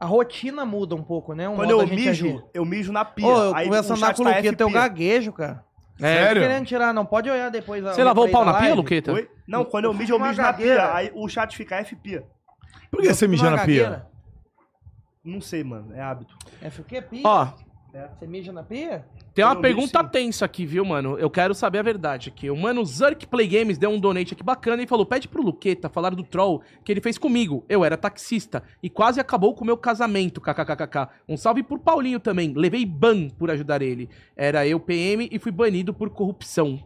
a rotina muda um pouco, né? Um
Quando
modo da
eu
gente agir.
mijo, eu mijo na pia.
Ô, eu
Aí
conversando
o
lá
chat
com o
tá
Luqueta, eu
FP.
gaguejo, cara. Não tô querendo tirar, não. Pode olhar depois. a
Você lavou o pau
replay da
na pia,
live.
Luqueta?
Oi? Não, quando eu mijo, eu
Uma
mijo na pia.
gagueira.
Aí o chat fica FP.
Por que você
Uma
mijou na pia?
gagueira.
Não sei, mano, é hábito.
É o quê? Pia?
Ó,
Você mija na pia?
Tem uma
Pelo
pergunta
menos
tensa aqui, viu, mano? Eu quero saber a verdade aqui. O mano Zerk Play Games deu um donate aqui bacana e falou: pede pro Luqueta falar do troll que ele fez comigo. Eu era taxista e quase acabou com o meu casamento. KKKKK. Um salve pro Paulinho também. Levei ban por ajudar ele. Era eu PM e fui banido por corrupção.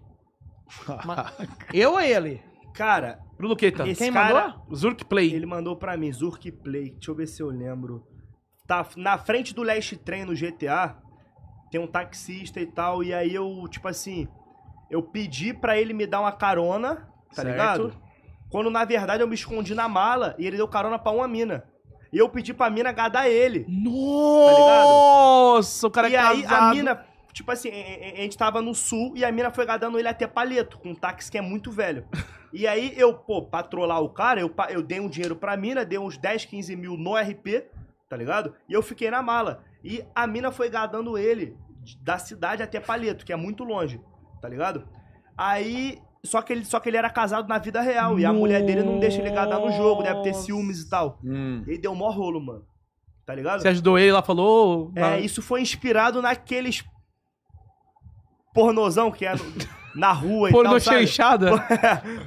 Eu ou ele?
Cara,
Pro Luqueta.
esse
Quem
cara,
mandou?
Zurk Play.
ele mandou pra mim, Zurk Play, deixa eu ver se eu lembro. Tá na frente do Last Train no GTA, tem um taxista e tal, e aí eu, tipo assim, eu pedi pra ele me dar uma carona, tá
Certo.
ligado? Quando na verdade eu me escondi na mala e ele deu carona pra uma mina. E eu pedi pra mina gadar ele.
Nossa, o cara
e
é
aí
casado.
a mina, tipo assim, a, a- a gente tava no sul e a mina foi gadando ele até Palheto, com um táxi que é muito velho. E aí eu, pô, pra trollar o cara, eu, pa- eu dei um dinheiro pra mina, dei uns 10, 15 mil no RP, tá ligado? E eu fiquei na mala. E a mina foi gadando ele de- da cidade até Palheto, que é muito longe, tá ligado? Aí. Só que, ele, só que ele era casado na vida real. E a mulher dele não deixa ele gadar no jogo, deve ter ciúmes e tal.
Hum.
E aí deu mó rolo, mano. Tá ligado?
Você ajudou ele lá, falou. "Ah,
É, isso foi inspirado naqueles pornozão que é no- na rua e
Porno
tal, sabe? É,
chanchada?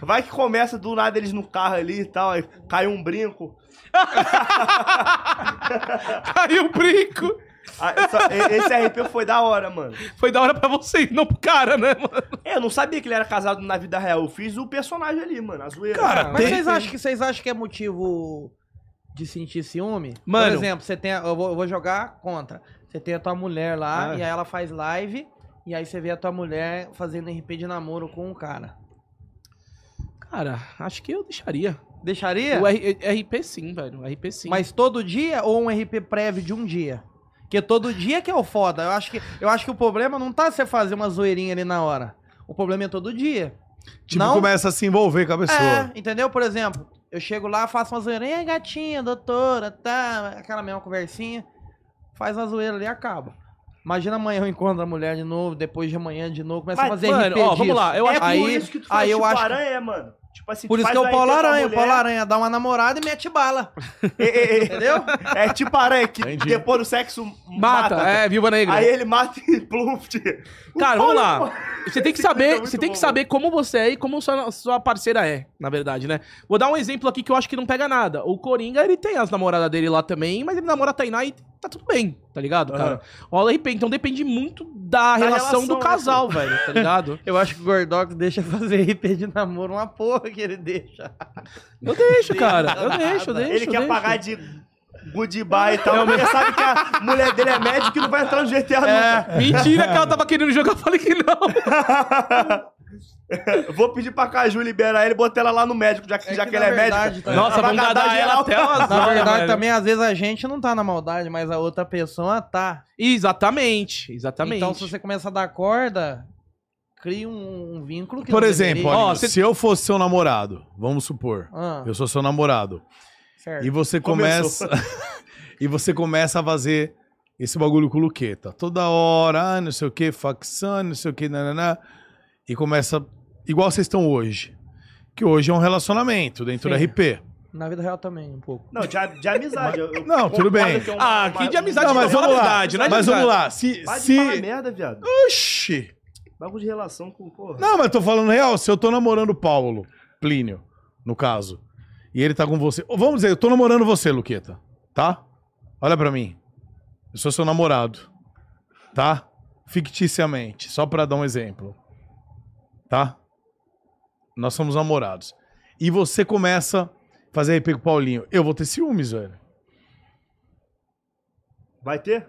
Vai que começa do nada eles no carro ali e tal, aí cai um brinco.
Caiu o brinco.
Ah, essa- e- Esse RP foi da hora, mano. É,
Foi da hora pra vocês, não pro cara, né, mano?
Eu não sabia que ele era casado na vida real. Eu fiz o personagem ali, mano, a zoeira.
Cara,
Mas
Tem-
vocês acham, que, vocês acham que é motivo de sentir ciúme?
Mano.
Por exemplo, você tem. a- Eu vou, eu vou jogar contra. Você tem a tua mulher lá
Ah.
e aí ela faz live. E aí você vê a tua mulher fazendo RP de namoro com um cara.
Cara, acho que eu deixaria.
É.
Deixaria?
O R- RP sim, velho. O RP sim.
Mas todo dia ou um RP prévio de um dia? Porque todo dia que é o foda. Eu acho que, eu acho que o problema não tá você fazer uma zoeirinha ali na hora. O problema é todo dia.
Tipo,
Não?
começa a se envolver com a pessoa.
É, entendeu? Por exemplo, eu chego lá, faço uma zoeira. Ei, gatinha, doutora, tá? Aquela mesma conversinha. Faz uma zoeira ali e acaba. Imagina amanhã eu encontro a mulher de novo, depois de amanhã de novo, começa
Mas,
a fazer
mano,
RP
ó,
disso.
vamos lá, eu
é
acho-
por
aí-
isso que tu faz
aí eu
tipo
acho que-
aranha, mano. Tipo assim,
Por
tu
isso que é
faz
o Paulo
RP pra
Aranha. O
mulher.
Paulo Aranha dá uma namorada e mete bala.
É, é, é.
Entendeu?
É tipo aranha que
Entendi.
depois do sexo
Mata, é, Viúva Negra.
Aí ele mata e pluft.
Cara, vamos lá. Você tem que saber,
É muito
você tem que
bom,
saber como você é e como sua, sua parceira é, na verdade, né? Vou dar um exemplo aqui que eu acho que não pega nada. O Coringa, ele tem as namoradas dele lá também, mas ele namora a Tainá e tá tudo bem, tá ligado, cara? Rola RP, então depende muito da, relação,
relação,
do
né,
casal, velho, tá ligado?
Eu acho que o Gordox deixa fazer RP de namoro uma porra que ele deixa.
Eu deixo, cara. Eu
É
deixo, eu deixo.
Ele
eu
quer
deixo.
pagar de goodbye e tal, porque sabe que a mulher dele é médica e não vai entrar no GTA
É.
nunca.
Mentira que ela tava querendo jogar, eu falei que não.
Vou pedir pra Caju liberar ele, botar ela lá no médico, já que, já que, ele é médico.
tá?
Nossa,
Ela
vamos
vai
gadar ela
gadar geral.
até umas
Na
horas,
verdade,
velho.
também, às vezes a gente não tá na maldade, mas a outra pessoa tá.
Exatamente, exatamente.
Então, se você começa a dar corda, cria um, um vínculo que
Por
não
exemplo,
deveria.
amigo,
Ó, cê-
se eu fosse seu namorado, vamos supor,
Ah, É.
eu sou seu namorado,
certo.
e você
Começou.
começa e você começa a fazer esse bagulho com o Luqueta. Toda hora, ah, não sei o que, facção, não sei o que, nananá. E começa igual vocês estão hoje. Que hoje é um relacionamento dentro
Sim.
do RP.
Na vida real também, um pouco.
Não, de, de amizade. eu- eu
Não, tudo
concordo
bem.
que é uma-
Ah, que de
uma-
amizade
Não, mas
não,
vamos lá.
amizade, não é de
mas vamos
amizade.
lá, se.
Para de falar
se...
merda, viado.
Oxi!
Bagulho de relação com porra.
Não, mas eu tô falando real, se eu tô namorando o Paulo Plínio, no caso, e ele tá com você. Ô, Vamos dizer, eu tô namorando você, Luqueta, tá? Olha pra mim. Eu sou seu namorado, tá? Ficticiamente, só pra dar um exemplo, tá? Nós somos namorados. E você começa a fazer RP com o Paulinho. Eu vou ter ciúmes, velho.
Vai ter?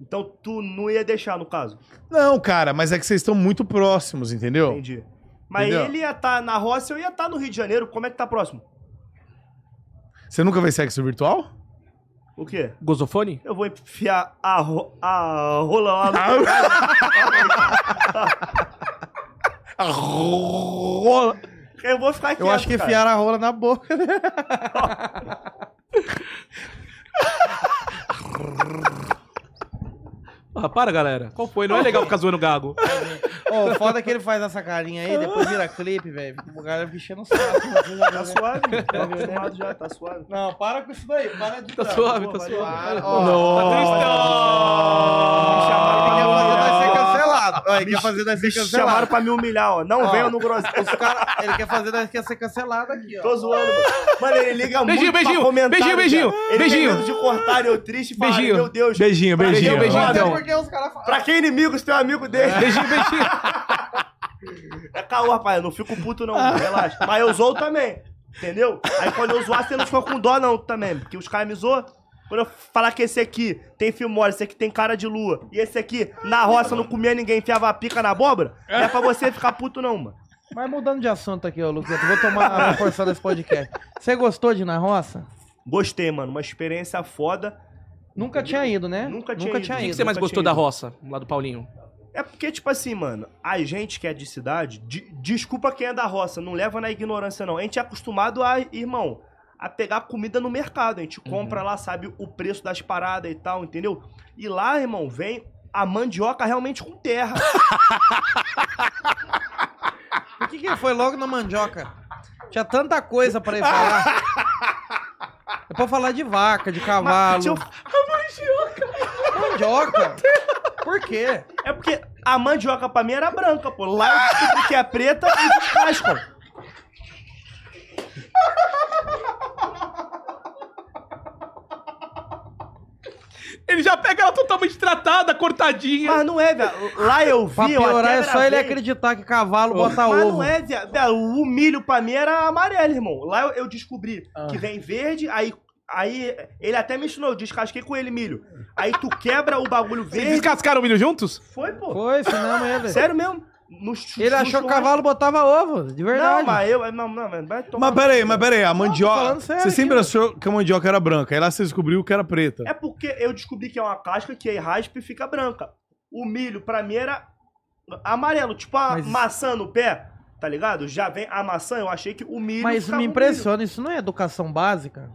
Então tu não ia deixar, no caso.
Não, cara, mas é que vocês estão muito próximos, entendeu?
Entendi. Mas
Entendeu?
ele ia estar na roça, eu ia estar no Rio de Janeiro. Como é que tá próximo?
Você nunca fez sexo virtual?
O quê?
Gozofone?
Eu vou enfiar a, ro a rola lá no...
Rola.
Eu vou ficar quieto,
Eu acho que
cara.
enfiaram a rola na boca. né?
Ah, para, galera. Qual foi? Não é legal ficar zoando o gago.
Ó, o foda é que ele faz essa carinha aí, depois vira clipe, velho. O cara fica enchendo o saco.
Tá suave, tá acostumado já, tá suave.
Não, para com isso daí. Para de
Tá
dar.
suave,
Pô,
tá
vai
suave.
para, ó.
Tá
chamaram
Quem quer fazer
pra
vai
me
ser
humilhar.
cancelado. Ó, Ele quer fazer vai
Me
ser
chamaram
cancelado.
pra me humilhar, ó. Não
Ó.
venham no groselha.
Os cara, ele quer fazer nós quer ser cancelado aqui, ó.
Tô zoando, mano. Mano, ele
Beijinho,
liga muito
beijinho,
pra comentário,
beijinho, beijinho,
cara. Ele
beijinho.
tem medo de cortar eu triste e falar,
Beijinho.
meu Deus.
Beijinho,
pra
beijinho.
quem-
beijinho,
Pra-
Até
então.
é porque os caras falam.
Pra quem é inimigos, teu um amigo dele.
Beijinho, beijinho.
É caô, rapaz. Eu não fico puto, não. Relaxa. Mas eu zoo também. Entendeu? Aí quando eu zoar, você não fica com dó, não, também. Porque os caras me zoam. Quando eu falar que esse aqui tem filmório, esse aqui tem cara de lua, e esse aqui na roça não comia ninguém, enfiava a pica na abóbora, não é pra você ficar puto, não, mano.
Mas mudando de assunto aqui, ó, Luqueto. Vou tomar a porção desse podcast. Você gostou de ir na roça?
Gostei, mano. Uma experiência foda.
Nunca tinha ido, né?
Nunca tinha ido.
O é que
Quem
que você mais gostou da roça, lá do Paulinho?
É porque, tipo assim, mano, a gente que é de cidade, de- desculpa quem é da roça, não leva na ignorância, não. A gente é acostumado a, irmão, a pegar comida no mercado. A gente
Uhum.
compra lá, sabe, o preço das paradas e tal, entendeu? E lá, irmão, vem a mandioca realmente com terra.
Por que, que foi logo na mandioca? Tinha tanta coisa pra ele falar. É pra falar de vaca, de cavalo.
Mas, tio,
Mandioca? Por quê?
é porque a mandioca pra mim era branca, pô. Lá eu descobri que é preta e descascam.
Ele já pega ela totalmente tratada, cortadinha.
Mas não é, velho. Lá eu vi,
Pra
eu até
piorar é só ele
gravei.
acreditar que cavalo bota
Mas
Tá ovo.
não é, viado. Viado, O milho pra mim era amarelo, irmão. Lá eu, eu descobri
Ah.
que vem verde, aí, aí ele até me ensinou, eu descasquei com ele milho. Aí tu quebra o bagulho
Vocês
verde.
descascaram o milho juntos?
Foi, pô.
Foi, senão ele.
Sério mesmo? No chu-
Ele
no
achou que
churrasco.
cavalo botava ovo, de verdade.
né? Não, mas eu. Não, não, mas vai tomar.
Mas peraí, mas peraí, a mandioca.
falando sério
Você sempre
aqui,
achou que a mandioca era branca, aí lá você descobriu que era preta.
É porque eu descobri que é uma casca que aí raspa e fica branca. O milho pra mim era amarelo, tipo a
Mas-
maçã no pé, tá ligado? Já vem a maçã, eu achei que o milho.
Mas isso
ficava
me
um milho.
impressiona, isso não é educação básica?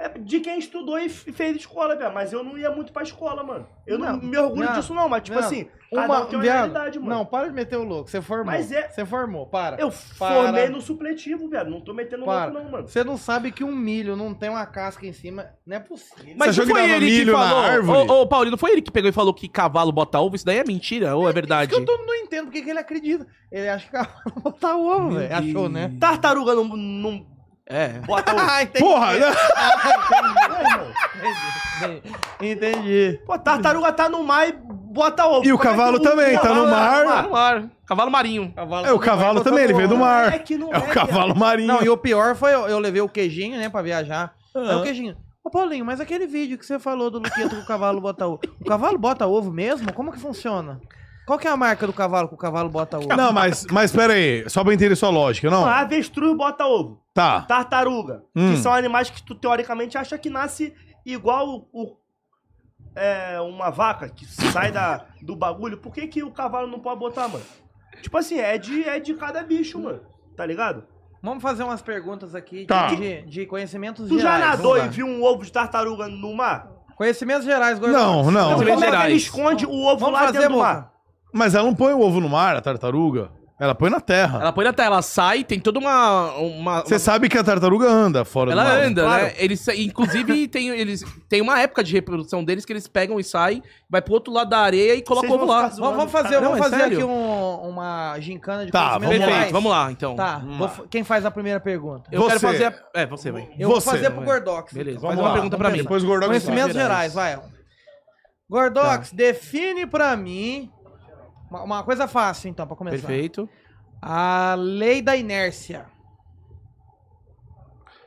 É de quem estudou e f- fez escola, velho. Mas eu não ia muito pra escola, mano. Eu não,
Não,
me orgulho
não,
disso, não. Mas, tipo
não.
assim, cada um tem uma
viado,
realidade, mano.
Não, para de meter o louco, você formou.
Mas é-
Você formou, para.
eu formei no supletivo, velho. Não tô metendo
Para.
louco, não, mano.
Você não sabe que um milho não tem uma casca em cima, não é possível.
Mas achou que dava milho na árvore?
Ô, ô, Paulinho, não foi ele que pegou e falou que cavalo bota ovo? Isso daí é mentira ou é verdade?
Isso que eu tô- não entendo porque que ele acredita. Ele acha que cavalo botar ovo, velho. Achou, né? Ah,
Tartaruga não, não
É.
bota ovo.
entendi.
Porra! né?
Não, irmão.
Entendi. Entendi.
Pô, tartaruga tá no mar e bota ovo.
E o
Como é que é?
cavalo também, tá no mar.
Cavalo mar- Cavalo marinho.
Cavalo
É o
também
cavalo
vai botar
também, ele veio do
ovo.
mar.
É que não
É
é,
o cavalo marinho.
Não, e o pior foi eu, eu levei o queijinho, né, pra viajar. Aí o queijinho. Ô Paulinho, mas aquele vídeo que você falou do Luqueto que o cavalo bota ovo. O cavalo bota ovo mesmo? Como que funciona? Qual que é a marca do cavalo que o cavalo bota ovo?
Não, mas, mas peraí, só pra entender sua lógica, não?
Não, avestruz bota ovo.
Tá.
Tartaruga.
Hum.
Que são animais que tu teoricamente acha que nasce igual o. o- é, uma vaca que sai da, do bagulho. Por que, que o cavalo não pode botar, mano? Tipo assim, é de, é de cada bicho, mano. Tá ligado?
Vamos fazer umas perguntas aqui de-
Tá.
de, de conhecimentos
Tu já
gerais.
nadou
Vamos lá.
e viu um ovo de tartaruga no mar?
Conhecimentos gerais, Gordox.
Não,
Então,
não.
como é que
gerais.
ele esconde o ovo
Vamos
lá
fazer,
dentro do mar?
boca.
Mas ela não põe o ovo no mar, a tartaruga. Ela põe na terra.
Ela põe na tela, ela sai, tem toda uma. uma,
Você
uma-
sabe que a tartaruga anda fora do
Ela
mar.
anda,
claro.
né? Eles, inclusive, tem, eles, tem uma época de reprodução deles que eles pegam e saem, vai pro outro lado da areia e colocam o
Vocês
ovo
vão
lá.
ficar
Vamos, vamos fazer,
Não,
vamos
é
fazer
sério.
aqui um- uma gincana de
Tá, vamos
conhecimentos
lá.
Perfeito,
gerais.
vamos lá, então.
Tá, vou fa- quem faz a primeira pergunta?
Eu quero
Você.
fazer. a- É, você, vai.
Eu
Você,
vou fazer pro
vai.
Gordox. então.
Beleza,
Vamos
faz uma
lá,
pergunta pra mim.
Depois o Gordão
Conhecimentos
Gerais.
gerais, vai. Elton.
Tá.
Gordox, define pra mim uma, uma coisa fácil, então, pra começar.
Perfeito.
A lei da inércia.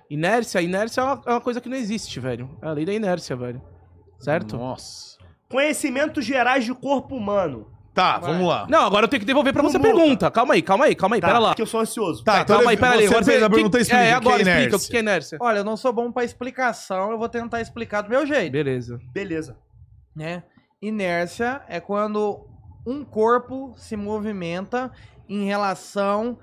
Inércia, inércia é uma, é uma coisa que não existe, velho. É a lei da inércia, velho. Certo?
Nossa.
Conhecimentos gerais de corpo humano.
Tá,
Vai.
vamos lá.
Não, agora eu tenho que devolver pra você a
Tumulta.
pergunta. Calma aí, calma aí, calma aí,
Tá,
pera lá.
que eu sou ansioso.
Tá, então
calma aí,
ele-
pera aí.
você
Agora
fez a
que-
pergunta e explica o que
É,
é
agora explica
inércia.
o que é inércia.
Olha, eu não sou bom pra explicação, eu vou tentar explicar do meu jeito,
Beleza.
Beleza.
né? Inércia é quando um corpo se movimenta em relação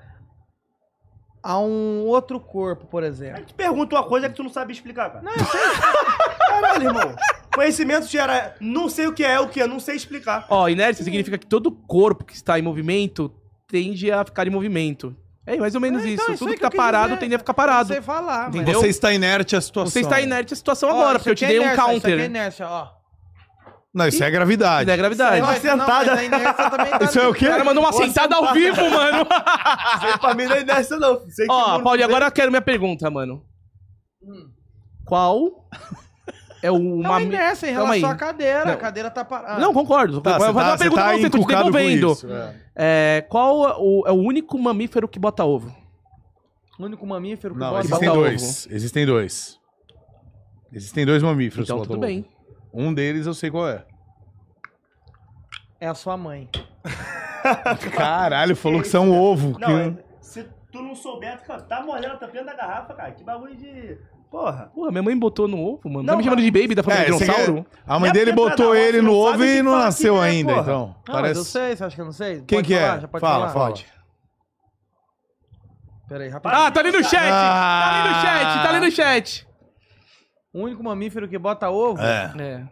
a um outro corpo, por
Aí
exemplo.
te pergunta uma coisa que tu não sabe explicar, cara. Não, eu sei. Caralho, irmão. Conhecimentos gerais. Não sei o que é, o que é, não sei explicar.
Ó, inércia significa que todo corpo que está em movimento tende a ficar em movimento. É mais ou menos
É, então,
isso.
é isso
Tudo
aí
que,
que
tá
eu quis
parado
dizer.
tende a ficar
Não
parado.
sei falar, mas...
Entendeu?
Você está inerte à situação.
Você está inerte à situação
Ó,
agora,
isso
porque eu te
aqui
dei
é
um
inércia, Isso aqui é
counter.
inércia, ó.
Não, isso é gravidade.
É gravidade.
Uma
Mas- não, mas
sentada.
a inércia também tá-
Isso é o quê?
O cara mandou uma
Boa
sentada ao
sentada.
vivo, mano.
Sei pra mim não é dessa, não. Sei que o
Ó,
mundo
Paulinho,
vem-
agora eu quero minha pergunta, mano.
Hum.
Qual é o
É uma
mame-
inércia em
Calma
relação à
aí.
cadeira. A
Não.
cadeira tá parada.
Não, concordo.
Tá,
Eu
você
vou fazer
tá,
uma pergunta pra você,
você
tô
tá
te
encucado com
devolvendo.
isso. é.
É, qual é o, é o único mamífero que bota ovo?
O único mamífero que
Não, um.
bota
existem
botar
dois. Existem dois. Existem dois mamíferos.
Então
que
tudo
botam
bem.
ovo. Um deles eu sei qual é.
é a sua mãe.
Caralho, falou que são ovo.
Não,
que- um-
é- se tu não souber, tu cara, tá molhando, tá dentro da garrafa, cara. Que bagulho de. Porra.
Porra, minha mãe botou no ovo, mano.
Não,
tá me chamando de baby da família
É, você
dinossauro?
A mãe
É
dele
porque
botou
cada um
ele
não
no
sabe
ovo
que
e não
fala que
nasceu
é,
ainda,
porra.
então.
Não, mas
Parece.
eu sei, você acha que eu não sei?
Quem
Pode
que
falar,
é?
já pode
Fala,
falar?
fala.
Pera aí, rapidinho.
Ah, tá ali no chat! Tá
Ah.
ali no chat, tá ali no chat!
O único mamífero que bota ovo.
É.
É.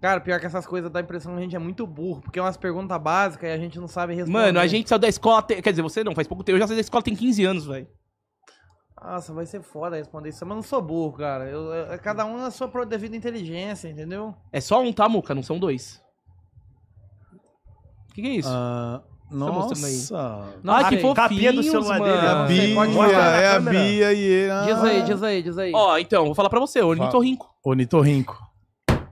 Cara, pior que essas coisas dá a impressão que a gente é muito burro, porque é umas perguntas básicas e a gente não sabe responder.
Mano, a gente saiu da escola. te- Quer dizer, você não, faz pouco tempo. Eu já saí da escola tem 15 anos, velho.
Nossa, vai ser foda responder isso, mas eu não sou burro, cara. Eu, eu- cada um na sua pro- devida inteligência, entendeu?
É só um, tá, Muca? Não são dois. O que, que é isso?
Ah,
mostrando aí.
nossa.
ah, que
sei.
fofinhos,
Capinha do celular dele,
É a
mano.
né? Você pode
Bia,
mostrar na
é a
câmera.
Bia e ele. Ah,
Diz aí, diz aí, diz aí.
Ó, então, vou falar pra você, ornitorrinco.
Onitorrinco.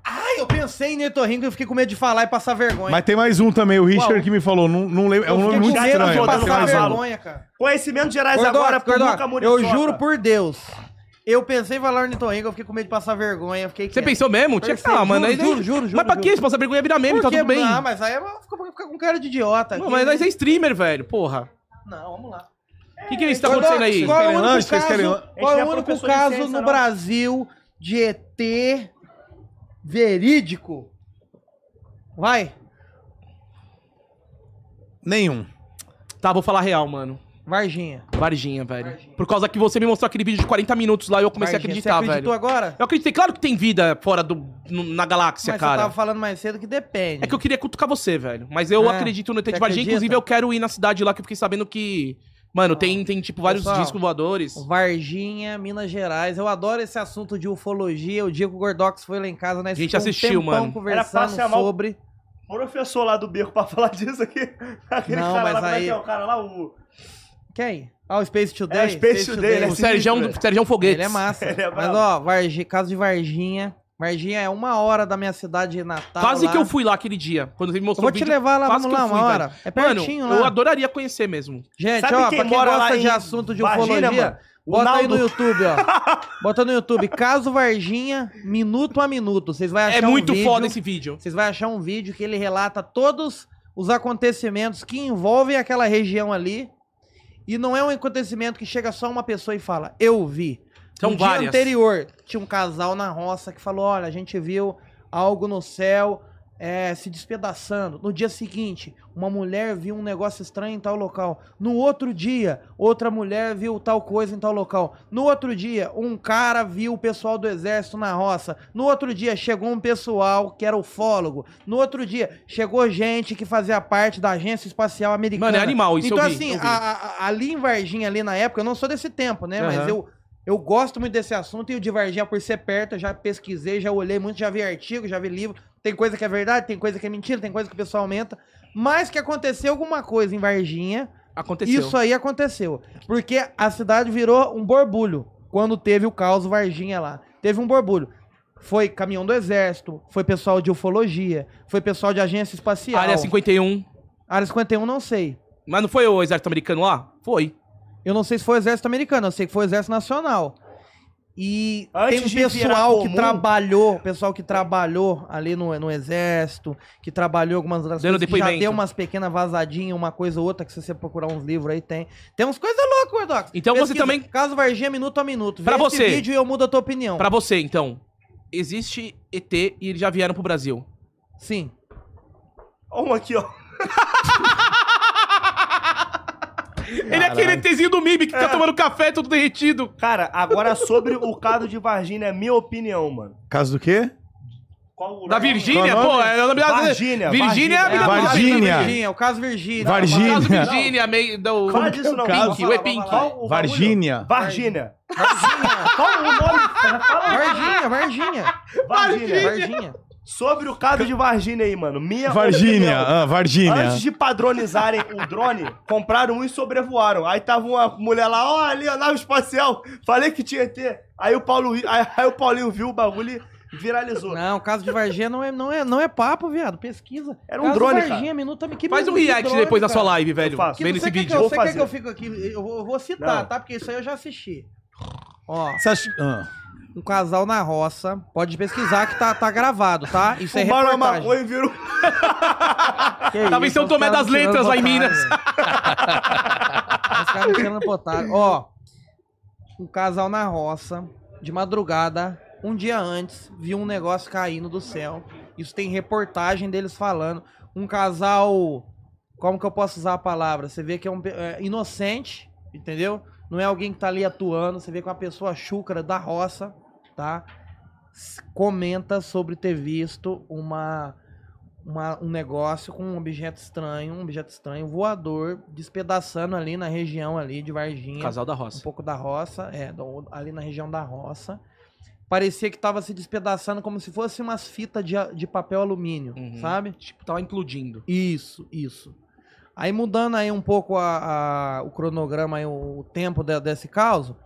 Ai, eu pensei em Netorrinco e fiquei com medo de falar e passar vergonha.
Mas tem mais um também, o Richard
Qual?
que me falou. Não, não lembro. É um nome
fiquei
muito
com medo
estranho.
de
mas tem
passar
mais um.
vergonha, cara.
Conhecimentos gerais agora
Gordox,
pro
Gordox,
Luca Muriçoca.
eu juro por Deus. Eu pensei em falar ornitorrinco, eu fiquei com medo de passar vergonha. Fiquei
Você
quieto.
pensou mesmo? Tinha que
Pensei,
tá, mano.
juro,
aí-
juro, juro, juro,
Mas pra
juro.
quê? Se passar vergonha, vira meme,
Por
tá
quê?
tudo bem.
Não, mas aí eu fico, fico com cara de idiota.
Não,
aqui,
mas
né?
nós é streamer, velho, porra.
Não, vamos lá.
O que, que é isso que tá acontecendo aí?
Qual é o
querem
único
lanche? Vocês
caso,
querem lan-
gente
qual é
não é
o único
professor de
caso
ciência,
no
não.
Brasil de ET verídico? Vai,
Nenhum.
Tá, vou falar real, mano.
Varginha.
Varginha, velho.
Varginha.
Por causa que você me mostrou aquele vídeo de 40 minutos lá e eu comecei
Varginha.
a acreditar,
Você acreditou
velho.
agora?
Eu acreditei, claro que tem vida fora do. no- na galáxia,
mas
é cara.
você tá tava falando mais cedo que depende.
É que eu queria cutucar você, velho. Mas eu
É,
acredito no ET
você
de Varginha.
acredita?
Inclusive, eu quero ir na cidade lá que eu fiquei sabendo que. Mano, tem, tem tipo vários
Pessoal,
discos voadores.
Varginha, Minas Gerais. Eu adoro esse assunto de ufologia. O dia que o Gordox foi lá em casa, nós
A gente
ficamos um
assistiu,
tempão
mano.
Era pra
conversando
chamar o-
sobre.
Professor lá do beco pra falar disso aqui. Aquele
Não,
cara
mas
lá, como é
aí-
que é o cara lá? O...
Quem? Ah, o Space Today.
É, o Space Today, né?
O Sérgio é um,
velho.
o Sérgio é um foguete.
Ele é massa.
Ele é
Mas,
brabo.
ó, Vargi... caso de Varginha. Varginha é uma hora da minha cidade natal.
Quase
tá lá.
que eu fui lá aquele dia. Quando você me
Eu
mostrou
vou
o
te
vídeo.
levar lá,
quase
vamos
que
lá,
eu fui,
uma
velho.
hora. É pertinho
Mano, eu
lá.
adoraria conhecer mesmo.
Gente,
Sabe
ó,
quem
pra quem
mora lá
gosta de
em
assunto de
Varginha,
ufologia,
mano? O
bota aí
Naldo.
no YouTube, ó. Bota no YouTube. Caso Varginha, minuto a minuto. Vocês vão achar
É muito
um vídeo,
foda esse vídeo.
Vocês vão achar um vídeo que ele relata todos os acontecimentos que envolvem aquela região ali. E não é um acontecimento que chega só uma pessoa e fala, eu vi.
São
no
várias.
dia anterior, tinha um casal na roça que falou, olha, a gente viu algo no céu, é, se despedaçando. No dia seguinte, uma mulher viu um negócio estranho em tal local. No outro dia, outra mulher viu tal coisa em tal local. No outro dia, um cara viu o pessoal do exército na roça. No outro dia, chegou um pessoal que era ufólogo. No outro dia, chegou gente que fazia parte da Agência Espacial Americana.
Mano, é animal, isso
Então,
eu vi,
assim,
eu vi.
a- a- a- ali em Varginha, ali na época, eu não sou desse tempo, né? Mas
Aham.
eu, eu gosto muito desse assunto e o de Varginha, por ser perto, eu já pesquisei, já olhei muito, já vi artigo, já vi livro. Tem coisa que é verdade, tem coisa que é mentira, tem coisa que o pessoal aumenta. Mas que aconteceu alguma coisa em Varginha,
Aconteceu.
isso aí aconteceu. Porque a cidade virou um borbulho quando teve o caos Varginha lá. Teve um borbulho. Foi caminhão do exército, foi pessoal de ufologia, foi pessoal de agência espacial.
Área 51.
Área 51, não sei.
Mas não foi o exército americano lá? Foi.
Eu não sei se foi o exército americano, eu sei que foi o exército nacional. E
Antes de
tem um pessoal
virar
que
comum-
trabalhou, pessoal que trabalhou ali no, no exército, que trabalhou algumas das
Dando
que já
depoimento.
deu umas pequenas vazadinhas, uma coisa ou outra, que se você procurar uns livros aí tem. Tem umas coisas loucas, Gordox.
Então você também-
Caso Varginha, minuto a minuto.
Pra você.
esse vídeo e eu mudo a tua opinião.
Pra você, então. Existe ET e eles já vieram pro Brasil.
Sim.
Ó, um aqui, ó.
Ele é aquele ETzinho do MIB que tá
É.
tomando café todo derretido.
Cara, agora sobre o caso de Varginha, é minha opinião, mano.
Caso do quê?
Qual o
Da
nome?
Virgínia,
Qual o
pô. É o nome da...
Varginha,
Virgínia é a
Varginha.
mina
o caso da
Varginha.
Virgínia, o caso Virgínia.
Varginha.
Caso Virgínia, meio do...
Fala disso não,
caso?
Pink, o E-Pink.
Qual o bagulho?
Vargínia.
Varginha.
Varginha.
Qual o nome? Fala
Varginha, Varginha.
Varginha.
Varginha.
Sobre o caso de Varginha aí, mano. Minha
Vargínia,
opinião.
ah, Vargínia.
Antes de padronizarem o drone, compraram um e sobrevoaram. Aí tava uma mulher lá, ó, ali, ó, nave espacial. Falei que tinha ET. Aí o, Paulo, aí, aí o Paulinho viu o bagulho e viralizou.
Não, o caso de Varginha não é, não é, não é papo, viado. Pesquisa.
Era um
Caso
drone,
Varginha,
cara.
Minuto, que
Faz um
minuto de
react
drone,
depois na
cara.
sua live, velho.
faço.
Que
Vem
não
nesse
sei
vídeo.
Que eu,
Vou
sei que
fazer.
eu fico aqui. Eu vou, eu vou citar,
Não.
tá? Porque isso aí eu já assisti. Ó,
Você acha... ah.
um casal na roça. Pode pesquisar que tá, tá gravado, tá? Isso é
Fumaram a
reportagem.
maconha e viram.
Que
Tava em
isso,
São
os
Tomé das
caras tirando
Letras, lá em
potássio.
Minas.
Os caras tirando potássio. Ó, um casal na roça, de madrugada, um dia antes, viu um negócio caindo do céu. Isso tem reportagem deles falando. Um casal. Como que eu posso usar a palavra? Você vê que é um pe- é, inocente, entendeu? Não é alguém que tá ali atuando. Você vê que é uma pessoa chúcara da roça, tá? S- Comenta sobre ter visto uma uma- um negócio com um objeto estranho, um objeto estranho voador, despedaçando ali na região ali de Varginha,
Casal da
um
Roça.
pouco da roça, é, do- ali na região da roça. Parecia que tava se despedaçando como se fosse umas fitas de, a- de papel alumínio,
Uhum.
sabe?
Tipo, tava incluindo.
Isso, isso. Aí mudando aí um pouco a, a- o cronograma, aí, o, o tempo de- desse caso,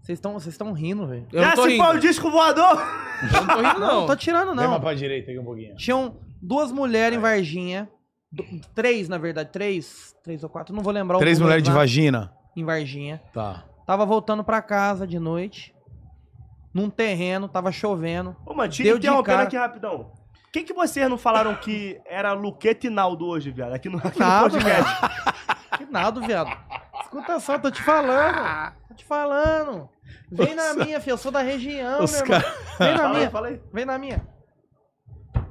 vocês estão vocês estão rindo, velho.
Eu não tô
Desce
rindo.
pau o disco voador!
Eu não tô rindo,
Não, não
não.
tô tirando não.
pra direita aqui um pouquinho.
Tinham duas mulheres em Varginha. do- três, na verdade. Três. Três ou quatro. Não vou lembrar o
Três
número
mulheres de
lá,
vagina.
Em Varginha.
Tá.
Tava voltando pra casa de noite. Num terreno, tava chovendo.
Ô, mano, tira
Deu de
interrompendo
cara.
aqui rapidão. Por que, que vocês não falaram que era Luqueta e Naldo hoje, viado? Aqui no, aqui no
Nada,
podcast.
Que nada, viado. Escuta só, tô te falando. Tô te falando. Vem na minha, filho. Eu sou da região,
Os
meu irmão. Vem na
Fala aí,
minha.
fala
Tá.
aí.
Vem na minha.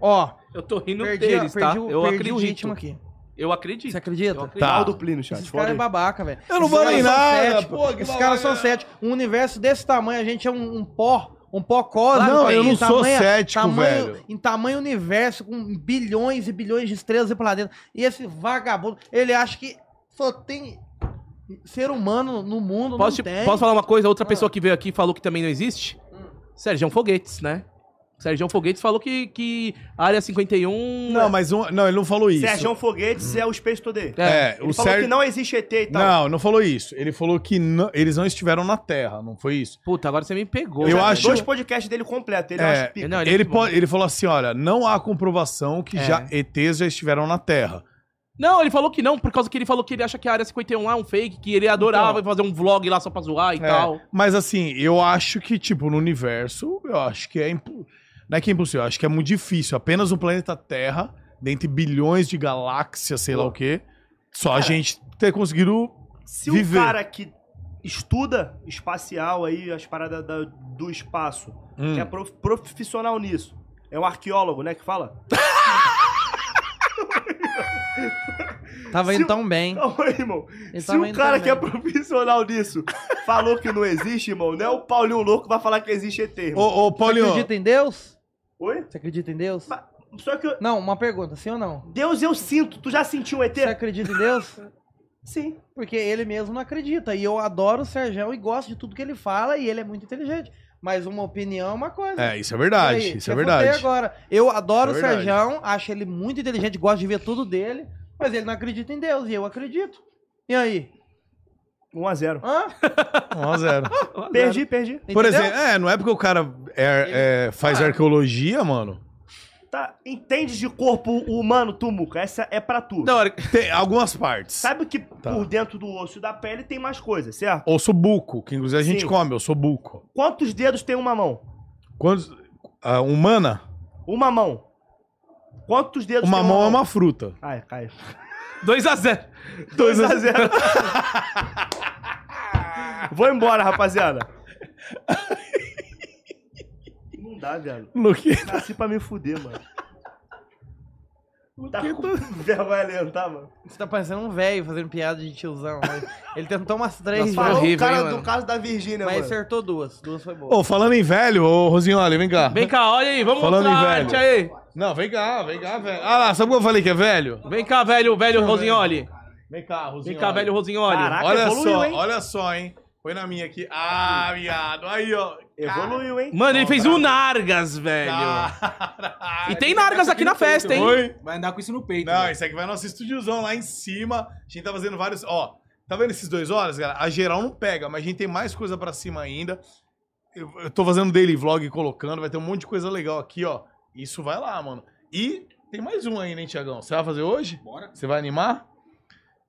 Ó,
Eu tô rindo
perdi,
deles,
perdi,
tá?
o-
Eu
perdi o
acredito.
ritmo aqui.
Eu acredito.
Você acredita?
Eu acredito.
Tá.
Naldo Plínio, chat.
Esses
fala
caras é
aí.
babaca, velho.
Eu não
Esses
vou
caras
nem
são
nada,
céticos.
pô, que
Esses caras são
babaca.
céticos. Um universo desse tamanho, a gente é um, um pó, um pó cósmico.
Não, eu
em
não sou cético,
tamanho,
velho.
Em tamanho universo, com bilhões e bilhões de estrelas e planetas. E esse vagabundo, ele acha que só tem ser humano no mundo,
Posso, te-
não tem.
posso falar uma coisa? Outra
Ah. Hum.
pessoa que veio aqui e falou que também não existe? Sérgio Foguetes, né? Sérgio Foguetes falou que, que a Área 51...
Não, mas um... não, ele não falou isso.
Sérgio Foguetes é o Space Today.
É.
É,
Ele
o
falou que
Sérgio.
não existe ET e tal.
Não, não falou isso. Ele falou que não- eles não estiveram na Terra, não foi isso?
é- Puta, agora você me pegou.
Eu
velho.
acho-
Dois podcasts dele completo. Ele
É.
acha pica.
Não,
Ele,
ele,
po- ele falou assim: olha, não há comprovação que
É.
já ETs já estiveram na Terra.
Não, ele falou que não, por causa que ele falou que ele acha que a Área 51 é um fake, que ele adorava
Então.
fazer um vlog lá só pra zoar e
É.
tal.
Mas assim, eu acho que, tipo, no universo, eu acho que é. impo- Não é que é impossível, eu acho que é muito difícil. Apenas o planeta Terra, dentre bilhões de galáxias, sei lá o quê, só a gente ter conseguido.
Se
Viver.
o cara que estuda espacial aí, as paradas da- do espaço,
Hum.
que é prof- profissional nisso, é um arqueólogo, né, que fala?
Tava
Se
indo
o-
tão bem.
Calma aí, irmão.
Ele
Se
tava
o
indo
cara que é
também.
profissional nisso falou que não existe, irmão, não é o Paulinho louco que vai falar que existe ET, irmão.
Ô, ô,
Você
Paulinho.
acredita em Deus?
Oi?
Você acredita em Deus?
Mas- Só que eu-
Não, uma pergunta, sim ou não?
Deus eu sinto. Tu já sentiu um ET?
Você acredita em Deus?
Sim.
Porque ele mesmo não acredita. E eu adoro o Sergão e gosto de tudo que ele fala e ele é muito inteligente. Mas uma opinião é uma coisa.
É, isso é
E
verdade.
aí,
isso é
quer fuder
verdade.
agora. Eu adoro
Isso é
o
verdade.
Serjão, acho ele muito inteligente, gosto de ver tudo dele, mas ele não acredita em Deus e eu acredito. E aí?
1x0.
Hã?
1 a 0.
Perdi, perdi.
Por
Entendeu?
exemplo, é, não é porque o cara é- é, faz arqueologia, mano.
Tá. Entende de corpo humano, tu, Muca? Essa é pra tu.
Não,
Tem algumas partes.
Sabe que por dentro do osso e da pele tem mais coisas, certo?
Osso buco, que inclusive a gente
Sim.
come, osso buco.
Quantos dedos tem uma mão?
Quantos, a humana,
Uma mão. Quantos dedos
uma
tem
mão é uma fruta.
Ai, caiu.
2x0.
2x0. Vou embora, rapaziada. Não dá, velho.
Luque-
Nasci pra me fuder, mano. Tá com vergonha lenta, mano.
Você tá parecendo um velho fazendo piada de tiozão. mas Ele tentou umas três,
Nossa,
mas-
Falou o
horrível,
cara
hein, mano?
do caso da Virgínia,
mas
mano.
acertou duas. Duas foi boa.
Ô, falando em velho, ô Rosinholi, vem cá.
Vem cá, olha aí, vamos
Falando
mostrar a
em
arte aí.
Não, vem cá, vem cá, velho. Ah lá, sabe o que eu falei que é velho?
Vem cá, velho, velho Rosinholi.
Vem cá, Rosinholi.
Vem cá, velho Rosinholi.
Caraca.
Olha
é
evoluiu,
só,
hein?
olha só, hein. Põe na minha aqui. Ah, viado. Aí, ó.
Evoluiu, hein?
Mano, ele fez um Nargas, velho.
Ah, Cara.
E tem Nargas aqui na festa, hein?
Oi?
Vai andar com isso no peito.
Não,
velho.
isso aqui vai nosso estúdiozão lá em cima. A gente tá fazendo vários. Ó, tá vendo esses dois horas, galera? A geral não pega, mas a gente tem mais coisa pra cima ainda. Eu, eu tô fazendo daily vlog e colocando, vai ter um monte de coisa legal aqui, ó. Isso vai lá, mano. E tem mais um ainda, hein, Tiagão? Você vai fazer hoje?
Bora.
Você vai animar?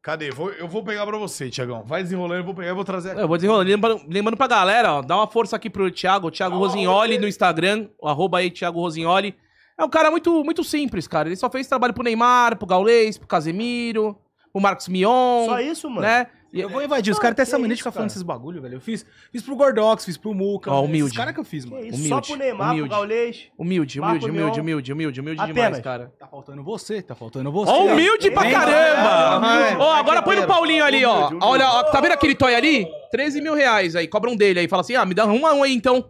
Cadê? Vou- eu vou pegar pra você, Tiagão. Vai desenrolando, eu vou pegar, eu vou trazer aqui.
Eu vou desenrolando. Lembrando, lembrando pra galera, ó, dá uma força aqui pro Thiago, Thiago Rosinholi no Instagram, o arroba aí Thiago Rosinholi. É um cara muito, muito simples, cara. Ele só fez trabalho pro Neymar, pro Gaulês, pro Casemiro, pro Marcos Mion.
Só isso, mano?
né? E-
Eu vou invadir. Os
Ah,
caras têm
que
essa mania de
isso,
ficar
cara.
falando esses bagulho, velho. Eu fiz, fiz pro Gordox, fiz pro Muca.
Ó,
velho.
humilde.
Esses caras que eu fiz,
Que
mano.
isso? Só
Humilde,
pro Neymar,
humilde.
pro Gaulês.
Humilde, humilde,
Marco
humilde,
Mion.
humilde, humilde, humilde demais,
Apenas.
cara.
Tá faltando você, tá faltando você.
Ó, humilde pra
Bem,
caramba!
humilde,
Ó, agora põe no
humilde.
Paulinho ali, ó.
Humilde, humilde.
Olha, ó, tá vendo aquele toy ali? 13 mil reais aí, cobra um dele aí. Fala assim, ah, me dá um a um aí então.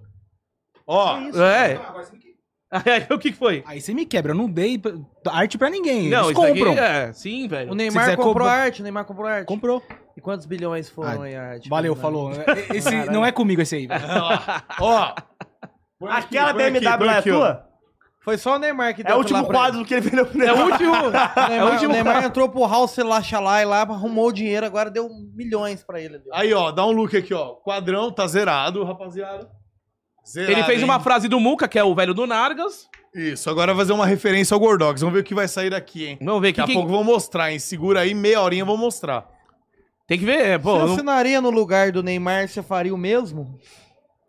Ó,
É. Aí, o que que foi?
Aí você me quebra, eu não dei pra- arte pra ninguém.
Não,
Eles
isso aqui
compram.
é, sim, velho.
O Neymar
quiser
comprou
cobrar-
arte, o Neymar comprou arte.
Comprou.
Tipo,
E quantos bilhões foram
Ah,
aí a arte?
Valeu,
Fernando?
falou. Esse não é comigo esse aí, velho.
ó. Põe aqui,
Aquela
põe aqui,
BMW
põe
lá é
aqui, ó.
tua?
Foi só o Neymar que
É o
deu
último
lá pra ele.
quadro que ele vendeu pro
É o
Neymar.
último.
Neymar,
É o último
o Neymar
quadro.
entrou pro House Lacha lá e lá arrumou o dinheiro, agora deu milhões pra ele. ali.
Aí, ó, dá um look aqui, ó. Quadrão tá zerado, rapaziada. Zerado,
Ele fez
hein?
uma frase do Muca, que é o velho do Nargas.
Isso, agora vai fazer uma referência ao Gordox. Vamos ver o que vai sair daqui, hein?
Vamos ver
Daqui
aqui.
a
Quem...
pouco vou mostrar, hein? Segura aí, meia horinha eu vou mostrar.
Tem que ver. é, Pô,
você
eu não,
assinaria no lugar do Neymar, você faria o mesmo?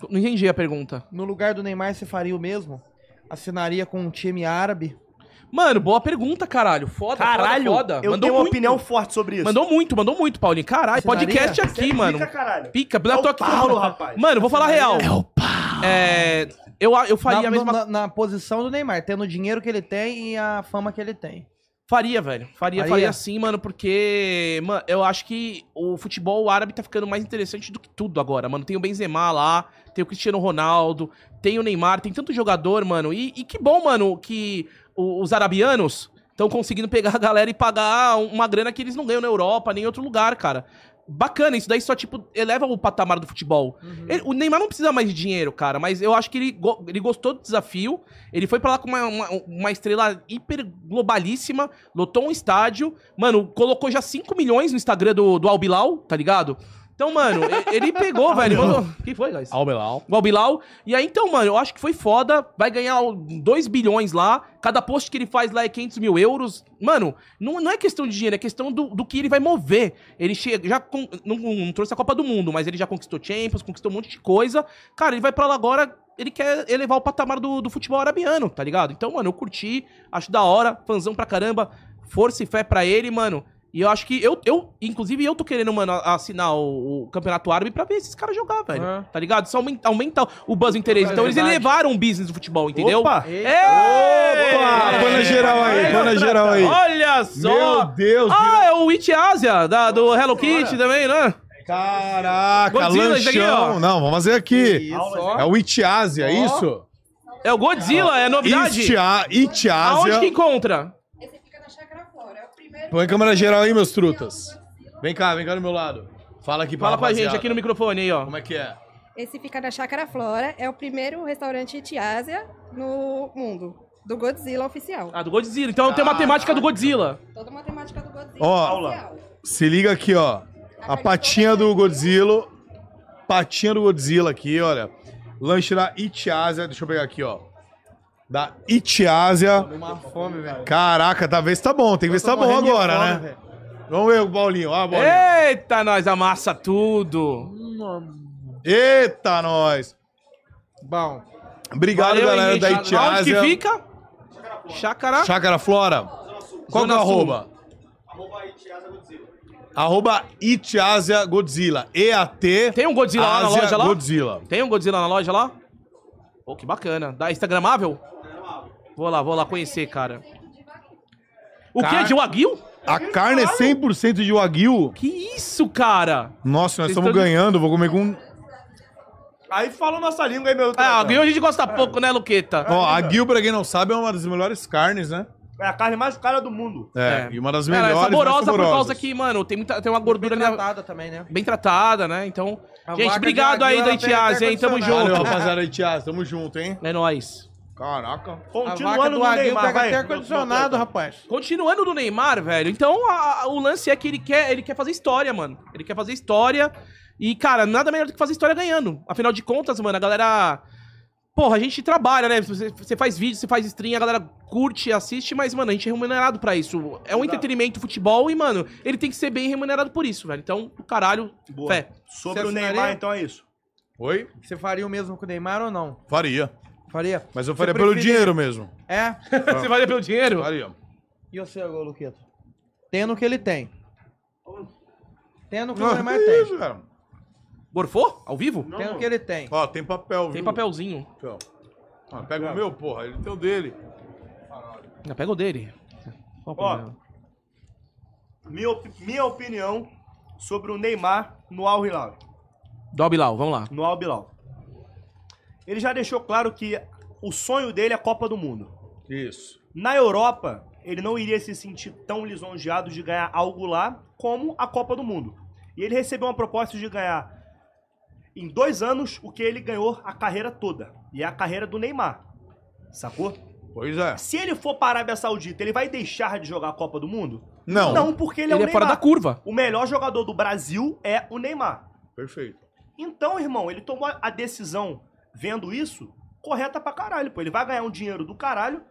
não entendi a pergunta.
No lugar do Neymar, você faria o mesmo? Assinaria com um time árabe?
Mano, boa pergunta, caralho. Tá Foda,
Caralho,
foda, foda.
eu
mandou
tenho uma
muito.
opinião forte sobre isso.
Mandou muito, mandou muito, Paulinho. Caralho,
Assinaria?
podcast
Você é
aqui,
pica,
mano.
caralho.
Pica,
É
eu tô
o
aqui.
Paulo, rapaz.
Mano, vou falar a real. É o pau. eu, eu faria
na,
a mesma
na, na posição do Neymar, tendo o dinheiro que ele tem e a fama que ele tem.
Faria, velho. Faria,
Faria?
faria sim, mano, porque, mano, eu acho que o futebol árabe tá ficando mais interessante do que tudo agora, mano. Tem o Benzema lá, tem o Cristiano Ronaldo, tem o Neymar, tem tanto jogador, mano. E, e que bom, mano, que o- os arabianos estão conseguindo pegar a galera e pagar um- uma grana que eles não ganham na Europa, nem em outro lugar, cara. Bacana, isso daí só, tipo, eleva o patamar do futebol. Ele- o Neymar não precisa mais de dinheiro, cara, mas eu acho que ele, go- ele gostou do desafio. Ele foi pra lá com uma, uma, uma estrela hiper globalíssima, lotou um estádio, mano, colocou já 5 milhões no Instagram do, do Albilau, tá ligado? Então, mano, e- ele pegou, velho. Mandou... Quem foi, guys?
Albelau.
O Albilau. E aí, então, mano, eu acho que foi foda. Vai ganhar 2 bilhões lá. Cada post que ele faz lá é 500 mil euros. Mano, não, não é questão de dinheiro, é questão do, do que ele vai mover. Ele chega, já con- não, não trouxe a Copa do Mundo, mas ele já conquistou Champions, conquistou um monte de coisa. Cara, ele vai pra lá agora, ele quer elevar o patamar do, do futebol arabiano, tá ligado? Então, mano, eu curti, acho da hora, fanzão pra caramba. Força e fé pra ele, mano. E eu acho que eu, eu inclusive, eu tô querendo, mano, a- assinar o, o Campeonato Árabe pra ver esses caras jogar, velho.
É.
Tá ligado? Isso aumenta, aumenta o buzz o interesse. Então eles
verdade.
elevaram o business do futebol, entendeu?
Opa!
É!
Ah, banda geral aí, banda geral aí.
Olha
Meu
só!
Deus,
Ah, é o It Asia, da, do Hello Kitty também, né?
Caraca,
Godzilla, isso aqui,
lanchão.
ó.
Não, vamos fazer aqui.
Aulas,
É o Itiásia, é
Ó.
isso?
É o Godzilla, é novidade.
Itia-
Aonde que
Itiásia.
encontra?
Esse fica na chácara fora. É o primeiro.
Põe em câmera geral aí, meus trutas. Vem cá, vem cá do meu lado. Fala aqui pra
Fala pra
rapaziada.
gente aqui no microfone aí, ó.
Como é que é?
Esse fica na chácara Flora. É o
um
primeiro restaurante de Ásia no mundo. Do Godzilla oficial.
Ah, do Godzilla. Então tem uma
Caraca.
temática do Godzilla.
Toda uma temática do Godzilla é
Ó.
oficial.
Se liga aqui, ó. A patinha do Godzilla. Patinha do Godzilla aqui, olha. Lanche da Itiásia. Deixa eu pegar aqui, ó. Da Itiásia.
Uma fome, velho.
Caraca, talvez tá bom. Tem que ver se tá bom agora, né? Vamos ver o Paulinho. Ó, a bolinha.
Eita, nós amassa tudo.
Eita, nós.
Bom.
Obrigado,
Valeu,
galera
hein,
da
gente. Aonde que
Itiásia.
fica? Chácara.
Chácara Flora. Qual que é
Zona
o
Sul.
arroba? Arroba Itiásia Godzilla. E-A-T.
Tem um Godzilla lá na
Ásia
loja lá?
Godzilla.
Tem um Godzilla na loja lá? Pô, que bacana. Da Instagramável? Vou lá, vou lá conhecer, cara. O que é
Cara-
de Wagyu?
A carne é 100% de Wagyu.
Que isso, cara?
Nossa, nós
Vocês
estamos
estão de-
ganhando. Vou comer com... um
Aí fala nossa língua aí, meu.
É,
truta.
Wagyu a gente gosta pouco, né, Luqueta?
Ó, a Gil, pra quem não sabe, é uma das melhores carnes, né?
É a carne mais cara do mundo.
É, e uma das
Cara,
melhores.
é
mais
saborosa por causa
saborosas.
que, mano, tem, muita, tem uma gordura ali na-
Tratada também, né?
bem tratada, né? Então,
A
gente,
vaca
obrigado
de Wagyu,
aí da
ela tem
Itiase, hein? Tamo
ar-condicionado.
Valeu,
junto.
rapaziada da Itiásia. Tamo junto, hein?
É nóis.
Caraca.
A
Continuando
vaca do
no
Aguil
Neymar,
pega
vai.
até ar-condicionado, rapaz.
Continuando do Neymar, velho. Então, a- a- o lance é que ele quer, ele quer fazer história, mano. Ele quer fazer história. E, cara, nada melhor do que fazer história ganhando. Afinal de contas, mano, a galera. Porra, a gente trabalha, né? Você, você faz vídeo, você faz stream, a galera curte, assiste, mas, mano, a gente é remunerado pra isso. É um entretenimento futebol e, mano, ele tem que ser bem remunerado por isso, velho. Então, do caralho,
Boa.
fé.
Sobre
Você
o
assinaria?
Neymar, então é isso.
Oi?
Você faria o mesmo com o Neymar ou não?
Faria.
Faria?
Mas eu
Você
faria pelo
preferia-
dinheiro mesmo.
É?
você vai pelo dinheiro?
Faria.
E você agora, Luquito? Tendo o que ele tem. Tendo o que o Neymar
é
tem.
cara.
Gorfou? Ao vivo?
Tendo o que ele tem.
Ó, tem papel, viu?
Tem papelzinho.
Aqui, ó. Ah, pega o meu, porra. Ele tem o dele.
Não, pega o dele. Qual o
Ó.
problema?
Minha, op- minha opinião sobre o Neymar no Al Hilal.
Dó, Bilal, vamos lá.
no Al Bilal. Ele já deixou claro que o sonho dele é a Copa do Mundo.
Isso.
Na Europa, ele não iria se sentir tão lisonjeado de ganhar algo lá como a Copa do Mundo. E ele recebeu uma proposta de ganhar em dois anos o que ele ganhou a carreira toda. E é a carreira do Neymar. Sacou?
Pois é.
Se ele for para a Arábia Saudita, ele vai deixar de jogar a Copa do Mundo?
Não.
Não, porque ele,
Ele
é o
é fora da
Neymar.
curva.
O melhor jogador do Brasil é o Neymar.
Perfeito.
Então, irmão, ele tomou a decisão, vendo isso, correta pra caralho, pô. Ele vai ganhar um dinheiro do caralho,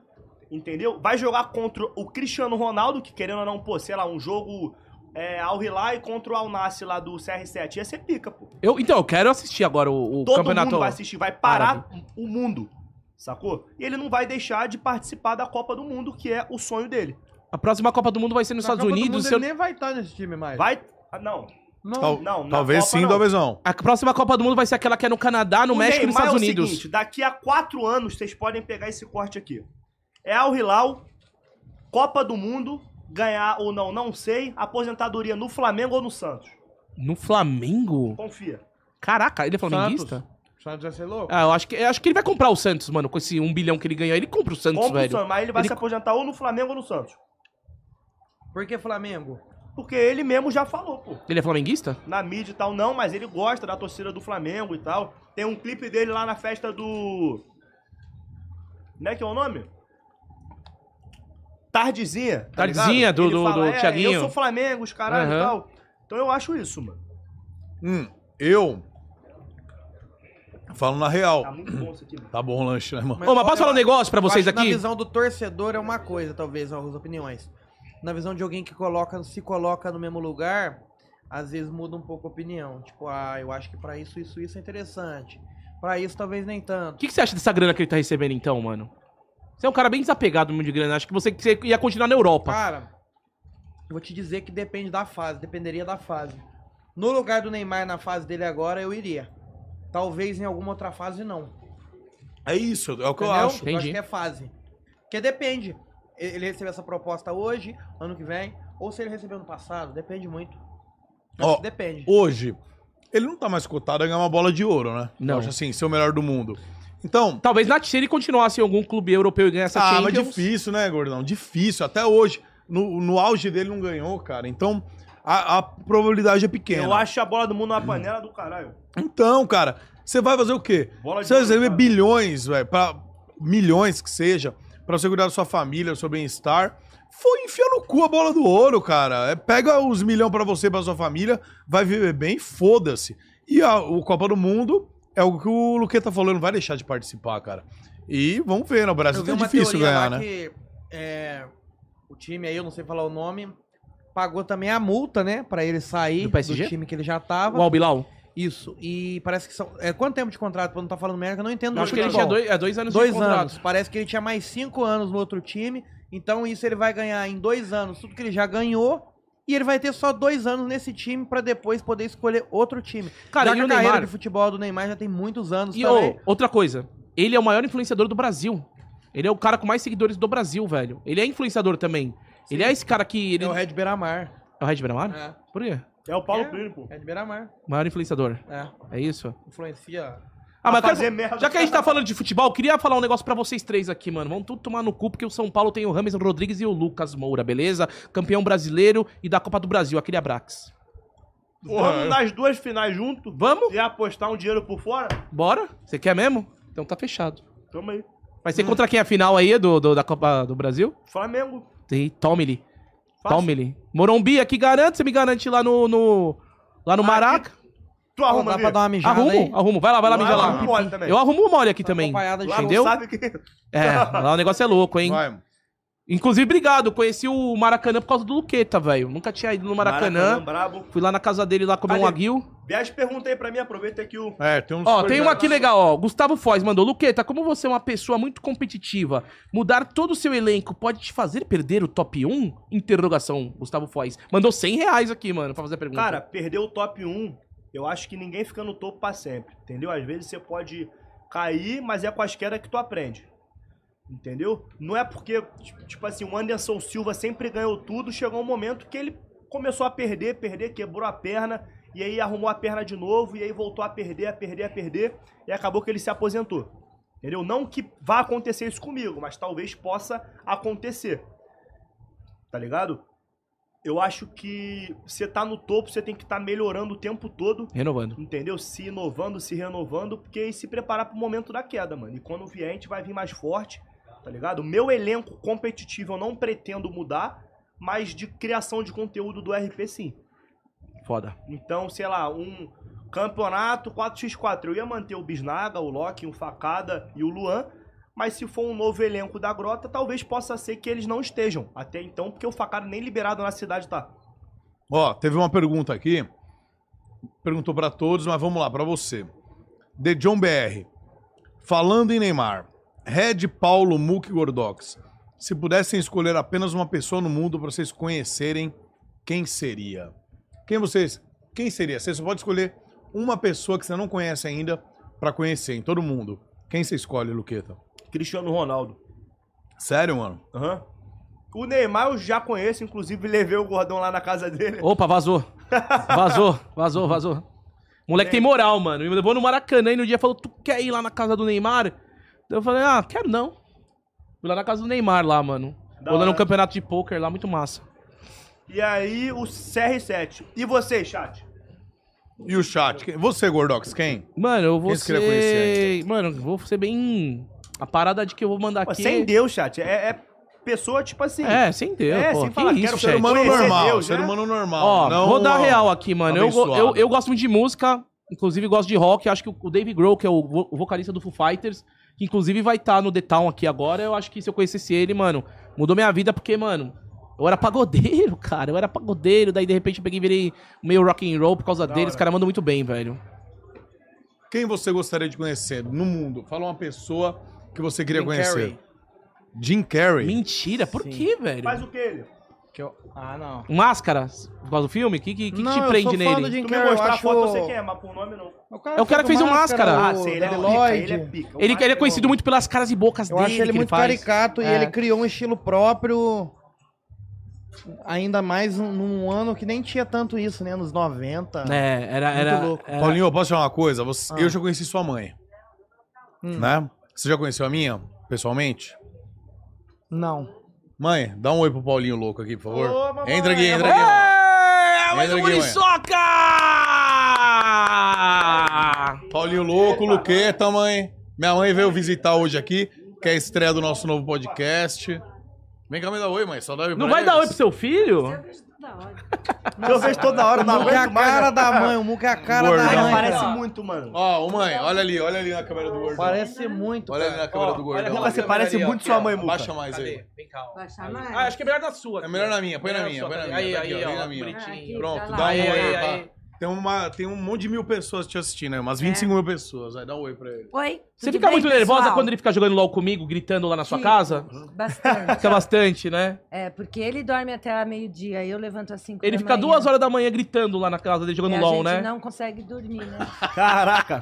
entendeu? Vai jogar contra o Cristiano Ronaldo, que querendo ou não, pô, sei lá, um jogo é, ao Hilal e contra o Al Nassr lá do CR7. Ia ser pica, pô.
Eu, então, eu quero assistir agora o, o
Todo
campeonato.
mundo vai assistir, vai parar o mundo, sacou? E ele não vai deixar de participar da Copa do Mundo, que é o sonho dele.
A próxima Copa do Mundo vai ser nos
Na
Estados
Copa do
Unidos.
Mundo é
se eu-
Ele nem vai estar nesse time mais.
É.
Vai... ah, Não,
Não.
Tal-
não, na
talvez
Copa
sim,
não.
talvez não.
A próxima Copa do Mundo vai ser aquela que é no Canadá, no
O
México e nos
Neymar
Estados
é o
Unidos.
seguinte, daqui a quatro anos, vocês podem pegar esse corte aqui. É Al Hilal, Copa do Mundo, ganhar ou não, não sei, aposentadoria no Flamengo ou no Santos.
No Flamengo?
Confia.
Caraca, ele é flamenguista?
O Santos vai ser louco.
Ah, eu acho que, eu acho que ele vai comprar o Santos, mano, com esse um bilhão que ele ganhou. Ele compra o Santos,
Compra o
velho.
Santos, mas ele vai
Ele-
se aposentar ou no Flamengo ou no Santos.
Por que Flamengo?
Porque ele mesmo já falou, pô.
Ele é flamenguista?
Na mídia e tal, não, mas ele gosta da torcida do Flamengo e tal. Tem um clipe dele lá na festa do. Como é que é o nome? Tardezinha. tá
Tardezinha,
ligado?
do-
Ele
do- do
"É,
Thiaguinho."
Eu sou Flamengo, os caralho e
Aham.
tal. Então eu acho isso, mano.
Hum, eu falo na real.
Tá muito bom isso aqui, mano.
Tá bom o lanche, né, irmão?
Ô, mas posso falar um negócio pra
Eu
vocês
acho que
aqui?
Na visão do torcedor é uma coisa, talvez, as opiniões. Na visão de alguém que coloca, se coloca no mesmo lugar, às vezes muda um pouco a opinião. Tipo, ah, eu acho que pra isso, isso, isso é interessante. Pra isso, talvez nem
O
tanto.
que, que você acha dessa grana que ele tá recebendo então,
Ah.
mano? Você é um cara bem desapegado mesmo de grana. Acho que você, você ia continuar na Europa.
Cara, Vou te dizer que depende da fase, dependeria da fase. No lugar do Neymar na fase dele agora, eu iria. Talvez em alguma outra fase, não.
É isso, é o que eu
Entendeu?
acho.
Eu acho
Entendi.
que é fase. Porque depende. E- Ele recebeu essa proposta hoje, ano que vem, ou se ele recebeu no passado, depende muito. Acho
Ó,
que depende.
Hoje, ele não tá mais cotado a ganhar uma bola de ouro, né?
Não.
Eu acho assim, ser o melhor do mundo. Então,
Talvez na se ele continuasse em algum clube europeu e ganhasse a
ah, mas
Champions.
difícil, né, gordão? Difícil. Até hoje, no, no auge dele não ganhou, cara. Então, a, a probabilidade é pequena.
Eu acho a bola do mundo uma panela do caralho.
Então, cara, você vai fazer o quê?
Bola de
Você vai
ouro,
receber
cara.
é bilhões, velho, pra milhões que seja, pra você cuidar da sua família, do seu bem-estar. Foi enfiar no cu a bola do ouro, cara. É, pega os milhões pra você, e pra sua família, vai viver bem, foda-se. E a, o Copa do Mundo é o que o Luqueta falou, ele não vai deixar de participar, cara. E vamos ver, né? O Brasil
vi
tá
uma
difícil
teoria
ganhar,
lá
né?
que é, o time aí, eu não sei falar o nome, pagou também a multa, né? Pra ele sair
Do PSG?
time que ele já tava.
O Albilau.
Isso. E parece que são. É, quanto tempo de contrato pra eu não tá falando merda? Eu não entendo
Eu acho que
muito
ele
futebol.
tinha dois, é, dois anos
Dois
de contrato.
anos. Parece que ele tinha mais cinco anos no outro time. Então isso ele vai ganhar em dois anos tudo que ele já ganhou. E ele vai ter só dois anos nesse time pra depois poder escolher outro time.
Cara, e
já que
o
a carreira
Neymar?
de futebol do Neymar já tem muitos anos
E
também.
ô, outra coisa, ele é o maior influenciador do Brasil. Ele é o cara com mais seguidores do Brasil, velho. Ele é influenciador também. Ele é esse cara que... Ele...
É o Red Beiramar.
É o Red Benamar?
É.
Por quê?
É o Paulo
É.
Plínio, pô.
Red Beiramar.
Maior influenciador.
É.
É isso?
Influencia.
Ah, mas eu
Pra
quero-
fazer merda.
já que a gente tá falando de futebol, eu queria falar um negócio pra vocês três aqui, mano. Vamos tudo tomar no cu, porque o São Paulo tem o Rames Rodrigues e o Lucas Moura, beleza? Campeão brasileiro e da Copa do Brasil, aquele abrax.
Porra,
Vamos nas duas finais junto
Vamos?
e apostar um dinheiro por fora?
Bora? Você quer mesmo? Então tá fechado.
Tamo aí.
Vai ser contra quem a final aí do, do- da Copa do Brasil?
Flamengo.
Tem Tomili.
Fácil.
Tomili. Morumbi aqui garante, você me garante lá no. no- lá
Ah,
no Maraca.
Tu
Pô,
arruma,
dá
Vi.
pra dar uma mijada
Arrumo,
aí.
arrumo. Vai lá, vai lá,
Lá
mijar
arruma
lá.
mole também.
Eu arrumo o mole aqui também.
Acompanhada de
Lá
entendeu?
não sabe que...
É, lá o negócio é louco, hein?
Vai, mano.
Inclusive, obrigado. Conheci o Maracanã por causa do Luqueta, velho. Nunca tinha ido no Maracanã.
brabo.
Fui lá na casa dele lá comer um
Ali.
aguil.
Viagem pergunta aí pra mim, aproveita que o...
É, tem uns.
Ó, tem um
uma
aqui legal, ó. Gustavo Foz mandou. Luqueta, como você é uma pessoa muito competitiva, mudar todo o seu elenco pode te fazer perder o top 1? Interrogação, Gustavo Foz. Mandou 100 reais aqui, mano, pra fazer a pergunta.
Cara, perder o top 1, eu acho que ninguém fica no topo pra sempre, entendeu? Às vezes você pode cair, mas é com as quedas que tu aprende. Entendeu? Não é porque, tipo- tipo assim, o Anderson Silva sempre ganhou tudo, chegou um momento que ele começou a perder, perder, quebrou a perna, e aí arrumou a perna de novo, e aí voltou a perder, a perder, a perder, e acabou que ele se aposentou. Entendeu? Não que vá acontecer isso comigo, mas talvez possa acontecer. Tá ligado? Eu acho que você tá no topo, você tem que estar melhorando o tempo todo,
Renovando.
entendeu? Se inovando, se renovando, porque e se preparar pro momento da queda, mano. E quando vier, a gente vai vir mais forte, tá ligado? O Meu elenco competitivo eu não pretendo mudar, mas de criação de conteúdo do RP sim.
Foda.
Então, sei lá, um campeonato 4x4. Eu ia manter o Bisnaga, o Loki, o Facada e o Luan. Mas se for um novo elenco da Grota, talvez possa ser que eles não estejam. Até então, porque o Facada nem liberado na cidade tá.
Ó, teve uma pergunta aqui. Perguntou pra todos, mas vamos lá, pra você. The John BR. Falando em Neymar, Red, Paulo, Muk e Gordox. Se pudessem escolher apenas uma pessoa no mundo pra vocês conhecerem, quem seria? Quem vocês? Quem seria? Você só pode escolher uma pessoa que você não conhece ainda pra conhecer em todo mundo. Quem você escolhe, Luqueta?
Cristiano Ronaldo.
Sério, mano?
Aham. O Neymar eu já conheço, inclusive levei o gordão lá na casa dele.
Opa, vazou. Vazou, vazou, vazou. Moleque tem moral, mano. Me levou no Maracanã e no dia falou: Tu quer ir lá na casa do Neymar? Eu falei: Ah, quero não. Fui lá na casa do Neymar lá, mano.
Da
Rolando um
hora.
campeonato de pôquer lá, muito massa.
E aí o CR7. E você, chat?
E o chat? Quem- Você, Gordox, quem?
Mano, eu vou
Quem você queria
ser. Mano, eu vou ser bem. A parada de que eu vou mandar
então? Pô,
aqui.
Sem Deus, chat. É, é pessoa tipo assim.
É, sem Deus.
É,
pô.
sem
Que
falar,
isso,
quero
chat?
Ser humano
Conhecer
normal,
Deus,
ser
né?
humano
Ah,
normal.
Ó,
não
vou dar
ó,
real aqui, mano. Eu, go- eu,
abençoado.
eu gosto muito de música, inclusive gosto de rock. Acho que o Dave Grohl, que é o vo- o vocalista do Foo Fighters, que inclusive vai estar no The Town aqui agora, eu acho que se eu conhecesse ele, mano, mudou minha vida, porque, mano, eu era pagodeiro, cara. Eu era pagodeiro, daí de repente eu peguei e virei meio rock and roll por causa deles. Os caras mandam muito bem, velho.
Quem você gostaria de conhecer no mundo? Fala uma pessoa que você queria
Jim
conhecer.
Carrey.
Jim Carrey.
Mentira, por
Sim.
que, velho?
Faz o que ele?
Que eu... Ah, não.
Máscaras? Por causa do filme? O que, que, que
Não,
te prende
Eu sou fã
nele?
do Jim
Tu me
Carrey, eu
mostrar a
acho-
foto, eu sei quem é, mas por nome não.
É o cara que fez o Máscara.
Ah,
o
sei, ele é
Danny
pica,
Lloyd.
ele é pica. Eu
Ele,
acho
ele é
que
conhecido
eu-
muito pelas caras e bocas
Eu
dele
acho ele
que
muito
faz.
caricato e
É.
ele criou um estilo próprio. Ainda mais num- num ano que nem tinha tanto isso, né? Nos 90.
É, era...
Muito
era,
louco.
era-
Ah. Paulinho, eu posso te falar uma coisa? Você-
Ah.
Eu já conheci sua mãe.
Hum.
Né? Você já conheceu a minha, pessoalmente?
Não.
Mãe, dá um oi pro Paulinho louco aqui, por favor.
Ô, mamãe,
entra aqui,
é
entra aqui. mãe.
É, mais
Entra
um
aqui, ué.
Muriçoca!
Paulinho louco, Luqueta, mãe. Minha mãe veio visitar hoje aqui, que é a estreia do nosso novo podcast. Vem cá, me dá oi, mãe. Só dá oi pra
Não vai dar oi pro
eles.
seu filho?
Eu vejo toda hora, não
O Muca é
aguento
a
mais.
cara
né?
da mãe, o Muca é a cara da
Gordão.
mãe.
Mas
Não,
cara.
parece muito, mano.
Ó, ô, mãe, olha ali, olha ali na câmera do gordão.
Parece muito.
Olha ali na câmera do gordão.
Muca, você parece muito sua mãe, Muca.
Baixa mais aí.
Vem cá. ó.
Tá
Baixar mais?
Ah, acho que é melhor na sua.
É
aqui,
melhor
ó.
na minha, põe na minha, põe na minha.
Aí,
tá aqui,
aí,
ó, vem
ó,
na minha.
bonitinho.
Pronto,
Tá lá.
dá um
Aí,
oi aí,
aí, aí.
pá. Tem, uma, tem um monte de mil pessoas te assistindo aí,
É.
umas 25 mil pessoas. Aí dá um oi pra ele.
Oi.
Você
tudo
fica
bem,
muito nervosa
pessoal?
quando ele fica jogando LOL comigo, gritando lá na sua
Sim.
casa?
Bastante.
Fica bastante, né?
É, porque ele dorme até a meio-dia e eu levanto às 5
Ele fica duas horas da manhã gritando lá na casa dele
no
jogando LOL,
né? A
né?
gente não consegue dormir, né?
Caraca.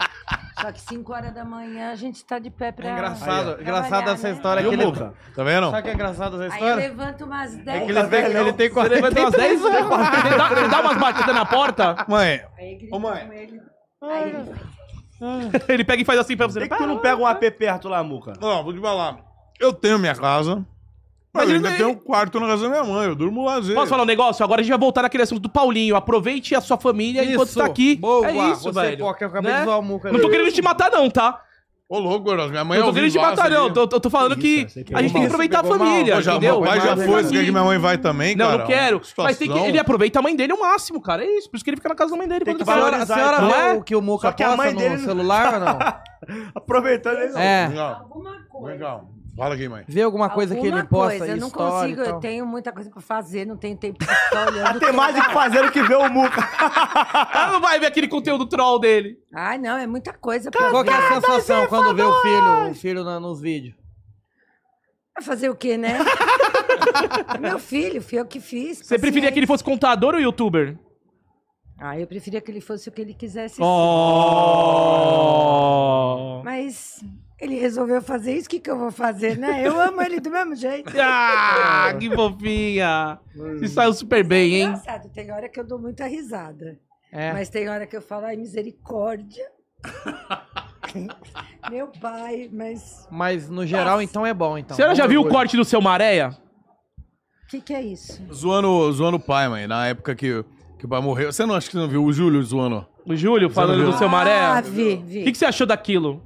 Só que 5 horas da manhã a gente tá de pé pra.
É engraçado,
Aí, ó.
engraçado essa
Trabalhar, né?
história
Viu,
que ele...
Muca?
Tá vendo?
Sabe o que é engraçado essa
Aí eu
história?
levanto umas 10
É que
Tá
ele tem,
velhão.
ele tem
Você levanta umas 10
43
você
anos.
dá, você dá umas batidas na porta,
Mãe,
Aí grita
Ô, mãe.
com ele. Aí ele
ele pega e faz assim pra
Por
você.
que que tu não pega um AP perto lá, Muca?
ó, vou te falar. Eu tenho minha casa. Mas
Mas
eu
ele
ainda
não-
tenho um quarto na casa da minha mãe. Eu durmo lá às vezes.
Posso falar um negócio? Agora a gente vai voltar naquele assunto do Paulinho. Aproveite a sua família enquanto
Isso.
tá aqui.
Boa,
é isso,
você,
velho.
Poca, eu acabei
Né?
de zoar o Muca.
Não tô querendo te matar, não, tá?
Ô, louco, Gorosa, minha mãe
não
é
tô querendo te matar, não. Eu tô, tô- tô falando
Que
que,
isso, você
a
pegou
gente tem que
mal.
aproveitar a
Você pegou mal.
família,
Pô, já,
entendeu?
meu pai já foi,
Mas assim,
você quer que minha mãe vai também,
Não,
cara?
não quero.
Uma
Mas tem que,
situação.
ele é aproveita a mãe dele ao máximo, cara. É isso. Por isso que ele fica na casa da mãe dele.
Tem
quando
que
ele
valorizar
sai.
A senhora
Não
vê
é?
o então. que o Muca
Só que a
posta
mãe
no
dele não-
celular ou não?
Aproveitando ele.
É.
Legal,
alguma coisa.
legal. Fala aqui, mãe.
Vê alguma coisa que
Alguma
ele posta
coisa,
aí,
Eu não
história e
consigo, eu
tal.
tenho muita coisa pra fazer, não tenho tempo pra ficar olhando.
Tem mais o que fazer do que ver o Muca.
Ah, não vai ver aquele conteúdo troll dele.
Ai, não, é muita coisa pra
Qual que é
ver.
a sensação quando vê o filho, o filho na- nos vídeos?
Fazer o quê, né? Meu filho, fui eu que fiz.
Você preferia
paciência.
que ele fosse contador ou youtuber?
Ah, eu preferia que ele fosse o que ele quisesse
Oh.
ser. Mas ele resolveu fazer isso, o que, que eu vou fazer, né? Eu amo ele do mesmo jeito.
Ah, que fofinha. Você saiu super bem,
É
hein?
engraçado, tem hora que eu dou muita risada.
É.
Mas tem hora que eu falo, ai, misericórdia. Meu pai, mas
Mas no geral, então é bom, então.
A senhora já
Outra
viu o
coisa.
corte do seu Maréia?
o que, que é isso?
Zoando, zoando o pai, mãe. Na época que, que o pai morreu. Você não acha que você não viu o Júlio zoando?
O Júlio falando
viu?
do seu
Ah,
Maréia?
vi,
O
vi.
que, que você achou daquilo?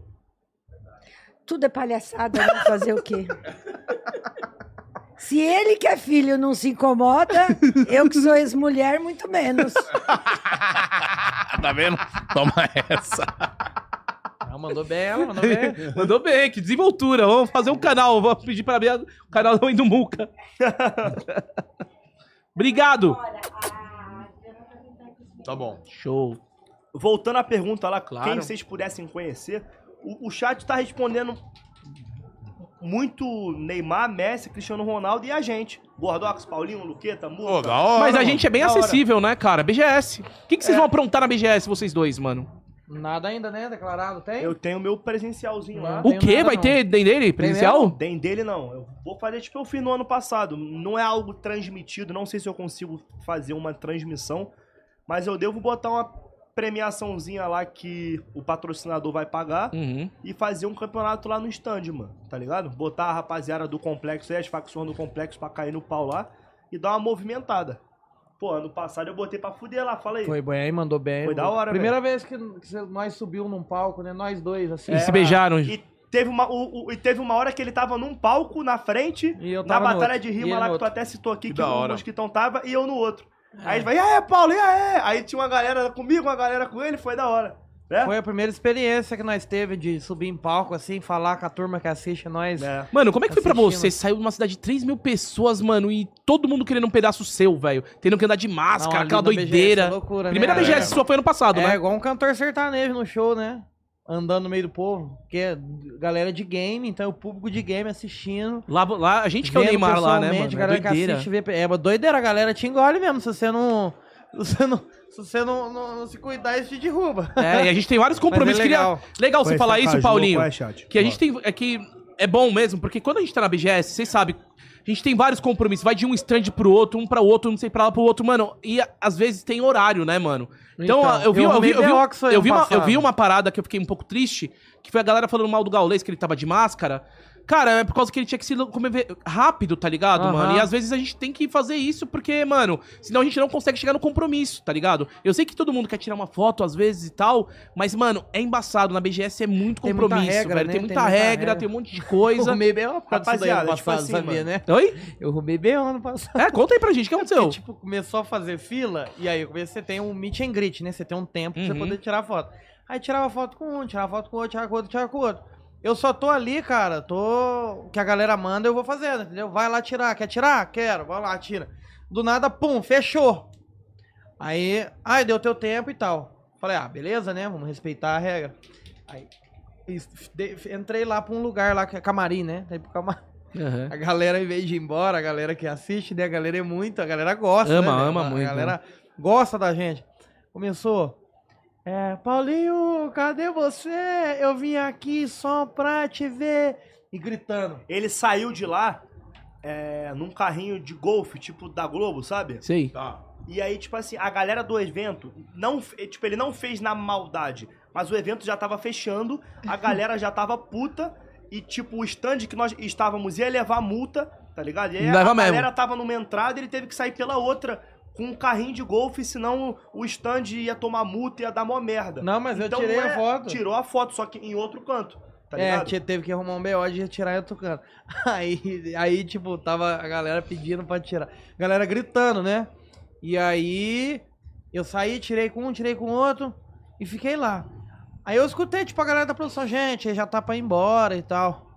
Tudo é palhaçada, né? Fazer o quê? Se ele que é filho não se incomoda, eu que sou ex-mulher, muito menos.
tá vendo? Toma essa.
Ah, mandou bem ela, mandou bem.
Mandou bem, que desenvoltura. Vamos fazer um canal. Vou pedir pra ver o canal do Indo Muca. Obrigado.
Tá bom.
Show.
Voltando à pergunta lá,
Claro.
quem vocês pudessem conhecer, o, o chat tá respondendo muito Neymar, Messi, Cristiano Ronaldo e a gente. Gordox, Paulinho, Luqueta, Muca.
Pô, da hora.
Mas a gente é bem
da hora.
acessível, né, cara? BGS. O que, que
É.
vocês vão aprontar na BGS, vocês dois, mano?
Nada ainda, né? Declarado, tem?
Eu tenho meu presencialzinho lá.
Não
O
tenho
quê?
um nada,
Vai
não.
ter dele? Presencial?
Tem dele não. Eu vou fazer tipo eu fiz no ano passado. Não é algo transmitido, não sei se eu consigo fazer uma transmissão, mas eu devo botar uma premiaçãozinha lá que o patrocinador vai pagar
Uhum.
e fazer um campeonato lá no stand, mano. Tá ligado? Botar a rapaziada do complexo aí, as facções do complexo pra cair no pau lá e dar uma movimentada. Pô, ano passado eu botei pra fuder lá, fala aí.
Foi bem, mandou bem.
Foi da hora,
Primeira vez que, que cê- nós subiu num palco, né? Nós dois, assim.
E se beijaram.
E teve, uma, o- o- e teve uma hora que ele tava num palco na frente,
E eu
na
tava no
batalha
outro.
de
E ele
rima lá
no
que tu
outro. É.
até citou aqui,
Que
que,
da
o
hora.
Mosquitão tava e eu no outro. Aí ele vai, e aí, Paulo, e aí? Aí tinha uma galera comigo, uma galera com ele, foi da hora. Né?
Foi a primeira experiência que nós teve de subir em palco, assim, falar com a turma que assiste nós.
É.
Mano, como é que foi pra
Assistindo.
você? Saiu de uma cidade de 3 mil pessoas, mano, e todo mundo querendo um pedaço seu, velho. Tendo que andar de
Não,
máscara,
ali
aquela
na BGS é
doideira.
loucura, né,
Primeira
cara?
BGS sua foi ano passado,
É
né?
igual um cantor sertanejo no show, né? andando no meio do povo, que é galera de game, então é o público de game assistindo.
Lá, lá, a gente que é o
vendo
Neymar lá, né, mano?
pessoalmente,
É
Galera que
doideira.
assiste vê, é uma doideira, a galera te engole mesmo, se você não se você não, se, você não, não- não se cuidar, isso te derruba.
É, e a gente tem vários compromissos.
Mas é
Queria- legal.
legal.
você falar
é
isso, Paulinho.
chat?
Que a gente tem. É que é bom mesmo, porque quando a gente tá na BGS, vocês sabem, a gente tem vários compromissos. Vai de um stand pro outro, um pra outro, não sei pra lá pro outro, mano. E a- às vezes tem horário, né, mano? Então,
Então,
eu vi,
eu
eu, vi,
arrumei
eu, vi,
Deoxo aí
eu
no
vi uma, eu
passado.
vi uma parada que eu fiquei um pouco triste, que foi a galera falando mal do Gaules, que ele tava de máscara. Cara, é por causa que ele tinha que se comer rápido, tá ligado,
Aham.
mano? E às vezes a gente tem que fazer isso porque, mano, senão a gente não consegue chegar no compromisso, tá ligado? Eu sei que todo mundo quer tirar uma foto às vezes e tal, mas, mano, é embaçado. Na BGS é muito
Tem muita
compromisso,
regra,
velho.
né?
Tem muita,
Tem muita
regra,
regra.
tem um monte de
Eu
coisa.
arrumei B.O. por causa disso daí ano
Rapaziada, tipo
passado,
assim,
sabia,
mano.
né?
Oi?
Eu arrumei B.O. ano passado.
É, conta aí pra gente, o que aconteceu?
Porque, tipo, começou a fazer fila, e aí eu comecei- você tem um meet and greet, né? Você tem um tempo pra
Uhum.
você poder tirar foto. Aí tirava foto com um, tirava foto com outro, tirava com outro, tirava com outro. Eu só tô ali, cara, tô... O que a galera manda, eu vou fazendo, entendeu? Vai lá tirar, quer tirar? Quero, vai lá, tira. Do nada, pum, fechou. Aí, ai, deu teu tempo e tal. Falei, ah, beleza, né? Vamos respeitar a regra. Aí, es- de- entrei lá pra um lugar lá, que é camarim, né? Aí pro camarim.
Aham.
A galera, em vez de ir embora, a galera que assiste, né? A galera é muito, a galera gosta.
Ama,
né, velho?
ama
a,
muito, né?
A galera gosta da gente. Começou. É, Paulinho, cadê você? Eu vim aqui só pra te ver. E gritando.
Ele saiu de lá é, num carrinho de golfe, tipo da Globo, sabe?
Sei.
Tá.
E aí, tipo assim, a galera do evento, não, fe- tipo, ele não fez na maldade, mas o evento já tava fechando, a galera já tava puta, e tipo, o stand que nós estávamos ia levar multa, tá ligado? E aí
Leva
a
mesmo.
galera tava numa entrada e ele teve que sair pela outra com um carrinho de golfe, senão o stand ia tomar multa e ia dar mó merda.
Não, mas
Então,
eu tirei
não é-
a foto.
Tirou a foto, só que em outro canto, tá
é,
ligado?
te- teve que arrumar um BO de retirar eu tocando. Aí, aí, tipo, tava a galera pedindo pra tirar. Galera gritando, né? E aí, eu saí, tirei com um, tirei com outro e fiquei lá. Aí eu escutei, tipo, a galera da produção, gente, já tá pra ir embora e tal.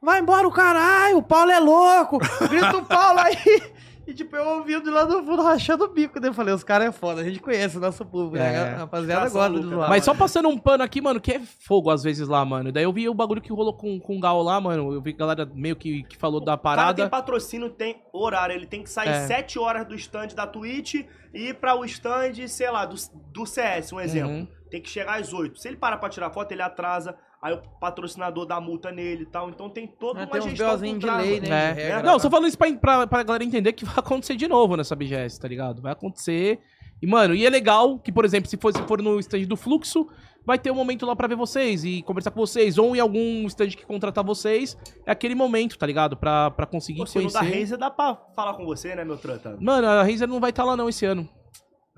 Vai embora o caralho, o Paulo é louco! Grita o Paulo aí! E, tipo, eu ouvi de lá do fundo rachando o bico. Daí eu falei, os caras é foda, a gente conhece o nosso público, né?
É.
A rapaziada
Coração
gosta de
louco,
zoar.
Mas só passando um pano aqui, mano, que é fogo às vezes lá, mano. Daí eu vi o bagulho que rolou com, com o Gal lá, mano. Eu vi galera meio que, que falou da
cara
parada.
tem patrocínio, tem horário. Ele tem que sair
É.
7 horas do stand da Twitch e ir pra o stand, sei lá, do, do CS, um exemplo.
Uhum.
Tem que chegar às 8. Se ele parar pra tirar foto, ele atrasa. Aí o patrocinador dá multa nele e tal. Então tem toda
Ah,
uma
tem uns
gestão
BOzinho de
por trás,
lei,
mano.
né,
né? de
É.
regra.
Não, só falando isso pra, pra, pra galera entender que vai acontecer de novo nessa BGS, tá ligado? Vai acontecer. E, mano, e é legal que, por exemplo, se for, se for no stand do Fluxo, vai ter um momento lá pra ver vocês e conversar com vocês. Ou em algum stand que contratar vocês, é aquele momento, tá ligado? Pra, pra conseguir
Pô, Se não dá
conhecer.
Razer, dá pra falar com você, né, meu tranta?
Mano, a Razer não vai estar lá não esse ano.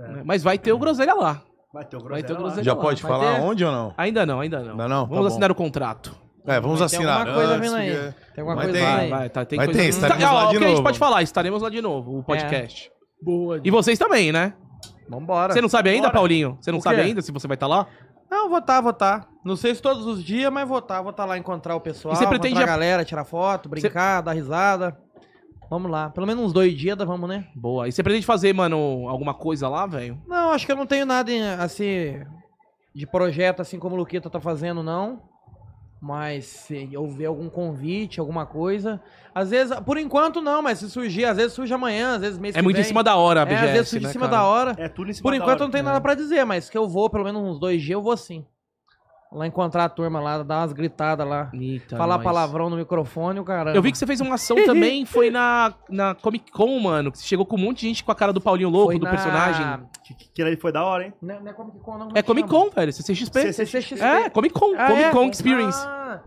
É.
Mas vai ter o Groselha lá.
Bateu o
Vai ter o
groselha lá.
groselha
Já
lá.
pode
Então, Vai
falar
ter-
onde ou não?
Ainda não, ainda não.
Ainda não?
Vamos
Tá
assinar o contrato.
É, vamos
Vai ter
assinar.
alguma coisa
antes
vindo aí.
de-
Tem alguma
Mas
coisa
tem-
aí.
Vai, tá, tem
Vai
coisa...
ter, estaremos lá
ó,
de
o que a gente
novo.
pode falar, estaremos lá de
É.
novo, o podcast.
Boa.
E vocês também, né?
Vambora.
Você não sabe ainda,
Bora.
Paulinho? Você não
O
sabe
quê?
ainda se você vai estar lá?
Não, votar, votar. tá. Não sei se todos os dias, mas votar. Votar tá lá, encontrar o pessoal,
E você
você
pretende
pretende a
a-
galera, tirar foto, brincar, dar risada. Vamos lá. Pelo menos uns dois dias, dá- vamos, né?
Boa. E você pretende fazer, mano, alguma coisa lá, velho?
Não, acho que eu não tenho nada em, assim de projeto, assim como o Luquita tá fazendo, não. Mas se houver algum convite, alguma coisa. Às vezes, por enquanto não, mas se surgir, às vezes surge amanhã, às vezes mês
É muito em cima da hora, a
hora. É,
BGS,
às vezes surge
né,
em cima
cara?
da hora.
É tudo em cima
Por
da
enquanto eu
hora.
não tenho nada pra dizer, mas que eu vou, pelo menos uns dois dias, eu vou sim. Lá encontrar a turma lá, dar umas gritadas lá.
Eita,
falar
nós.
palavrão no microfone, o caramba.
Eu vi que você fez uma ação também, foi na, na Comic Con, mano, que você chegou com um monte de gente com a cara do Paulinho louco,
Foi
do
na-
personagem.
Que, que, que ali foi da hora, hein?
Não, não é Comic Con, não. como
É
que
Comic
chama?
Con, velho, CCXP.
CCXP.
É, Comic Con,
Ah,
Comic
é?
Con Experience.
Ah.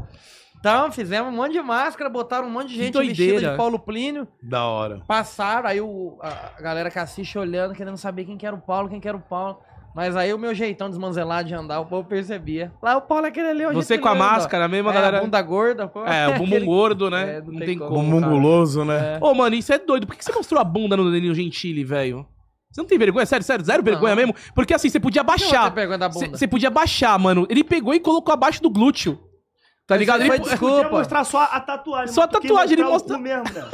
Então, fizemos um monte de máscara, botaram um monte de
Que
gente vestida
doideira.
de Paulo Plínio.
Da hora.
Passaram, aí o, a a galera que assiste olhando, querendo saber quem que era o Paulo, quem que era o Paulo. Mas aí o meu jeitão desmanzelado de andar, o povo percebia. Lá o Paulo é aquele ali, o
Você
jeito
com a
que ele anda, ó.
máscara mesmo, a
é,
galera.
a bunda gorda, pô.
É, o bumbum
Aquele-
gordo, né?
É,
não, tem como.
Como um
cara.
guloso, né?
Ô, mano, isso é doido. Por que você mostrou a bunda no Danilo Gentili, velho? Você não tem vergonha? Sério, sério, zero vergonha
Não.
mesmo? Porque assim, você podia
Por que você
baixar.
pergunta da
Você
bunda?
você podia baixar, mano. Ele pegou e colocou abaixo do glúteo. Tá
Mas
ligado?
ele
Ele
foi
po-
desculpa.
Podia mostrar só a tatuagem.
Só
mas
a
tu quis
tatuagem, ele
mostrar o cu tá mesmo, né?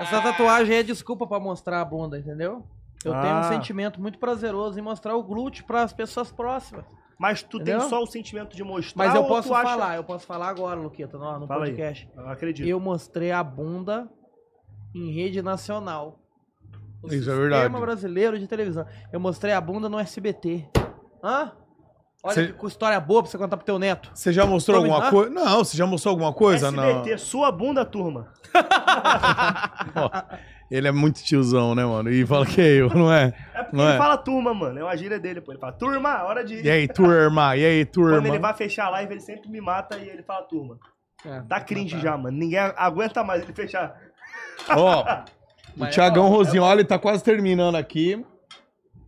Essa tatuagem é desculpa pra mostrar a bunda, entendeu? Eu tenho um
Ah.
sentimento muito prazeroso em mostrar o glúteo pras pessoas próximas.
Mas tu tem
Entendeu?
só Ah, o sentimento de mostrar
Mas eu
ou
posso
tu acha-
falar, eu posso falar agora, Luqueta, no, no
Fala aí.
podcast.
Eu acredito.
Eu mostrei a bunda em rede nacional. O
Isso é
sistema
verdade.
brasileiro de televisão. Eu mostrei a bunda no SBT. Hã? Olha
Cê-
que história boa pra você contar pro teu neto.
Você já mostrou
Vamos
alguma
lá?
coisa? Não, você já mostrou alguma
É
coisa?
SBT, sua bunda, turma.
Não. Ó, ele é muito tiozão, né, mano? E fala que é eu, não é?
É porque
Não
ele
é?
fala turma, mano. É uma gíria dele, pô. Ele fala, turma, é hora de ir.
E aí, turma? E aí,
Quando ele
turma?
vai fechar a live, ele sempre me mata e ele fala, turma.
É,
Tá cringe já, mano. Ninguém aguenta mais ele fechar.
Ó, o
Mas é
Tiagão
bom, é
Rosignoli tá quase terminando aqui.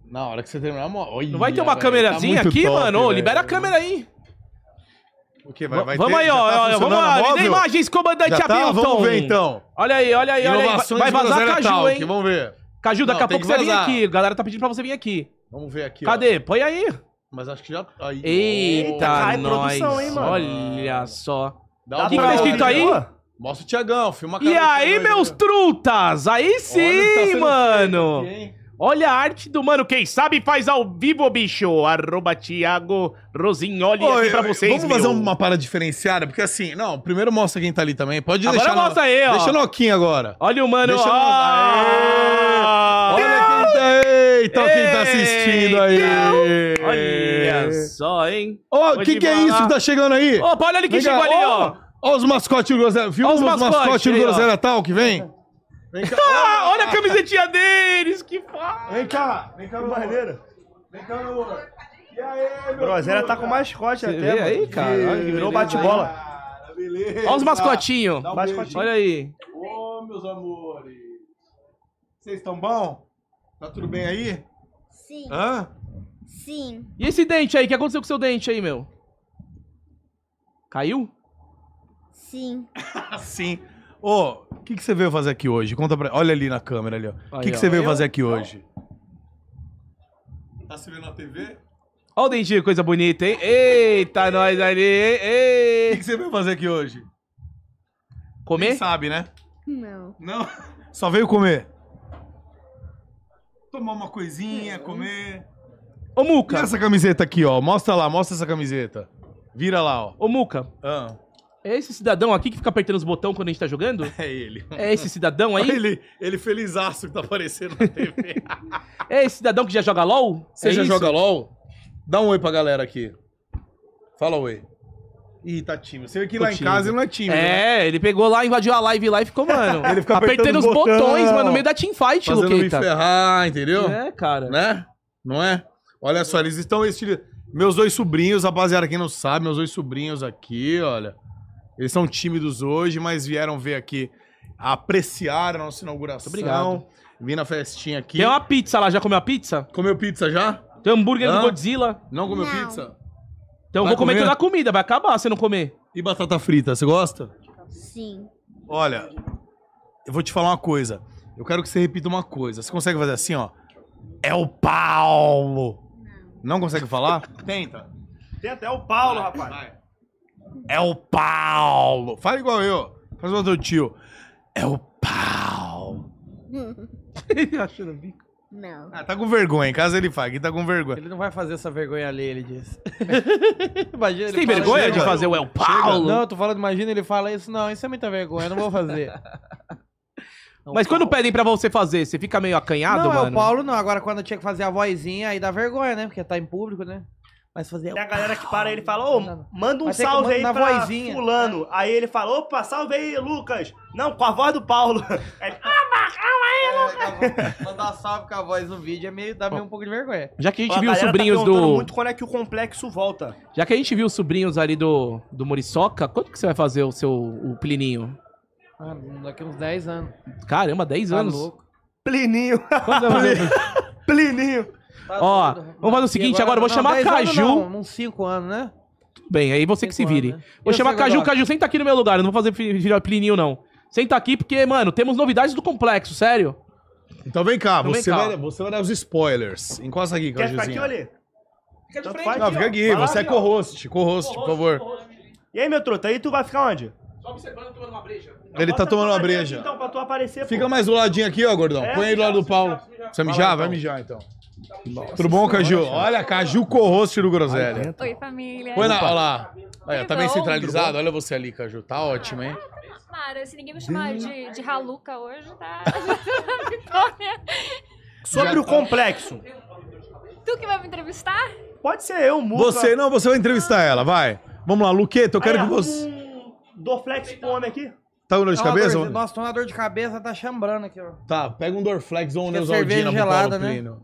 Na hora que você terminar, mo- olha,
Não vai ter uma
velho,
câmerazinha
tá muito
aqui,
top,
mano? Ô,
velho.
libera a câmera aí.
O quê? Vai, vai
vamos
ter-
aí,
já
ó.
tá
ó, vamos
funcionando
lá.
o
Vem
móvel?
imagens, comandante
Já tá?
Hamilton.
Vamos ver, então.
Olha aí, olha aí, olha aí. Vai-
Inovações
Vai vazar
Groselha
Caju,
Talk,
hein?
Vamos ver.
Caju, daqui
Não,
a
tem
pouco
que
você vem
vazar.
aqui. A galera tá pedindo pra você vir aqui.
Vamos ver aqui, ó.
Cadê? Põe aí.
Mas acho que já... tá Aí,
Eita, é
cai
nós.
produção, hein, mano?
Olha só.
Dá um
Dá
uma
que
pra
tá
olhada,
escrito aí?
ó.
Pô,
Mostra o Tiagão, filma a
E
cara do né?
aí,
Tiagão
meus trutas? Aí
Olha, tá
sim,
sendo
mano.
feito aqui, hein?
Olha a arte do mano. Quem sabe faz ao vivo, bicho. Arroba Thiago Rosignoli
Ô,
aqui pra
eu-
vocês,
vamos fazer
meu.
uma parada diferenciada, porque assim, não, primeiro mostra quem tá ali também. Pode
Agora
deixar.
mostra aí, ó.
Deixa o Noquinha agora.
Olha o mano.
Deixa eu
ó. Ah.
mostrar. Olha quem tá. Eita, quem tá assistindo aí.
Olha só, hein?
Ó, o
Vou
que,
te
que é
falar.
isso que tá chegando aí?
Opa, olha ali quem
Vem cá,
chegou ali, ó.
Ó os mascotes do Groselha. Viu
Ó
os
os mascotes
mascotes do
aí, ó.
Groselha tal que vem?
Ah, olha a camisetinha deles, que foda.
Vem cá, vem cá,
que maneiro.
Vem cá, meu amor. E aí,
Groselha tá com mascote até,
vê
mano.
aí, cara? Olha que
Virou
beleza
bate-bola.
Cara, beleza.
Olha os mascotinhos.
né? Dá um
Mascotinho.
beijo.
Olha aí.
Ô, meus amores. Vocês estão bom? Tá tudo bem aí?
Sim,
Hã?
sim.
E esse dente aí? O que aconteceu com seu dente aí, meu? Caiu?
Sim.
Sim. Ô, o que, que você veio fazer aqui hoje? Conta pra. Olha ali na câmera ali, ó. O
Aí,
que, que
ó.
você veio fazer aqui hoje? Tá se vendo na TV?
Olha o dentinho, coisa bonita, hein? Eita, nós ali, hein?
O que,
Ei.
que você veio fazer aqui hoje? Quem
Comer?
sabe, né?
Não.
Não. Só veio comer. Tomar uma coisinha,
Hum.
comer.
Ô,
E
Muca.
essa camiseta aqui, ó. Mostra lá, mostra essa camiseta. Vira lá, ó.
Ô, Muca.
Ah,
É esse cidadão aqui que fica apertando os botões quando a gente tá jogando?
é ele.
É esse cidadão
Olha
aí?
Ele, ele felizaço que tá aparecendo na TV.
É esse cidadão que já joga LOL?
Você
É
já
isso?
joga LOL? Dá um oi pra galera aqui. Fala oi. Ih, tá tímido. Você vê que
Tô
lá em
tímido.
casa ele não é tímido. né?
É, ele pegou lá, invadiu a live lá e ficou, mano.
Ele fica apertando
os
o botão.
botões, mano, no meio da teamfight,
Fazendo me
Luqueta.
ferrar, entendeu?
É, cara.
Né? Não é? Olha só, eles estão estilo... Meus dois sobrinhos, rapaziada, quem não sabe, meus dois sobrinhos aqui, olha. Eles são tímidos hoje, mas vieram ver aqui, apreciar a nossa inauguração.
Obrigado.
Vim na festinha aqui.
Tem uma pizza lá, já comeu a pizza?
Comeu pizza já?
Tem um hambúrguer
Hã?
do Godzilla.
Não comeu
Não.
pizza?
Então eu
Vai
vou comer
comer?
toda a comida, vai acabar se não comer.
E batata frita, você gosta?
Sim.
Olha, eu vou te falar uma coisa. Eu quero que você repita uma coisa. Você consegue fazer assim, ó? É o Paulo. Não consegue falar? Tenta.
Tem até o Paulo, rapaz.
É o Paulo. Fala igual eu. Faz igual teu tio. É o Paulo.
Não.
Ah, tá com vergonha. Em casa ele faz. Aqui tá com vergonha.
Ele não vai fazer essa vergonha ali, ele disse. imagina,
Você tem
ele fala-
vergonha
chega.
de fazer um o El Paulo?
Não, eu tô falando, imagina, ele fala isso. Não, isso é muita vergonha, eu não vou fazer.
Mas quando pedem pra você fazer, você fica meio acanhado,
não,
mano?
é o Paulo não. Agora, quando eu tinha que fazer a vozinha, aí dá vergonha, né? Porque tá em público, né? Mas fazer...
Tem a galera que para ele e fala, ô, manda um
Vai ter que
salve
mandar
aí
na
pra
vozinha.
fulano. Aí ele fala, opa, salve aí, Lucas. Não, com a voz do Paulo. Aí ele,
né? mandar um salve com a voz no vídeo é meio... Dá meio um pouco de vergonha.
Já que a gente
"Ó,
viu os
galera tá
sobrinhos
perguntando
do.
muito quando é que o complexo volta.
Já que a gente viu os sobrinhos ali do, do Moriçoca, quanto que você vai fazer o seu o Plininho?
Ah, daqui uns 10 anos.
Caramba, 10
Tá
anos.
louco.
Plininho,
Quantos anos vai fazer?
Plininho.
Tá
Ó,
doido.
vamos fazer o
E
seguinte, agora eu vou
não,
chamar a
10 anos
Caju.
não, Uns 5 anos, né?
Bem, aí você que se
Cinco
vire.
anos, né?
Vou
E
chamar
você,
Caju.
Godoca?
Caju, senta aqui no meu lugar. Eu não vou fazer fi- virar Plininho, não. Senta aqui porque, mano, temos novidades do complexo, sério.
Então vem cá.
Então vem
você,
cá.
Vai, você vai dar os spoilers. Encosta aqui,
Quer ficar aqui
Cajuzinho.
ou ali?
Fica
Tanto faz.
Não, fica aqui.
Vai lá,
Você é
aqui, ó.
co-host. Co-host, por favor.
E aí, meu truta, aí tu vai ficar onde?
Só observando, tomando uma breja.
Ele tá
Bota
tomando
tu
uma
aqui,
breja.
Então, pra tu aparecer,
Fica mais do ladinho aqui, ó, gordão.
É,
Põe aí do lado do
mijar,
Paulo.
se mijar.
Você mijar? Vai mijar, então. Tudo bom, Caju? Olha, Caju co-host do Groselha.
Oi, família.
Põe na, olha lá. Olha,
Tudo
tá bem
bom?
centralizado. Olha você ali, Caju. Tá ótimo, hein?
Mara, se ninguém me chamar de, de Haluca hoje, tá? Vitória.
Sobre o complexo.
tu que vai me entrevistar?
Pode ser eu, Muca.
Você, não, você vai entrevistar ela, vai. Vamos lá, Luqueto, eu quero
Aí,
que
ó,
você...
um Dorflex pro homem aqui.
Tá com dor de
Tá uma
cabeça?
dor- Nossa, tô uma dor de cabeça, tá chambrando aqui, ó.
Tá, pega um Dorflex ou um
Acho que é
Neusaldina
cerveja
pro Paulo
gelada, né?
Plínio.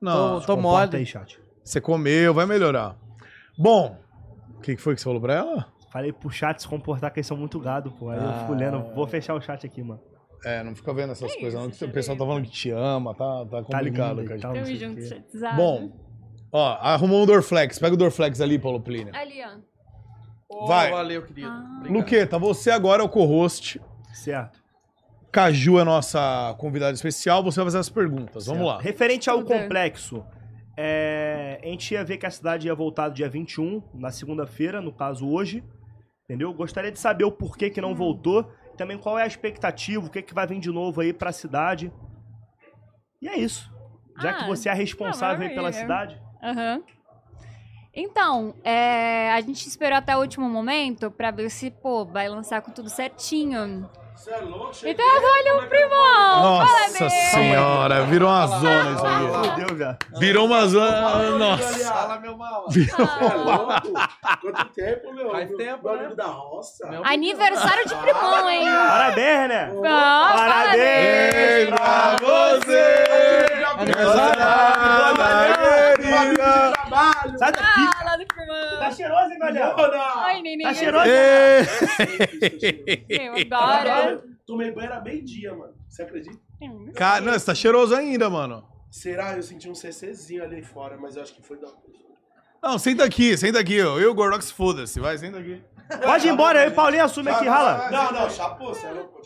Não,
tô tô mole.
aí, chat.
você comeu, vai melhorar. Bom, o que que foi que você falou pra ela?
Falei pro chat se comportar, que eles são muito gado, pô. Aí eu fico
Ah.
lendo. Vou fechar o chat aqui, mano.
É, não fica vendo essas
Que
coisas não,
isso,
que o pessoal tá falando que te ama, tá, tá
Tá
complicado,
lindo e
Caju.
tal, não
Tamo
sei o
junto,
quê.
chatizado.
Bom, ó, arrumou um Dorflex. Pega o Dorflex ali, Paulo Plínio.
Ali, ó.
Vai.
Valeu, querido.
Luqueta, você agora é o co-host.
Certo.
Caju é nossa convidada especial, você vai fazer as perguntas. Vamos lá.
Referente ao
Tudo bem.
complexo, é, a gente ia ver que a cidade ia voltar dia 21, na segunda-feira, no caso hoje. Entendeu? Gostaria de saber o porquê que não
Hum.
voltou. Também qual é a expectativa, o que, que vai vir de novo aí pra cidade. E é isso. Já que
Ah, é
você é a responsável aí pela
maravilha.
cidade.
Aham. Então, é, a gente esperou até o último momento pra ver se, pô, vai lançar com tudo certinho. Você é louco, Então, olha o primão!
Nossa senhora, virou uma zona isso
Meu
aqui.
Deus, já.
Virou uma zona. Nossa.
Fala, meu mal.
Ah,
Louco? Quanto tempo, meu?
Faz tempo,
Meu
né?
amigo da roça.
Meu-
Aniversário de primão, hein?
Parabéns, né?
Ó, parabéns!
Ei, pra você! Aniversariada, querida!
Trabalho!
Sai daqui.
Fala do primão!
Tá cheiroso, hein, galera?
Ai, neném.
Tá cheiroso?
Ei!
Meu, agora.
Tomei banho era meio-dia, mano. Você acredita?
Cara, não, você tá cheiroso ainda, mano.
Será? Eu senti um CCzinho ali fora, mas eu acho que foi da.
Não, senta aqui, senta aqui, ó. Eu, Gordox, foda-se. Vai, senta aqui.
Pode ir embora, eu e Paulinho assume
é
aqui, rala.
Não, não, chapô, você é louco.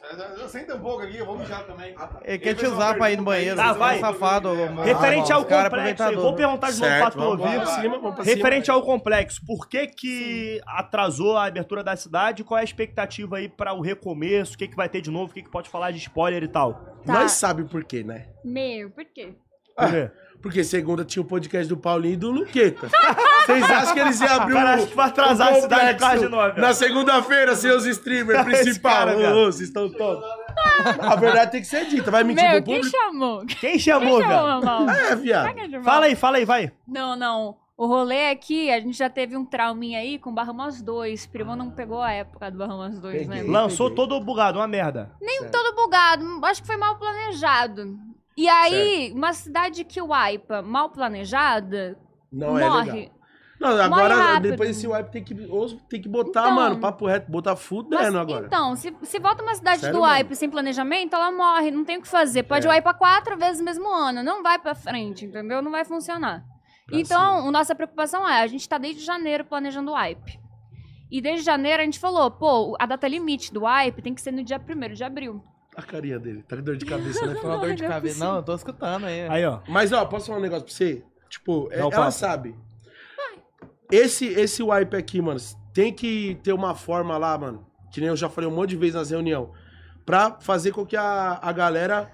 Tá
Senta um pouco aqui, eu vou mijar também.
Ele quer te usar pra ir no banheiro.
Tá,
você
vai.
é um safado, mano.
Referente ao
Os
é
cara
complexo, aí,
aproveitador,
vou
né?
perguntar de novo
Certo,
pra tu
vamos
ouvir.
Vamos pra cima, vamos pra cima.
Referente ao complexo, por que que atrasou a abertura da cidade? Qual é a expectativa aí pra o recomeço? O que que vai ter de novo? O que que pode falar de spoiler e tal?
Tá.
Nós sabe por quê, né?
Meu, por quê?
Ah,
Por quê?
Porque segunda tinha o podcast do Paulinho e do Luqueta. Vocês acham que eles iam abrir
Cara, acho que vai atrasar a cidade por causa de
complexo
nós, velho.
Na segunda-feira, seus streamers
Esse
principal.
cara, cara.
Ô, vocês estão todos. A verdade tem que ser dita. Vai mentir
Meu,
pro
quem
público?
chamou? Quem
Quem chamou, velho?
chamou, mal?
É, viado.
Caga de mal.
Fala aí, fala aí, vai.
Não, não. O rolê aqui, a gente já teve um trauminha aí com Bahamas 2. Primo não pegou a época do Bahamas 2, né?
Peguei.
Lançou todo bugado, uma merda.
Nem todo bugado. Acho que foi mal planejado. E aí, uma cidade que wipa mal planejada,
Não é
morre.
legal. Não, agora,
rápido.
depois desse wipe tem que, ou tem que botar,
Então.
mano, papo reto, botar fudendo
Mas,
agora.
Então, se, se volta uma cidade
Sério
do
mesmo.
wipe sem planejamento, ela morre, não tem o que fazer. Pode
É.
wipe quatro vezes no mesmo ano, não vai pra frente, entendeu? Não vai funcionar.
Pra
então, a nossa preocupação é, a gente tá desde janeiro planejando o wipe. E desde janeiro a gente falou, pô, a data limite do wipe tem que ser no dia 1 de abril.
A carinha dele, tá de dor de cabeça, né?
Tô com uma dor de
Não é
cabeça. Não, eu tô escutando aí.
um assim. Aí, ó.
Mas, ó, posso falar um negócio pra você? Tipo, é-
Não,
ela
passa.
sabe. Esse, esse wipe aqui, mano, tem que ter uma forma lá, mano, que nem eu já falei um monte de vezes nas reuniões, pra fazer com que a, a galera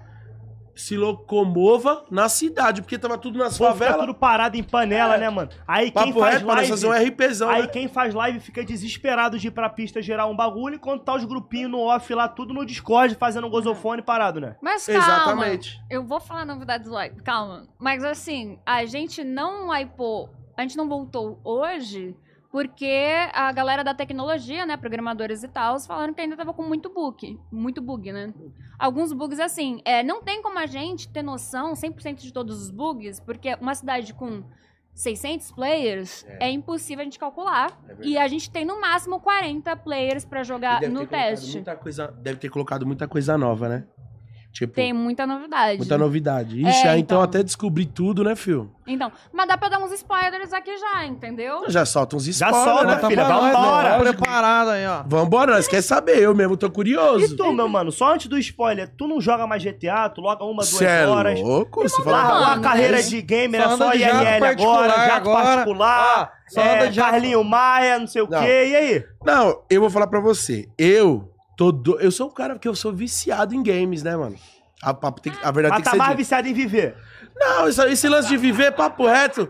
se locomova na cidade, porque tava tudo nas
Pô, fica
favelas.
tudo parado em panela, né, mano? Aí quem
É. Papo
faz
reto, mano,
live...
fazer um
Então,
RPzão.
Aí
né?
quem faz live fica desesperado de ir pra pista gerar um bagulho, enquanto tá os grupinhos no off lá, tudo no Discord, fazendo um gozofone parado, né?
Mas calma,
Exatamente.
eu vou falar novidades do wipe, calma. Mas assim, a gente não wipeou, a gente não voltou hoje porque a galera da tecnologia, né, programadores e tal, falaram que ainda tava com muito bug, muito bug, né? Alguns bugs assim, é, não tem como a gente ter noção 100% de todos os bugs, porque uma cidade com 600 players é, impossível a gente calcular. e a gente tem no máximo 40 players pra
É E
jogar
deve
no
ter colocado
teste.
muita coisa- deve ter colocado muita coisa nova, né?
Tipo,
Tem muita novidade.
muita novidade. Ixi,
É,
aí, então
então.
até descobrir tudo, né, filho?
Então, mas dá pra dar uns spoilers aqui já, entendeu?
Já solta uns
Já
spoilers.
solta,
Tá
né,
filha,
pra nós,
vambora.
né?
Preparado aí, ó.
Vambora, nós quer saber, eu mesmo tô curioso.
E tu, Então, meu mano, só antes do spoiler, tu não joga mais GTA, tu loga uma, duas
Você é
horas.
louco? Você
Largou
fala...
a
Mano,
carreira
mas-
de gamer, é
Só
só
anda de jato
IRL agora,
particular
jato
agora.
particular,
Ah,
Só anda
é,
de jato.
Carlinho Maia, não sei o
Não.
quê, e aí?
Não, eu vou falar pra você. Eu tô do... Eu sou um cara que eu sou viciado em games, né, mano? A, papo tem que- a verdade tem
Mas
que
tá
ser
mais
dita.
viciado em viver.
Não, isso- esse lance de viver, papo reto.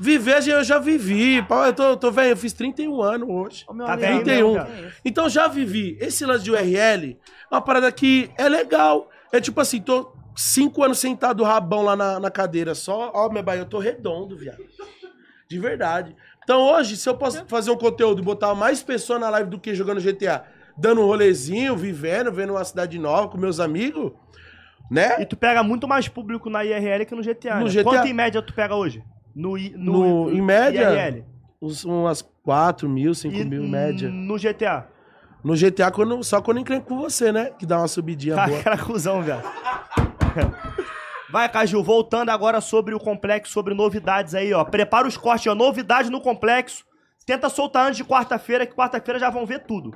Viver eu já vivi. Pau, Eu tô, eu tô velho, eu fiz 31 anos hoje.
Ô, meu
Tá
amigo, é
bem,
31.
cara.
Então já vivi. Esse lance de URL é uma parada que é legal. É tipo assim, tô cinco anos sentado rabão lá na, na cadeira só. Ó, meu bairro, eu tô redondo, viado. De verdade. Então hoje, se eu posso fazer um conteúdo e botar mais pessoa na live do que jogando GTA, dando um rolezinho, vivendo, vendo uma cidade nova com meus amigos, né?
E tu pega muito mais público na IRL que no GTA,
No
né?
GTA.
Quanto em média tu pega hoje? No, I-
No- em média,
IRL.
Uns, umas 4 mil, 5
E
mil, média.
No GTA.
No GTA, quando, só quando encrenco com você, né? Que dá uma subidinha
Tá,
boa.
cara, cuzão, velho. Vai, Caju, voltando agora sobre o complexo, sobre novidades aí, ó. Prepara os cortes, ó. Novidade no complexo. Tenta soltar antes de quarta-feira, que quarta-feira já vão ver tudo.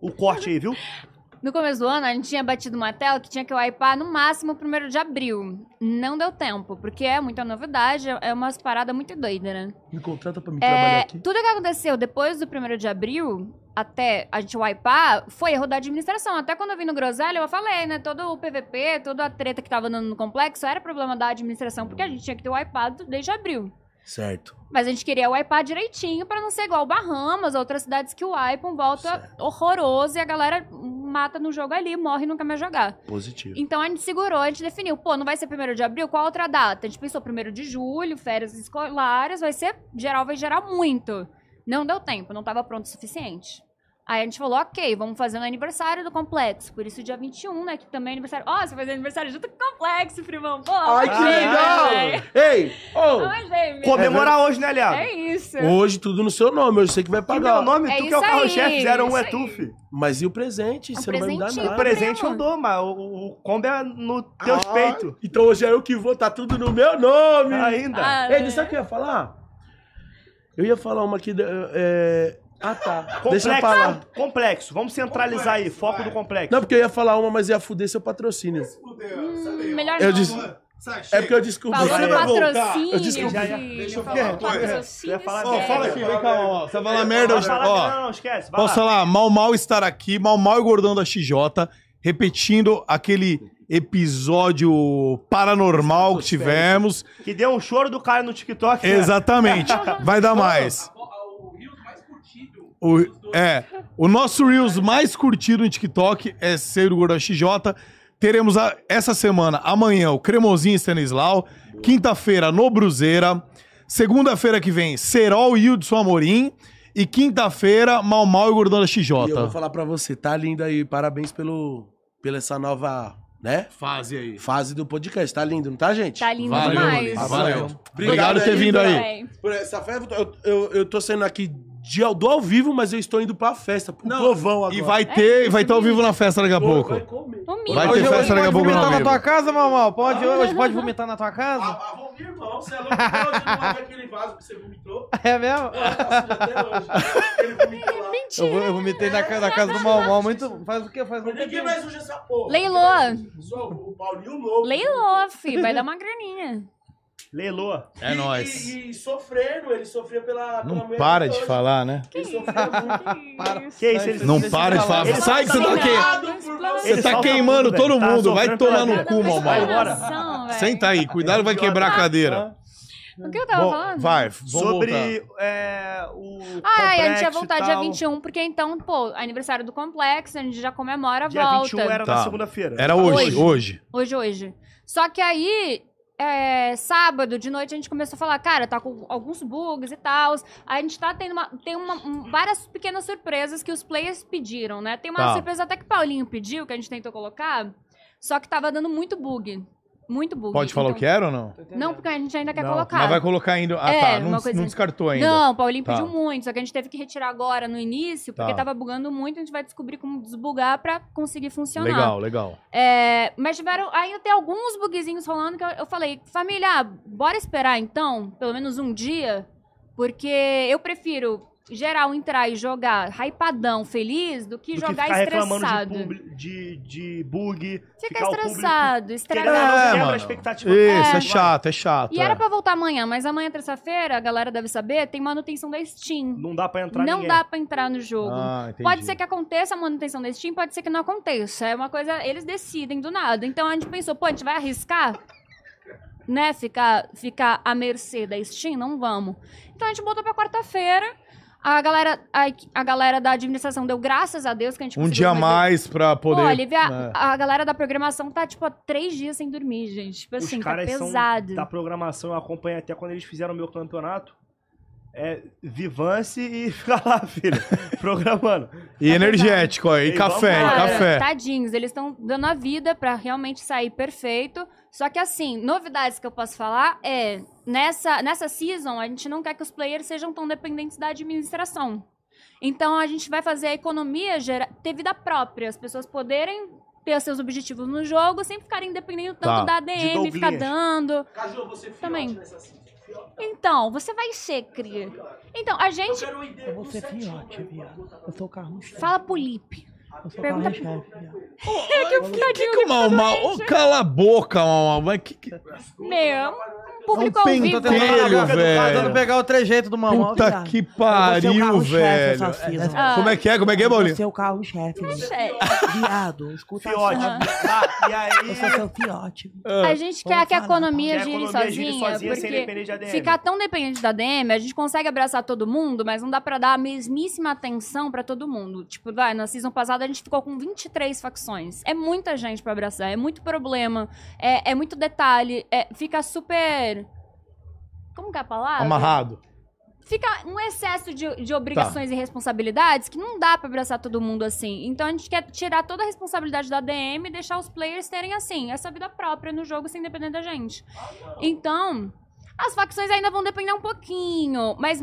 O corte aí, viu?
É, No começo do ano, a gente tinha batido uma tela que tinha que wipear no máximo o primeiro de abril. Não deu tempo, porque é muita novidade, é umas paradas muito doidas, né?
Me contrata pra me trabalhar
É,
aqui.
tudo que aconteceu depois do 1 de abril, até a gente wipear, foi erro da administração. Até quando eu vim no Groselha, eu falei, né? Todo o PVP, toda a treta que tava andando no complexo era problema da administração, porque a gente tinha que ter wipeado desde abril.
Certo.
Mas a gente queria wipar direitinho pra não ser igual Bahamas, outras cidades que o wipam volta horroroso e a galera mata no jogo ali, morre e nunca mais jogar.
Positivo.
Então a gente segurou, a gente definiu, pô, não vai ser 1 de abril, qual outra data? A gente pensou 1 de julho, férias escolares, vai ser geral, vai gerar muito. Não deu tempo, não tava pronto o suficiente. Aí a gente falou, ok, vamos fazer no aniversário do complexo. Por isso, dia 21, né? Que também é aniversário. Ó, você vai fazer aniversário junto com o complexo, primão. Pô,
Ai, que
olha,
legal!
olha.
Ei, ô,
Olha, meu.
Comemorar hoje, né, Aliado?
É isso.
hoje tudo no seu nome, hoje você que vai
Que meu
pagar.
nome,
É
tu que é o
isso aí,
carro-chefe, 01 é
isso
tu,
aí.
fi.
Mas e o presente?
É um
você não vai me
presentinho.
dar
O
Ah,
nada.
presente eu
primo.
dou, mas o, o o combo é no teu
Tá Ah,
peito.
Então hoje é eu que vou, tá tudo no meu nome.
Ainda.
Ah,
Ei, não sabe o que eu ia falar? Eu ia falar uma aqui. da- É... Ah, tá.
Complexo,
Deixa eu falar.
complexo. Vamos centralizar aí, foco do complexo.
Não, porque eu ia falar uma, mas ia fuder seu patrocínio.
hum, melhor
Eu
não.
disse- É porque eu descobri.
Falou
Vai
no
voltar.
patrocínio.
Eu descobri.
Já, já.
de-
Deixa eu
falou no
quieto, é.
patrocínio,
Eu ia falar
Ó,
É,
sério.
fala aqui, vem cá, ó. Você vai
É,
falar merda
Não,
hoje.
vai lá,
Ó,
não, não, esquece. vai
posso
lá.
falar? Mal Mal estar aqui, Mal Mal e Gordão da XJ, repetindo aquele episódio paranormal que tivemos.
Que deu um choro do cara no TikTok. né?
Exatamente. Vai dar mais. O, é, o nosso Reels mais curtido no TikTok é ser o Gordão XJ. Teremos a- essa semana, amanhã, o Cremosinho e Stanislau. Quinta-feira, no Bruzeira. Segunda-feira que vem, Serol e Hildson Amorim. E quinta-feira, Mal Mal e Gordão da
E eu vou
XJ.
falar pra você, tá lindo aí. Parabéns pelo, pela essa nova, né?
Fase aí.
Fase do podcast. Tá lindo, não tá, gente?
Tá lindo
Valeu,
demais.
Valeu.
Valeu.
Obrigado por ter
aí
vindo
pela-
aí.
Bem,
Por essa festa, eu, eu, eu tô saindo aqui de, ao- do ao vivo, mas eu estou indo pra festa, pro
Não,
povão agora.
E vai ter,
isso,
vai estar ao vivo na festa daqui a
Pô,
pouco.
vai comer.
O mínimo.
Vai ter
Hoje,
festa
hoje
daqui a
pode
pouco
vomitar
no
na
amigo.
tua casa, Mamal? Pode, hoje pode vomitar na tua casa?
Amarrou meu irmão, você é louco, até hoje eu não vai ver aquele vaso que você vomitou.
Ah.
É mesmo?
Ele vomitou lá.
Eu, vou- eu vomitei na, ca- na casa do Mamal. Muito. Faz o que? Faz muito
Ninguém
tempo.
mais usa essa porra.
Leilô.
Só o Paulinho louco.
Leilô, fi. Vai dar uma graninha.
Leilô.
É
E-
nóis.
E, e sofrendo, ele sofria pela, pela
Não
mulher
para
dele
de
hoje.
falar, né?
Ele sofria muito.
Para.
Que isso, eles
Não para de falar.
Ele
Sai que você tá aqui. Você
Eles
tá
faltam
queimando
tudo,
todo
velho. Tá
mundo. vai
sofrendo
tomar
pela
no cu, mal.
Vai
Mal.
embora.
Senta aí, cuidado, vai quebrar
Tá
a cadeira.
O que eu tava
Bom,
falando?
vai, vamos voltar.
Sobre é, o.
Ah, é, a gente ia
complexo
voltar
e
dia
tal.
21, porque então, pô, aniversário do complexo, a gente já comemora,
Dia
volta.
21 era
Tá.
na segunda-feira.
Era hoje,
Hoje.
hoje.
Hoje, hoje. Só que aí, é, sábado de noite, a gente começou a falar, cara, tá com alguns bugs e tal. A gente tá tendo uma, tem uma, um- várias pequenas surpresas que os players pediram, né? Tem uma
Tá.
surpresa até que Paulinho pediu, que a gente tentou colocar, só que tava dando muito bug. muito bug.
Pode falar o que era ou não?
Não, porque a gente ainda então. quer
Não,
colocar.
Mas vai colocar ainda. Ah,
É,
tá. Não,
uma
des-
coisa-
não descartou ainda.
Não, o Paulinho
Tá.
pediu muito, só que a gente teve que retirar agora no início, porque
Tá.
tava bugando muito, a gente vai descobrir como desbugar pra conseguir funcionar.
Legal, legal.
É, mas tiveram ainda tem alguns bugzinhos rolando que eu, eu falei, família, ah, bora esperar então, pelo menos um dia, porque eu prefiro geral entrar e jogar hypadão, feliz, do que
Do que
jogar
ficar reclamando de,
estressado.
publi- de, de bug.
Ficar
ficar o público-
estressado,
Querendo ou não,
É,
estressado.
quebra
mano.
a expectativa.
Isso, é,
É.
chato, é chato.
E
é.
era pra voltar amanhã, mas amanhã, terça-feira, a galera deve saber, tem manutenção da Steam.
Não dá pra entrar
Não
ninguém.
dá pra entrar no jogo.
Ah, entendi.
Pode ser que aconteça a manutenção da Steam, pode ser que não aconteça. É uma coisa, eles decidem do nada. Então a gente pensou, pô, a gente vai arriscar? Né? Ficar, ficar à mercê da Steam? Não vamos. Então a gente botou pra quarta-feira. A galera, a, equi- a galera da administração deu graças a Deus que a gente
Um
conseguiu
dia a
fazer.
mais pra poder.
Olha, vê a,
né?
a galera da programação tá, tipo, há três dias sem dormir, gente. Tipo assim, tá
são
pesado.
da programação, eu acompanhei até quando eles fizeram o meu campeonato. É vivance e fica lá, filho, programando.
E energético, ó, e
Ei,
café, e
vamos lá.
café.
Tadinhos, eles estão dando a vida pra realmente sair perfeito. Só que assim, novidades que eu posso falar é nessa nessa season a gente não quer que os players sejam tão dependentes da administração. Então a gente vai fazer a economia gera- ter vida própria, as pessoas poderem ter seus objetivos no jogo sem ficarem dependendo
Tá.
tanto da
De
ADM,
Douglas.
ficar dando.
Caju, você fica
Também. Então, você vai ser, cria. Então, a gente.
Eu vou ser fiote, viado. Eu sou o carro
Fala pro Lipe.
Eu sou o
Pergunta-
carro-chefe, viado.
É que eu fiquei
Que que o Mal Mal. Ô, cala a boca, Mal Mal. Mas que. que...
Meu,
É
um
um
público ao vivo.
pentelho,
Tentando
velho.
pegar o trejeito do mamão.
Puta
viado.
que
Eu
pariu,
vou ser o carro-chefe
velho.
dessa season.
Ah.
Como é que é? Como é que é,
Eu vou
Paulinho?
ser o carro-chefe. viado.
Sério.
Viado, escuta só.
Fiote. Ah, e
Eu
aí...
sou seu fiote.
A
Vamos
gente quer que a
falar,
economia
que a
gire
economia gire
sozinha,
sozinha sem
porque
depender de ADM.
ficar tão dependente da DM, a gente consegue abraçar todo mundo, mas não dá pra dar a mesmíssima atenção pra todo mundo. Tipo, vai, na season passada a gente ficou com 23 facções. É muita gente pra abraçar, é muito problema, é, é muito detalhe, é- fica super... Como que é a palavra?
Amarrado.
fica um excesso de, de obrigações e responsabilidades que não dá pra abraçar todo mundo assim. Então a gente quer tirar toda a responsabilidade da DM e deixar os players terem assim, essa vida própria no jogo sem depender da gente. Então, as facções ainda vão depender um pouquinho, mas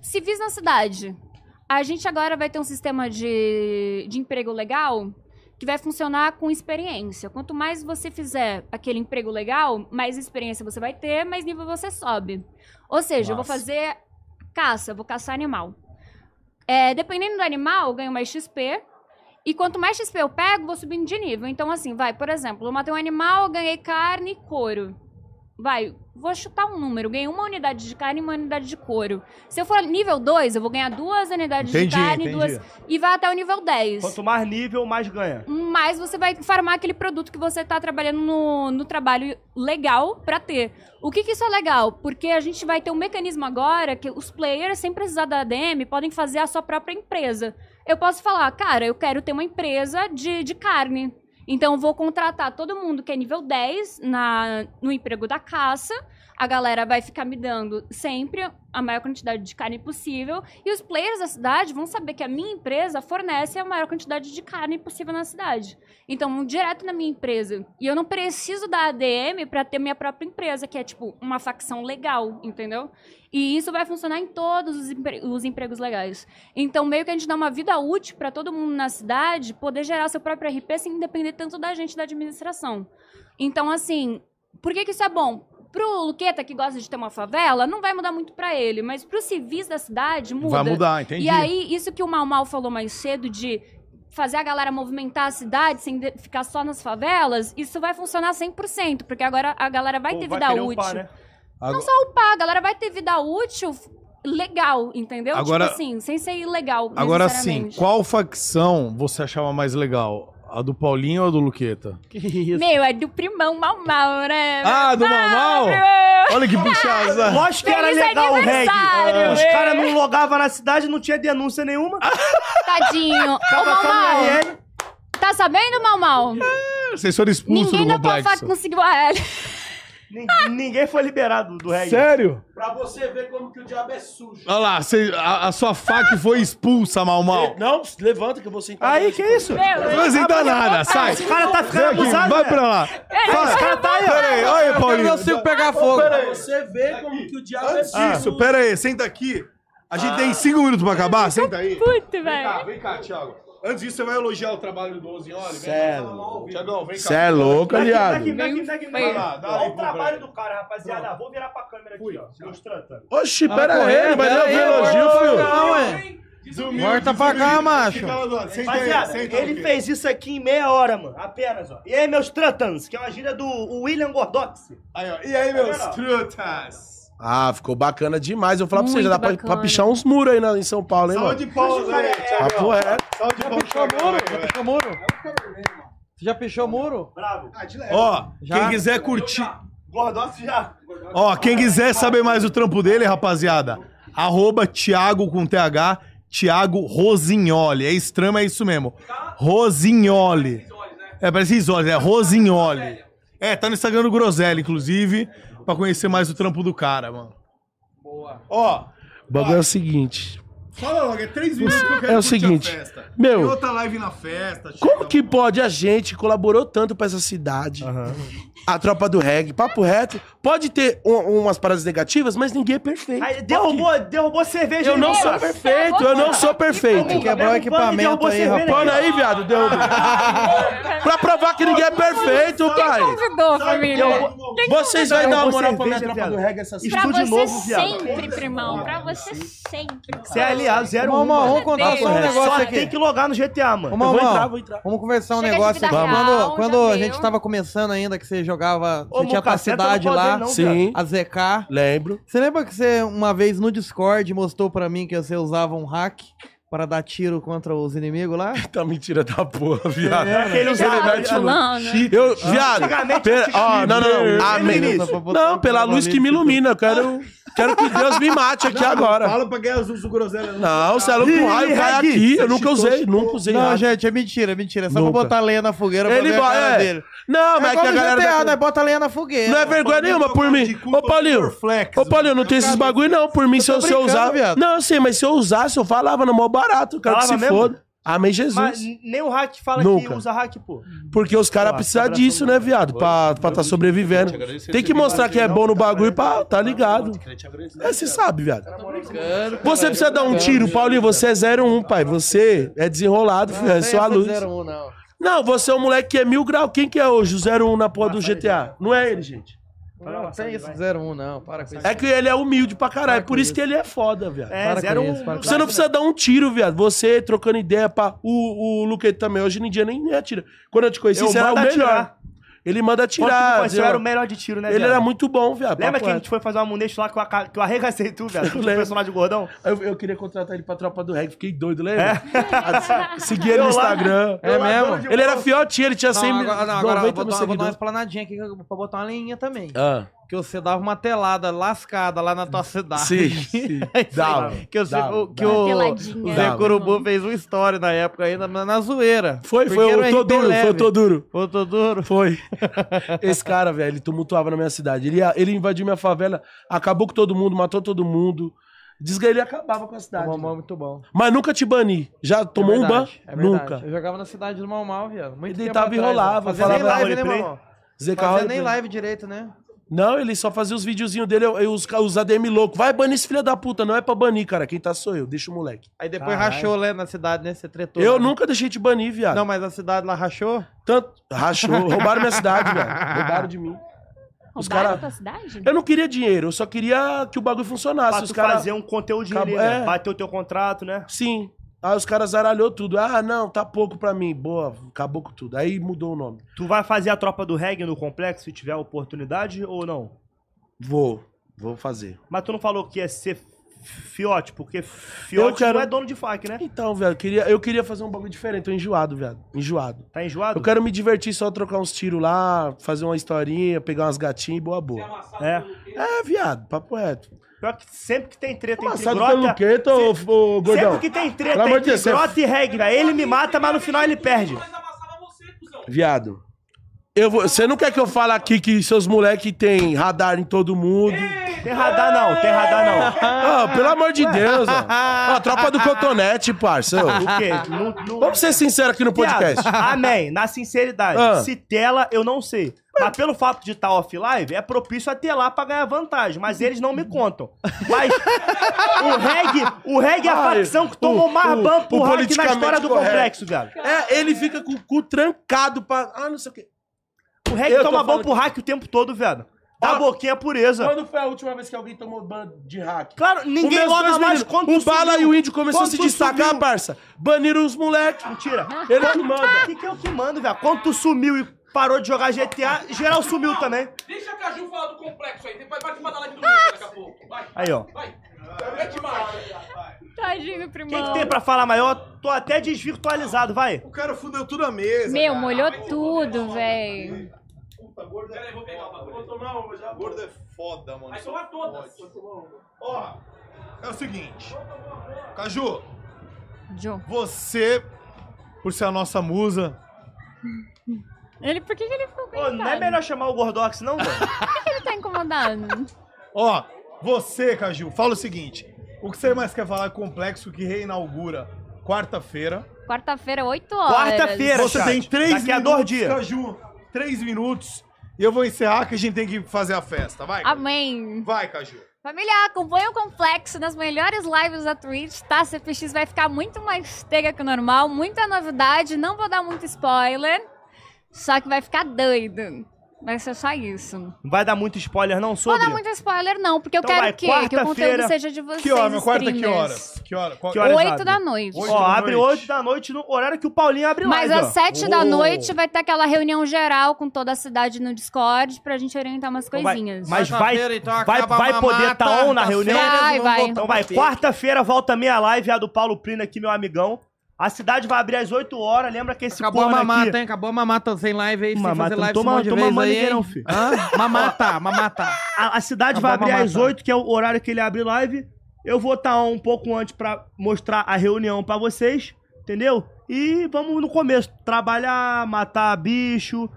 civis na cidade. A gente agora vai ter um sistema de, de emprego legal que vai funcionar com experiência. Quanto mais você fizer aquele emprego legal, mais experiência você vai ter, mais nível você sobe. Ou seja, eu vou
Massa.
fazer caça, eu vou caçar animal. É, dependendo do animal, eu ganho mais XP. E quanto mais XP eu pego, vou subindo de nível. Então, assim, vai, por exemplo, eu matei um animal, eu ganhei carne e couro. Vai, vou chutar um número. Ganhei uma unidade de carne e uma unidade de couro. Se eu for nível 2, eu vou ganhar duas unidades
Entendi,
de carne
entendi.
duas e vai até o nível 10.
Quanto mais nível, mais ganha.
Mas você vai farmar aquele produto que você tá trabalhando no, no trabalho legal pra ter. O que que isso é legal? Porque a gente vai ter um mecanismo agora que os players, sem precisar da ADM, podem fazer a sua própria empresa. Eu posso falar, cara, eu quero ter uma empresa de, de carne. Então, eu vou contratar todo mundo que é nível 10 na, no emprego da caça. A galera vai ficar me dando sempre a maior quantidade de carne possível. E os players da cidade vão saber que a minha empresa fornece a maior quantidade de carne possível na cidade. Então, vão direto na minha empresa. E eu não preciso da ADM para ter minha própria empresa, que é tipo uma facção legal, entendeu? E isso vai funcionar em todos os, empre- os empregos legais. Então, meio que a gente dá uma vida útil para todo mundo na cidade poder gerar seu próprio RP sem depender tanto da gente da administração. Então, assim, por que, que isso é bom? Pro Luqueta, que gosta de ter uma favela, não vai mudar muito para ele, mas pro civis da cidade muda.
Vai mudar, entendi.
E aí, isso que o Mal Mal falou mais cedo de fazer a galera movimentar a cidade sem de- ficar só nas favelas, isso vai funcionar 100%, porque agora a galera vai
Ou
ter
querer
vida útil.
upar, né?
Agora-
Opa, a galera vai ter vida útil f- legal, entendeu?
Agora-
tipo assim, sem ser ilegal.
Agora sim,
necessariamente.
qual facção você achava mais legal? A do Paulinho ou a do Luqueta?
Que isso?
Meu, é do primão mal mal,
É
né?
Ah, do Mal Mal?
primão.
Olha que puxada.
Lógico que era
Feliz
legal o reggae.
aniversário, Ah,
Os
é.
caras não logavam na cidade, não tinha denúncia nenhuma.
Tadinho. Ô,
Tava
mal
só
mal.
no RL.
Tá sabendo, mal mal?
Vocês foram expulsos
Ninguém
do
da tua
complexo.
faca conseguiu. Ah, é.
Nin- Ninguém foi liberado do reggae.
Sério?
Pra você ver como que o diabo é sujo.
Olha lá, cê- a, a sua faca foi expulsa, mal mal.
Não, levanta que eu vou sentar.
Aí, que isso?
Não
é,
vai sentar nada, sai.
Esse cara tá
Vem
ficando
aqui,
abusado,
vai
velho.
pra lá.
Esse cara tá aí, ó.
Pera aí, olha aí,
Eu
Paulinho.
não consigo pegar fogo.
Pra você ver como que o diabo é
Antes
sujo.
disso, pera aí, senta aqui. A gente tem cinco minutos pra acabar, senta aí.
Puto,
Vem cá,
velho.
Ah, vem cá, Thiago. Antes disso, você vai elogiar o trabalho do 11 Olha, um
Cê é louco.
Tiagão, vem cá.
Cê é louco,
Tá
aliado.
aqui, tá aqui, tá aqui, tá
Vai
aqui.
lá, dá aí,
Olha
pô,
o trabalho
pra
do cara, rapaziada. Vou virar pra câmera aqui, ó. Mostrando.
Oxi,
Tá
pera
correto,
aí, mas não
pera
é
aí,
elogio,
agora
filho.
Não, é.
Desumiu,
Morta pra
desumiu.
cá, macho.
Fica lá do lado, Senta aí,
Rapaziada,
senta
ele
aqui.
fez isso aqui em meia hora, mano. Apenas, ó. E aí, meus tratans, que é uma gíria do William Gordox.
Aí, ó. E aí, meus trutas?
Ah, ficou bacana demais. Eu vou falar pra você,
Muito
já dá pra,
bacana.
pra pichar uns muros aí na- em São Paulo, hein,
Salve
mano?
de palmas aí, Thiago.
Papo reto.
Salve de palmas. pra galera, velho.
Pichou muro? Você já pichou o muro?
Bravo.
Ó,
Já?
quem quiser curtir...
Gordox já.
Ó, quem quiser saber mais do trampo dele, rapaziada, arroba Thiago com TH, Thiago Rosignoli. É estranho, mas é isso mesmo. Rosignoli. É, parece Isoli, é Rosignoli. É, tá no Instagram do Groselha, inclusive, pra conhecer mais o trampo do cara, mano. Boa. Ó,
O bagulho é o seguinte.
fala logo, é três minutos que eu quero
É o
curtir
seguinte,
a festa.
meu-
Tem outra live na festa.
Como
chega-
que pode a gente colaborou tanto pra essa cidade? A tropa do reggae, papo reto. Pode ter um- umas paradas negativas, mas ninguém é perfeito.
Aí, derrubou, derrubou cerveja.
Eu
aí,
não
mano.
sou perfeito, eu não sou perfeito.
Quebrou o equipamento aí, rapaz.
Mano aí, viado, derrubou. pra provar que ninguém é perfeito, pai.
Convidou, família.
Vocês vão dar uma moral pra minha
Cerveja,
tropa do
viado.
reggae essa cidade.
Pra
Estúdio
você
novo, viado.
sempre, primão. Pra você sempre.
Você é aliado, zero
Ô,
um,
Mal, vamos
mano.
contar só um
Só
negócio
Só
aqui.
tem que logar no GTA, mano.
Ô, Mal,
vou
Mal,
entrar, vou entrar.
Vamos conversar um
Chega de
negócio
vida
aqui.
real,
quando
já
quando a gente
deu.
tava começando ainda, que você jogava.
Ô,
Você tinha pra
Muca, senta no
cidade
pau
lá,
dele, não,
Sim,
a ZK.
lembro.
Você lembra que você, uma vez no Discord, mostrou pra mim que você usava um hack para dar tiro contra os inimigos lá?
Tá mentira da porra, viado.
Aquele
Tá
usava-
Ele vai te- Eu, viado,
Antigamente
pera,
tinha
ó,
que
não, não, não, amém.
Só pra botar um
Não,
o
pela
cara
luz que
ali.
me ilumina, eu quero, quero que Deus me mate aqui agora.
Fala pra ganhar os usos do Groselha.
Não, você é louco, o raio cai aqui, eu nunca usei, nunca usei
Não,
raio.
gente, é mentira, é mentira. É só
Nunca.
pra botar lenha na fogueira pra
Ele
ver a cara
vai, é.
dele.
Não, mas é que
igual
a
no
galera...
GTA,
tá-
né? Bota lenha na fogueira.
Não é vergonha nenhuma por mim. Ô, Paulinho,
né?
ô, Paulinho, não tem esses bagulho não, por mim, se eu, se eu
brincando,
usar...
viado.
Não, eu sei, mas se eu usasse, eu falava no mó barato, eu quero que
Falava
se
mesmo?
foda. Amém, Jesus.
Mas nem o hack fala que
Nunca.
usa hack, tá pô.
Porque os caras
Ó,
precisam
abraço,
disso, né, viado? Pra estar tá sobrevivendo. Tem que mostrar que é bom no bagulho pra tá ligado. É, você sabe, viado. Você precisa dar um tiro, Paulinho. Você é 01, pai. Você é desenrolado, filho. É
Não tem
sua
essa de
luz.
01, não.
Não, você é um moleque que é mil grau. Quem que é hoje o 01 na porra do GTA? Não é ele, gente.
Não tem isso de 01, não. Para com isso.
É que ele é humilde pra caralho. É por isso que ele é foda, viado.
É,
Para com
zero
isso,
um,
para com
Você não precisa dar um tiro, viado. Você trocando ideia pra. O, o Luquete também, hoje em dia, nem nem atira. Quando eu te conheci,
Eu
você era o
mando
melhor.
atirar.
Ele manda
Tirar,
atirar.
eu era
viu?
o melhor de tiro, né,
Ele
viado?
era muito bom, viado.
Lembra
papo
que a
reto.
gente foi fazer uma munete lá que eu, aca- que eu arregacei tu, viado? Tu
lembro.
o personagem gordão?
Eu, eu queria contratar ele pra tropa do reggae, fiquei doido, lembra? Segui ele no Instagram.
É mesmo?
Ele era fiotinho, ele tinha 100
Não,
mil.
agora, não, agora
90
eu
mil
vou, dar, vou dar uma
seguidores.
esplanadinha aqui pra botar uma lenha também.
Ah,
Que você dava uma telada lascada lá na tua cidade.
sim, sim. Dava,
que eu sei-
dava,
o- que
dava.
o,
Peladinha.
o Zé
Dava.
Curubu fez uma história na época ainda, na, na zoeira.
Foi,
Porque
foi,
era
eu tô
um RP
duro, foi, eu
leve.
tô duro.
Ô, tô duro.
Foi. Esse cara, velho, ele tumultuava na minha cidade. Ele, ia- ele invadiu minha favela, acabou com todo mundo, matou todo mundo. Diz que ele acabava com a cidade.
O Mamão é
velho.
muito bom.
Mas nunca te bani. Já tomou
É
um ban?
verdade, é verdade.
nunca.
Eu jogava na cidade do Mal Mal, viado. Muito
Ele
tempo
deitava e
atrás,
rolava,
mano. Fazia nem
falava
live, né,
roleplay.
Mamão?
Zeca
Fazia
Hall-
nem live direito, né?
Não, ele só fazia os videozinhos dele, eu, eu- os, ca- os ADM louco. Vai banir esse filho da puta, não é pra banir, cara. Quem tá sou eu, deixa o moleque.
Aí depois rachou, né, na cidade, né? Você tretou.
eu
lá, né?
nunca deixei de banir, viado.
Não, mas a cidade lá rachou?
Tanto. Rachou, roubaram minha cidade, velho. Roubaram de mim. Os
Roubaram
cara-
tua cidade?
Eu não queria dinheiro, eu só queria que o bagulho funcionasse.
Pra
os
tu
caras.
fazer um conteúdinho ali,
Acabou-
né?
é.
Bater o teu contrato, né?
Sim. Aí os caras zaralhou tudo. Ah, não, tá pouco pra mim. Boa, acabou com tudo. Aí mudou o nome.
Tu vai fazer a tropa do reggae no complexo se tiver oportunidade ou não?
Vou. Vou fazer.
Mas tu não falou que ia ser fiote, porque fiote
quero-
não é dono de fac, né?
Então, velho, eu queria, eu queria fazer um bagulho diferente. Tô enjoado, velho. Enjoado.
Tá enjoado?
Eu quero me divertir só trocar uns tiros lá, fazer uma historinha, pegar umas gatinhas e boa boa.
É.
É, viado, papo reto.
Pior que sempre que tem treta entre
Amassado assim? pelo
grota...
Queto, ô, ô, gordão.
Sempre que tem
Pelo
treta
amor de
entre
Deus, você- é
grota e reggae, velho. Ele me mata, mas no final ele perde.
Viado,
Eu vou- Você não quer que eu fale aqui que seus moleques têm radar em todo mundo?
Tem radar não, tem radar não.
Ah, pelo amor de Deus, ó. Ó, a tropa do cotonete, parça. ô.
O quê? Não- não-
Vamos ser sinceros aqui no podcast.
Viado, Amém. Na sinceridade.
Ah.
Se tela, eu não sei. Mas pelo fato de estar off-live, é propício a telar pra ganhar vantagem. Mas eles não me contam. Mas o reggae, o reggae é a
Ai,
facção que tomou
o-
mais
o-
ban por
o
hack na história
politicamente
do
correto.
complexo, viado.
É, ele fica com o cu trancado pra. Ah, não sei o quê.
O reggae
Eu tô
toma ban
falando
por hack o tempo todo, viado. Da
Ó,
boquinha pureza.
Quando foi a última vez que alguém tomou ban de hack?
Claro, ninguém
Os meus
olha
dois
mais Um
meninos,
quanto
O Bala e o Índio começou a
Quando
se
tu
destacar,
sumiu.
parça. Baniram os moleques.
Mentira. é
Ele não manda.
O que, que eu que mando, velho? Quando tu sumiu e parou de jogar GTA, geral sumiu também.
Deixa a Caju falar do complexo aí. Vai participar da live do mundo daqui a pouco. Vai,
Aí, ó. O
vai. Mete marcha.
Tadinho, primão.
que, que tem pra falar maior? Tô até desvirtualizado, vai.
O cara fudeu tudo a mesa.
Meu, molhou tudo, velho.
Puta, gordo é foda. Vou tomar uma já. Gordo é foda, mano.
Vai tomar todas.
Ó, é o seguinte. Caju,
John.
Você, por ser a nossa musa,
Ele, por que, que ele ficou
Pô,
incomodado?
não é melhor chamar o Gordox, não, velho?
Por que ele tá incomodado?
Ó, você, Caju, fala o seguinte. O que você mais quer falar é complexo que reinaugura quarta-feira.
Quarta-feira, 8 horas.
Quarta-feira,
Você
chat.
tem três
Daqui a
minutos,
dois dias.
Caju. Três minutos. E eu vou encerrar que a gente tem que fazer a festa. Vai, Caju.
Amém.
Vai, Caju.
Família, acompanha o Complexo nas melhores lives da Twitch, tá? CPX vai ficar muito mais tega que o normal, muita novidade, não vou dar muito spoiler, só que vai ficar doido. Vai ser só isso. Não
Não vai dar muito spoiler, não,
vou
sobre.
dar muito spoiler não, porque eu
Então
quero
vai,
que, que o
quarta-feira.
conteúdo seja de vocês,
Que hora? Meu quarto é que
streamers.
horas? Que hora? Qual...
Que horas abre?
8 da noite.
Oito
Ó,
da
abre
noite.
8 da noite no horário que o Paulinho abre
Mas
live, ó.
às 7 da
Uou.
noite vai ter aquela reunião geral com toda a cidade no Discord pra gente orientar umas
Então vai-
coisinhas.
Mas vai,
Quarta-feira, então,
vai,
acaba
vai
a
poder tá
mamata,
on na
tá
reunião?
férias,
Vai,
vamos
vai.
voltar
Então
pra
vai,
pique.
quarta-feira volta minha live, a do Paulo Plino aqui, meu amigão. A cidade vai abrir às 8 horas, lembra que esse
Acabou a
corno
mamata,
aqui...
hein? Acabou a mamata sem live aí, sem
Mamata,
fazer
não
live
toma-
esse monte de
toma
vez
mama
aí,
ninguém
hein?
não, filho.
Hã? Mamata, mamata.
A, a cidade
Acabou
vai
a
abrir
mamata.
às 8, que é o horário que ele abre live. Eu vou estar um pouco antes pra mostrar a reunião pra vocês, entendeu? E vamos no começo, trabalhar, matar bicho.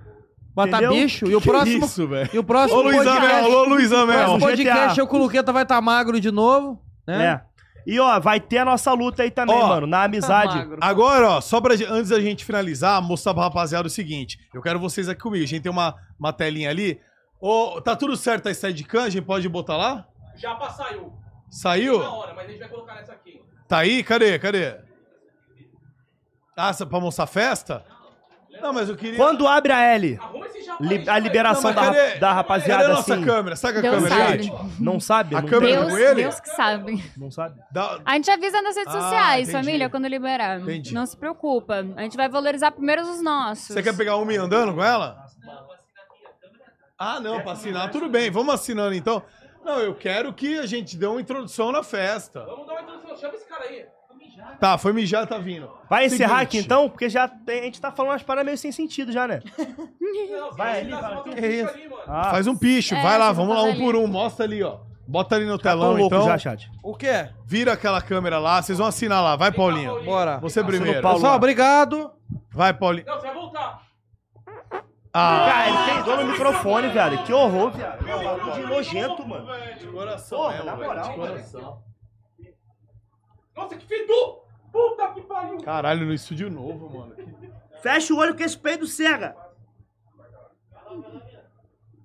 Bota
Entendeu?
bicho. E o próximo,
Isso, velho.
e o próximo
Ô, Luiz
é
Amel,
podcast,
alô, Luiz Amel.
próximo
GTA.
podcast o Culuqueta vai estar magro de novo, né?
né? E ó, vai ter a nossa luta aí também,
É. Ó,
mano, na amizade.
Agora, ó, só pra, gen- antes da gente finalizar, mostrar pra rapaziada o seguinte. Eu quero vocês aqui comigo. A gente tem uma, uma telinha ali. Ô, tá tudo certo a steadicam? A gente pode botar lá?
Já passaiu.
Saiu?
Na hora, mas a gente vai colocar nessa aqui.
Tá aí? Cadê? Cadê? Ah, só pra mostrar a festa? Não, mas eu queria.
Quando abre a L,
Arruma esse japa
li-
aí,
a
vai.
liberação
Não, mas
da,
cadê-
ra- da
Cadê a
rapaziada
nossa
assim,
câmera? Sabe a
Deus
câmera,
sabe.
gente?
não sabe?
A
não,
câmera-
Deus,
com ele?
Deus que sabe.
não sabe?
Dá-
A gente avisa nas redes
Ah,
sociais,
entendi.
família, quando liberar.
Entendi.
Não se preocupa. A gente vai valorizar primeiro os nossos.
Você quer pegar uma e andando com ela?
tá
Ah, não, pra assinar, tudo bem. Vamos assinando então. Não, eu quero que a gente dê uma introdução na festa.
Vamos dar uma introdução. Chama esse cara aí.
Tá, foi mijar, tá vindo.
Vai encerrar
Seguinte.
aqui então, porque já tem- a gente tá falando umas paradas meio sem sentido já, né?
Não,
Vai ali, vai.
bota um
Que
bicho
isso?
ali, mano.
Ah,
Faz um picho,
É,
vai lá,
vocês
vamos lá,
vão
um
fazer
por um. Mostra ali, ó. Bota ali no
tá tão
telão,
louco
então.
já, chat.
O quê?
Vira aquela câmera lá, vocês vão assinar lá. Vai, Paulinho.
Bora.
Você primeiro.
Tá Paulo.
Pessoal, obrigado.
Vai, Paulinho.
Não, você vai voltar.
Ah,
Cara, ele fez dor no microfone, velho. Que horror, viado. Meu, bagulho de nojento, mano.
de coração,
Porra,
mesmo,
na
velho,
moral,
de coração.
Nossa, que fedor! Puta que pariu!
Caralho, no estúdio novo, mano.
Fecha o olho que esse peido cega.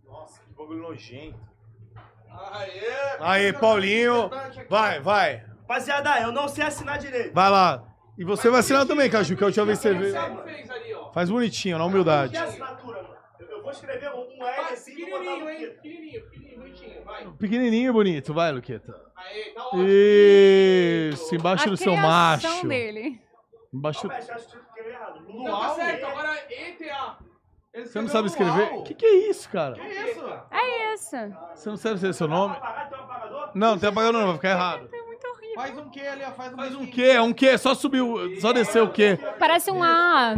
Nossa, que bagulho nojento. Aê, Paulinho. Tá Vai, vai.
Rapaziada, eu não sei assinar direito.
Vai lá. E você vai assinar também, Caju, que é a última vez que você
O
veio.
Thiago fez ali, ó.
Faz bonitinho, na humildade.
Que assinatura, mano? Eu- Eu vou escrever um L
Vai,
assim e vou botar
pequenininho,
no
hein?
quê?
Pequenininho, pequenininho, bonitinho. Vai.
Pequenininho e bonito, vai, Luqueta.
Aê,
um
tá ótimo.
Isso,
a
embaixo do seu
criação
macho.
dele.
Embaixo...
Mas acho que eu escrevi errado.
Não, tá
Luau,
certo.
né?
Agora é ETA.
Você não sabe escrever? O que, que é isso, cara?
É isso.
Você não sabe escrever seu nome?
Apagar teu um apagador?
Não, não tem apagado não, vai ficar errado.
É muito horrível.
Faz um que ali, ó. Faz um,
Faz um quê? É um quê? Só subiu, só desceu o quê?
Parece um A.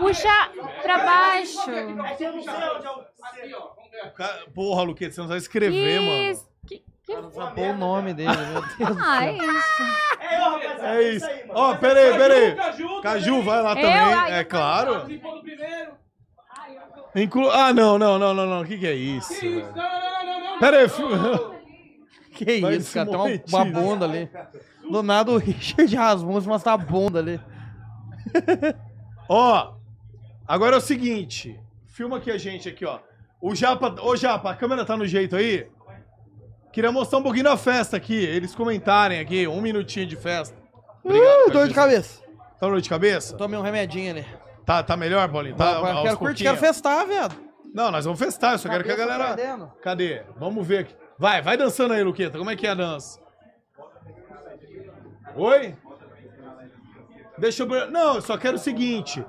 Puxa pra baixo.
É que eu não sei onde é o
Aqui, ó. Vamos ver.
Cara, Porra, Luqueta, você não sabe escrever, mano.
Isso. Que- que-
tá
Acabou o nome dele, meu Deus.
Ah, é isso.
É, ó, rapaziada.
É isso.
aí, mano.
Ó, peraí, peraí.
Caju,
Caju, vai lá
Eu?
também,
Ai,
é
eu
claro.
Participou do primeiro.
Inclu... Ah, não, não, não, não, não. O que, que é isso? Que isso? Pera aí, fi-
Que
Vai
isso,
se
cara? Tem uma,
mover,
uma
tio.
bunda ali. Do nada o Richard Rasmussen mostra a bunda ali.
Ó, agora é o seguinte. Filma aqui a gente aqui, ó. O Japa... Ô, Japa, a câmera tá no jeito aí? Queria mostrar um pouquinho da festa aqui. Eles comentarem aqui. Um minutinho de festa.
uh, dor de cabeça.
Tá dor de cabeça?
Tomei um remedinho ali.
Tá, tá melhor, Paulinho? Tá,
Agora
aos
quero curtir,
pouquinhos?
quero festar, viado.
Não, nós vamos festar. Eu só quero que a
Cabeça
galera...
ardendo.
Cadê? Vamos ver aqui. Vai, vai dançando aí, Luqueta. Como é que é a dança? Oi? Deixa eu. ver- Não, eu só quero o seguinte.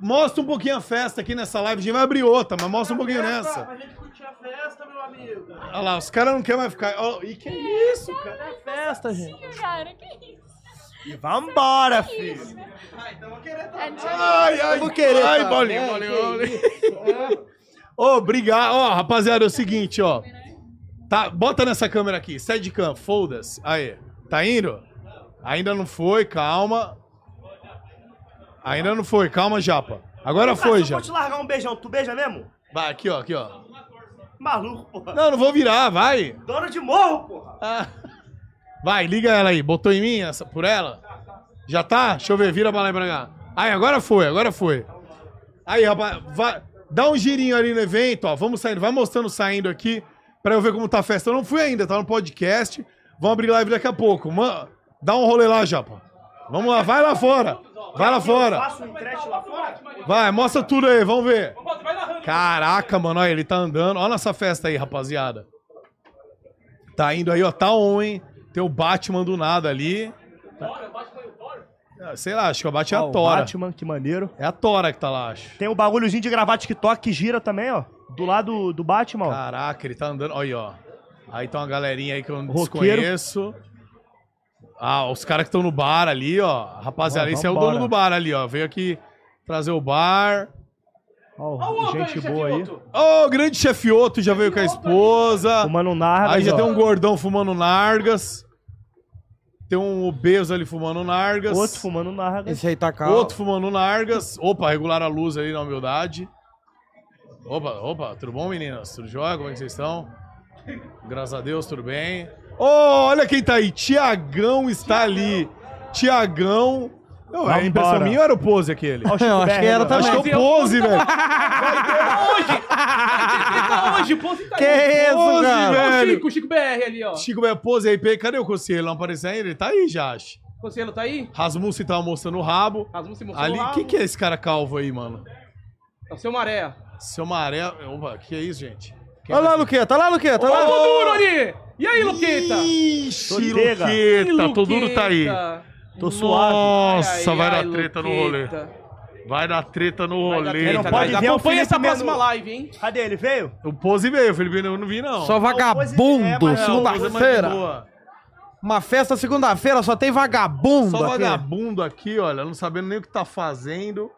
Mostra um pouquinho a festa aqui nessa live. A gente vai abrir outra, mas mostra um pouquinho nessa.
A gente curtir a festa, meu amigo.
Olha lá, os caras não querem mais ficar. Ó, e que isso, cara?
É
festa, gente.
Cara, que isso?
E vambora, filho. Ai, ai,
Eu vou querer,
Ai,
tá?
Paulinho,
É,
Paulinho,
que
Paulinho. Ô, obrigado. Ó, rapaziada, é o seguinte, ó. Tá, bota nessa câmera aqui. Steadicam, foda-se. Aí. Tá indo? Ainda não foi, calma. Ainda não foi, calma, Japa. Agora
Cara, se
foi,
eu for te
Japa.
largar um beijão, tu beija mesmo?
Vai, aqui, ó, aqui, ó.
Maluco, porra.
Não, não vou virar, vai.
Dono de morro, porra.
Vai, liga ela aí. Botou em mim essa, por ela? Já tá? Deixa eu ver, vira pra lá e pra cá. Aí, agora foi, agora foi. Aí, rapaz, vai, dá um girinho ali no evento, ó. Vamos saindo, vai mostrando saindo aqui pra eu ver como tá a festa. Eu não fui ainda, tá no podcast. Vamos abrir live daqui a pouco. Mano, dá um rolê lá, Japa. Vamos lá, vai lá fora. Vai lá
Eu
fora.
faço um trash lá fora?
Vai, mostra tudo aí, vamos ver. Caraca, mano, olha, ele tá andando. Olha nossa festa aí, rapaziada. Tá indo aí, ó, tá on, hein? Tem o Batman do nada ali. Ah, Sei lá, acho que o Batman é
Ó,
a
o
Tora.
Batman, que maneiro.
É a Tora que tá lá, acho.
Tem o bagulhozinho de gravar TikTok que gira também, ó. Do lado do Batman, ó.
Caraca, ele tá andando. Olha aí, ó. Aí tá uma galerinha aí que eu não
Roqueiro.
desconheço. Ah, os caras que estão no bar ali, ó. Rapaziada,
Ó,
esse é o
vambora.
dono do bar ali, ó. Veio aqui trazer o bar.
Ó,
o outro
gente
aí,
boa aí.
chefioto.
Ô, o grande chefioto já veio com a esposa.
Fumando nargas,
Aí já
ó.
tem um gordão fumando nargas. Tem um obeso ali fumando nargas.
Outro fumando um nargas.
Esse aí tá calmo.
Outro fumando nargas. Opa, regularam a luz ali na humildade. Opa, opa, tudo bom, meninas? Tudo jóia? Como é que vocês estão? Graças a Deus, tudo bem. Ô, olha quem tá aí. Tiagão está ali. Tiagão. Não, é
Vambora.
impressão minha ou era o pose aquele?
Ó, é o Chico tá
Eu acho que
Berger,
era
tá
ó.
também.
Acho que é o pose, velho.
Tá hoje, pose tá
Que
aí.
isso,
Pose,
cara?
Ó,
velho.
Chico, Chico BR ali, ó.
Chico, velho, pose aí. pe- Cadê o Conselho? Não apareceu ainda? Ele tá aí já, acho.
Conselho, tá aí?
Rasmussen tava mostrando o rabo.
Rasmus se mostrou
Ali,
lá.
quem que é esse cara calvo aí, mano?
É o seu Maré.
Seu Maré. Opa, que é isso, gente? Quem
Olha
vai-
lá, Luqueta, olha lá, Luqueta, olha
Ó,
lá.
o duro ali! E aí, Luqueta?
Ixi,
Todega.
Luqueta,
Luqueta.
todo duro tá aí.
Tô suave.
Nossa,
Ai,
vai
ai,
dar treta no rolê.
Luqueta.
Vai dar treta no
Vai dar treta,
rolê. tá
Não
velho.
vai
pode
dar-
ver o
Acompanha essa
Felipe
próxima
Melo.
live, hein?
Cadê ele? Veio?
O Pose veio, o Felipe eu não vi, não.
Só
É,
vagabundo,
mas
É, o Pose é mais de
segunda-feira.
boa.
Uma festa segunda-feira, só tem vagabundo.
Só
aqui.
vagabundo aqui, olha, não sabendo nem o que tá fazendo.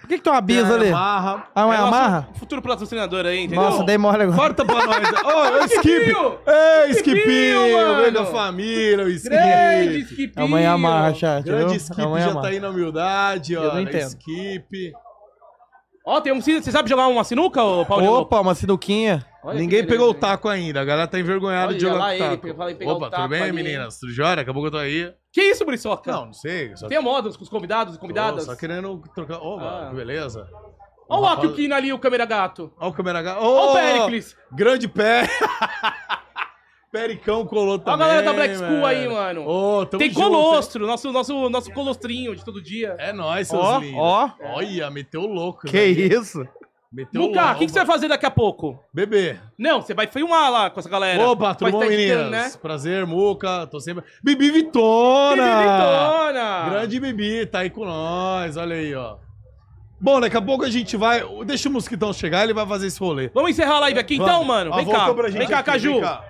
Por que, que tem uma bisa ali?
Amarra.
Ah, não é
É nosso
amarra?
Futuro patrocinador aí, entendeu?
Nossa, dei mole agora.
Corta pra nós. Ô, oh, Skip!
Skipinho!
Ei,
Skipinho,
Skipinho! Veio da
mano.
família, o Skip.
Grande Skipinho!
Amanhã amarra, chat.
Grande
viu?
Skip
Amanhã
já
amarra.
tá aí na humildade, ó.
Eu não entendo.
Skip.
Ó, tem um... Você sabe jogar uma sinuca, ô, Paulinho?
Opa, uma sinuquinha.
Olha que
Ninguém pegou o
beleza, hein?
taco ainda. A galera tá envergonhada
Olha
de jogar
lá
com
ele,
taco.
pe- fala em pegar o
Opa,
taco
tudo bem,
ali,
meninas? Tudo jóia? Daqui a pouco eu tô aí.
Que isso, Buriçoca?
Não, não sei. Só,
Tem modos com os convidados e
tô,
convidadas?
só querendo trocar. Opa,
Ah.
que beleza.
Olha o
Rapaz-
Akio Kina ali, o câmera gato.
Olha o câmera H.
Olha
Ô,
o Pericles.
Grande pé. Pericão colou
Olha a
também.
galera da Black School aí, mano.
Ô, tamo
Tem
junto, hein?
colostro, nosso, nosso, nosso colostrinho de todo dia.
É nóis, seus
Ó,
lindos.
ó.
Olha, meteu louco. né?
Que isso?
Meteu
Muka, o
louco.
que, que você vai fazer daqui a pouco?
Beber.
Não, você vai filmar lá com essa galera.
Opa, tudo
Vai
bom,
estar editando,
meninas? Prazer, Muca. Tô sempre. Bibi Vitona!
Bibi Vitona!
Grande Bibi, tá aí com nós, olha aí, ó. Bom, daqui a pouco a gente vai. Deixa o Mosquitão chegar, ele vai fazer esse rolê.
Vamos encerrar a live aqui então,
Vamos.
mano.
Ó,
Vem
voltou
cá.
pra gente
Vem cá,
aqui,
Caju.
vem cá.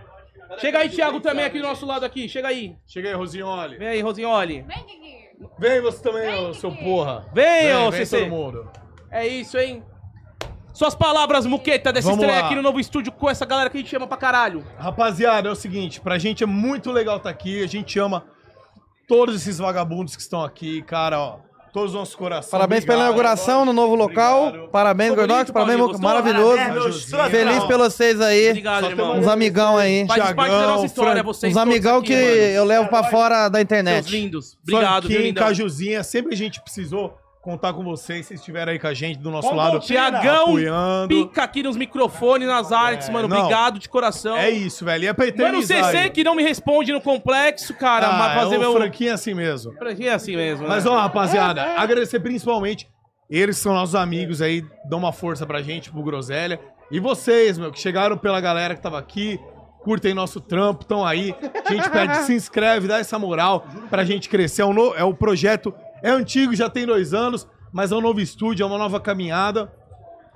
Chega aí, Thiago, também aqui do nosso lado aqui. Chega aí.
Chega aí, Rosioli.
Vem aí, Rosignoli.
Vem, Kiki.
Vem você também, ô, seu porra.
Vem, ô,
vem
CC.
todo mundo.
É isso, hein? Suas palavras, Muqueta, dessa
Vamos
estreia
lá.
aqui no novo estúdio com essa galera que a gente chama pra caralho.
Rapaziada, é o seguinte, pra gente é muito legal estar aqui, a gente ama todos esses vagabundos que estão aqui, cara, ó. Todos os nossos corações.
Parabéns pela inauguração no novo local. Parabéns, Gordox. Parabéns,
Paulinho, gostou?
maravilhoso.
Parabéns, meu
Feliz Feliz pelos seis aí.
Obrigado,
Só
irmão.
Uns amigão aí.
Faz parte da nossa
Thiagão,
história,
Fran-
vocês
Uns
todos
amigão
aqui,
que
mano.
eu levo pra fora da internet.
Obrigado,
viu,
Franquinho,
lindão?
Cajuzinha, sempre a gente precisou contar com vocês, vocês estiveram aí com a gente do nosso
Bom, um
lado.
né?
Tiagão,
apoiando.
pica aqui nos microfones, nas artes, mano.
É, não.
Obrigado de coração.
É isso, velho. E é pra
Mano,
eternizar.
CC que não me responde no complexo, cara.
Ah,
mas fazer
é o
meu.
Franquinho é assim mesmo.
Franquinho é assim mesmo.
Mas, ó, rapaziada, agradecer principalmente. Eles que são nossos amigos aí, dão uma força pra gente, pro Groselha. E vocês, meu, que chegaram pela galera que tava aqui, curtem nosso trampo, estão aí. A gente pede, se inscreve, dá essa moral pra gente crescer. É, um no- é o projeto, é antigo, já tem dois anos, mas é um novo estúdio, é uma nova caminhada.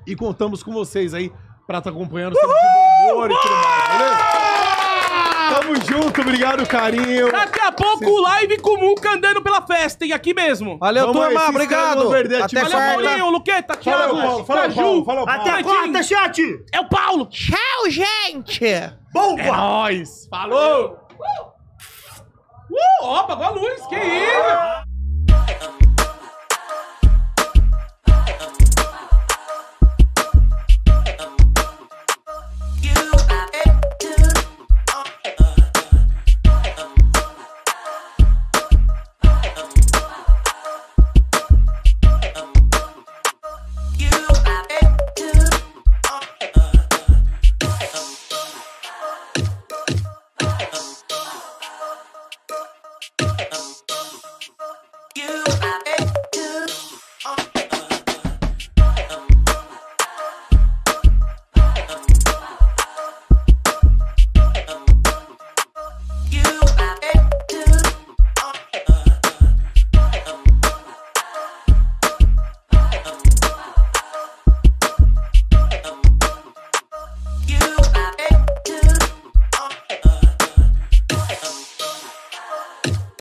E contamos com vocês aí pra estar acompanhando sempre de bom humor e tudo mais, beleza? Tamo junto, obrigado, carinho.
Daqui a pouco, live com o Muca andando pela festa, hein? Aqui mesmo.
Valeu, Vamos turma, aí, se inscreve obrigado. no Verdete
Valeu,
Podcast.
Paulinho, Luqueta, Thiago,
Paulo, falou,
Caju.
Paulo, falou, Paulo.
Até quarta, chat!
É o Paulo.
Tchau, gente! Boa!
É nóis!
Falou! Uh! Uh! Opa, com a luz, que isso?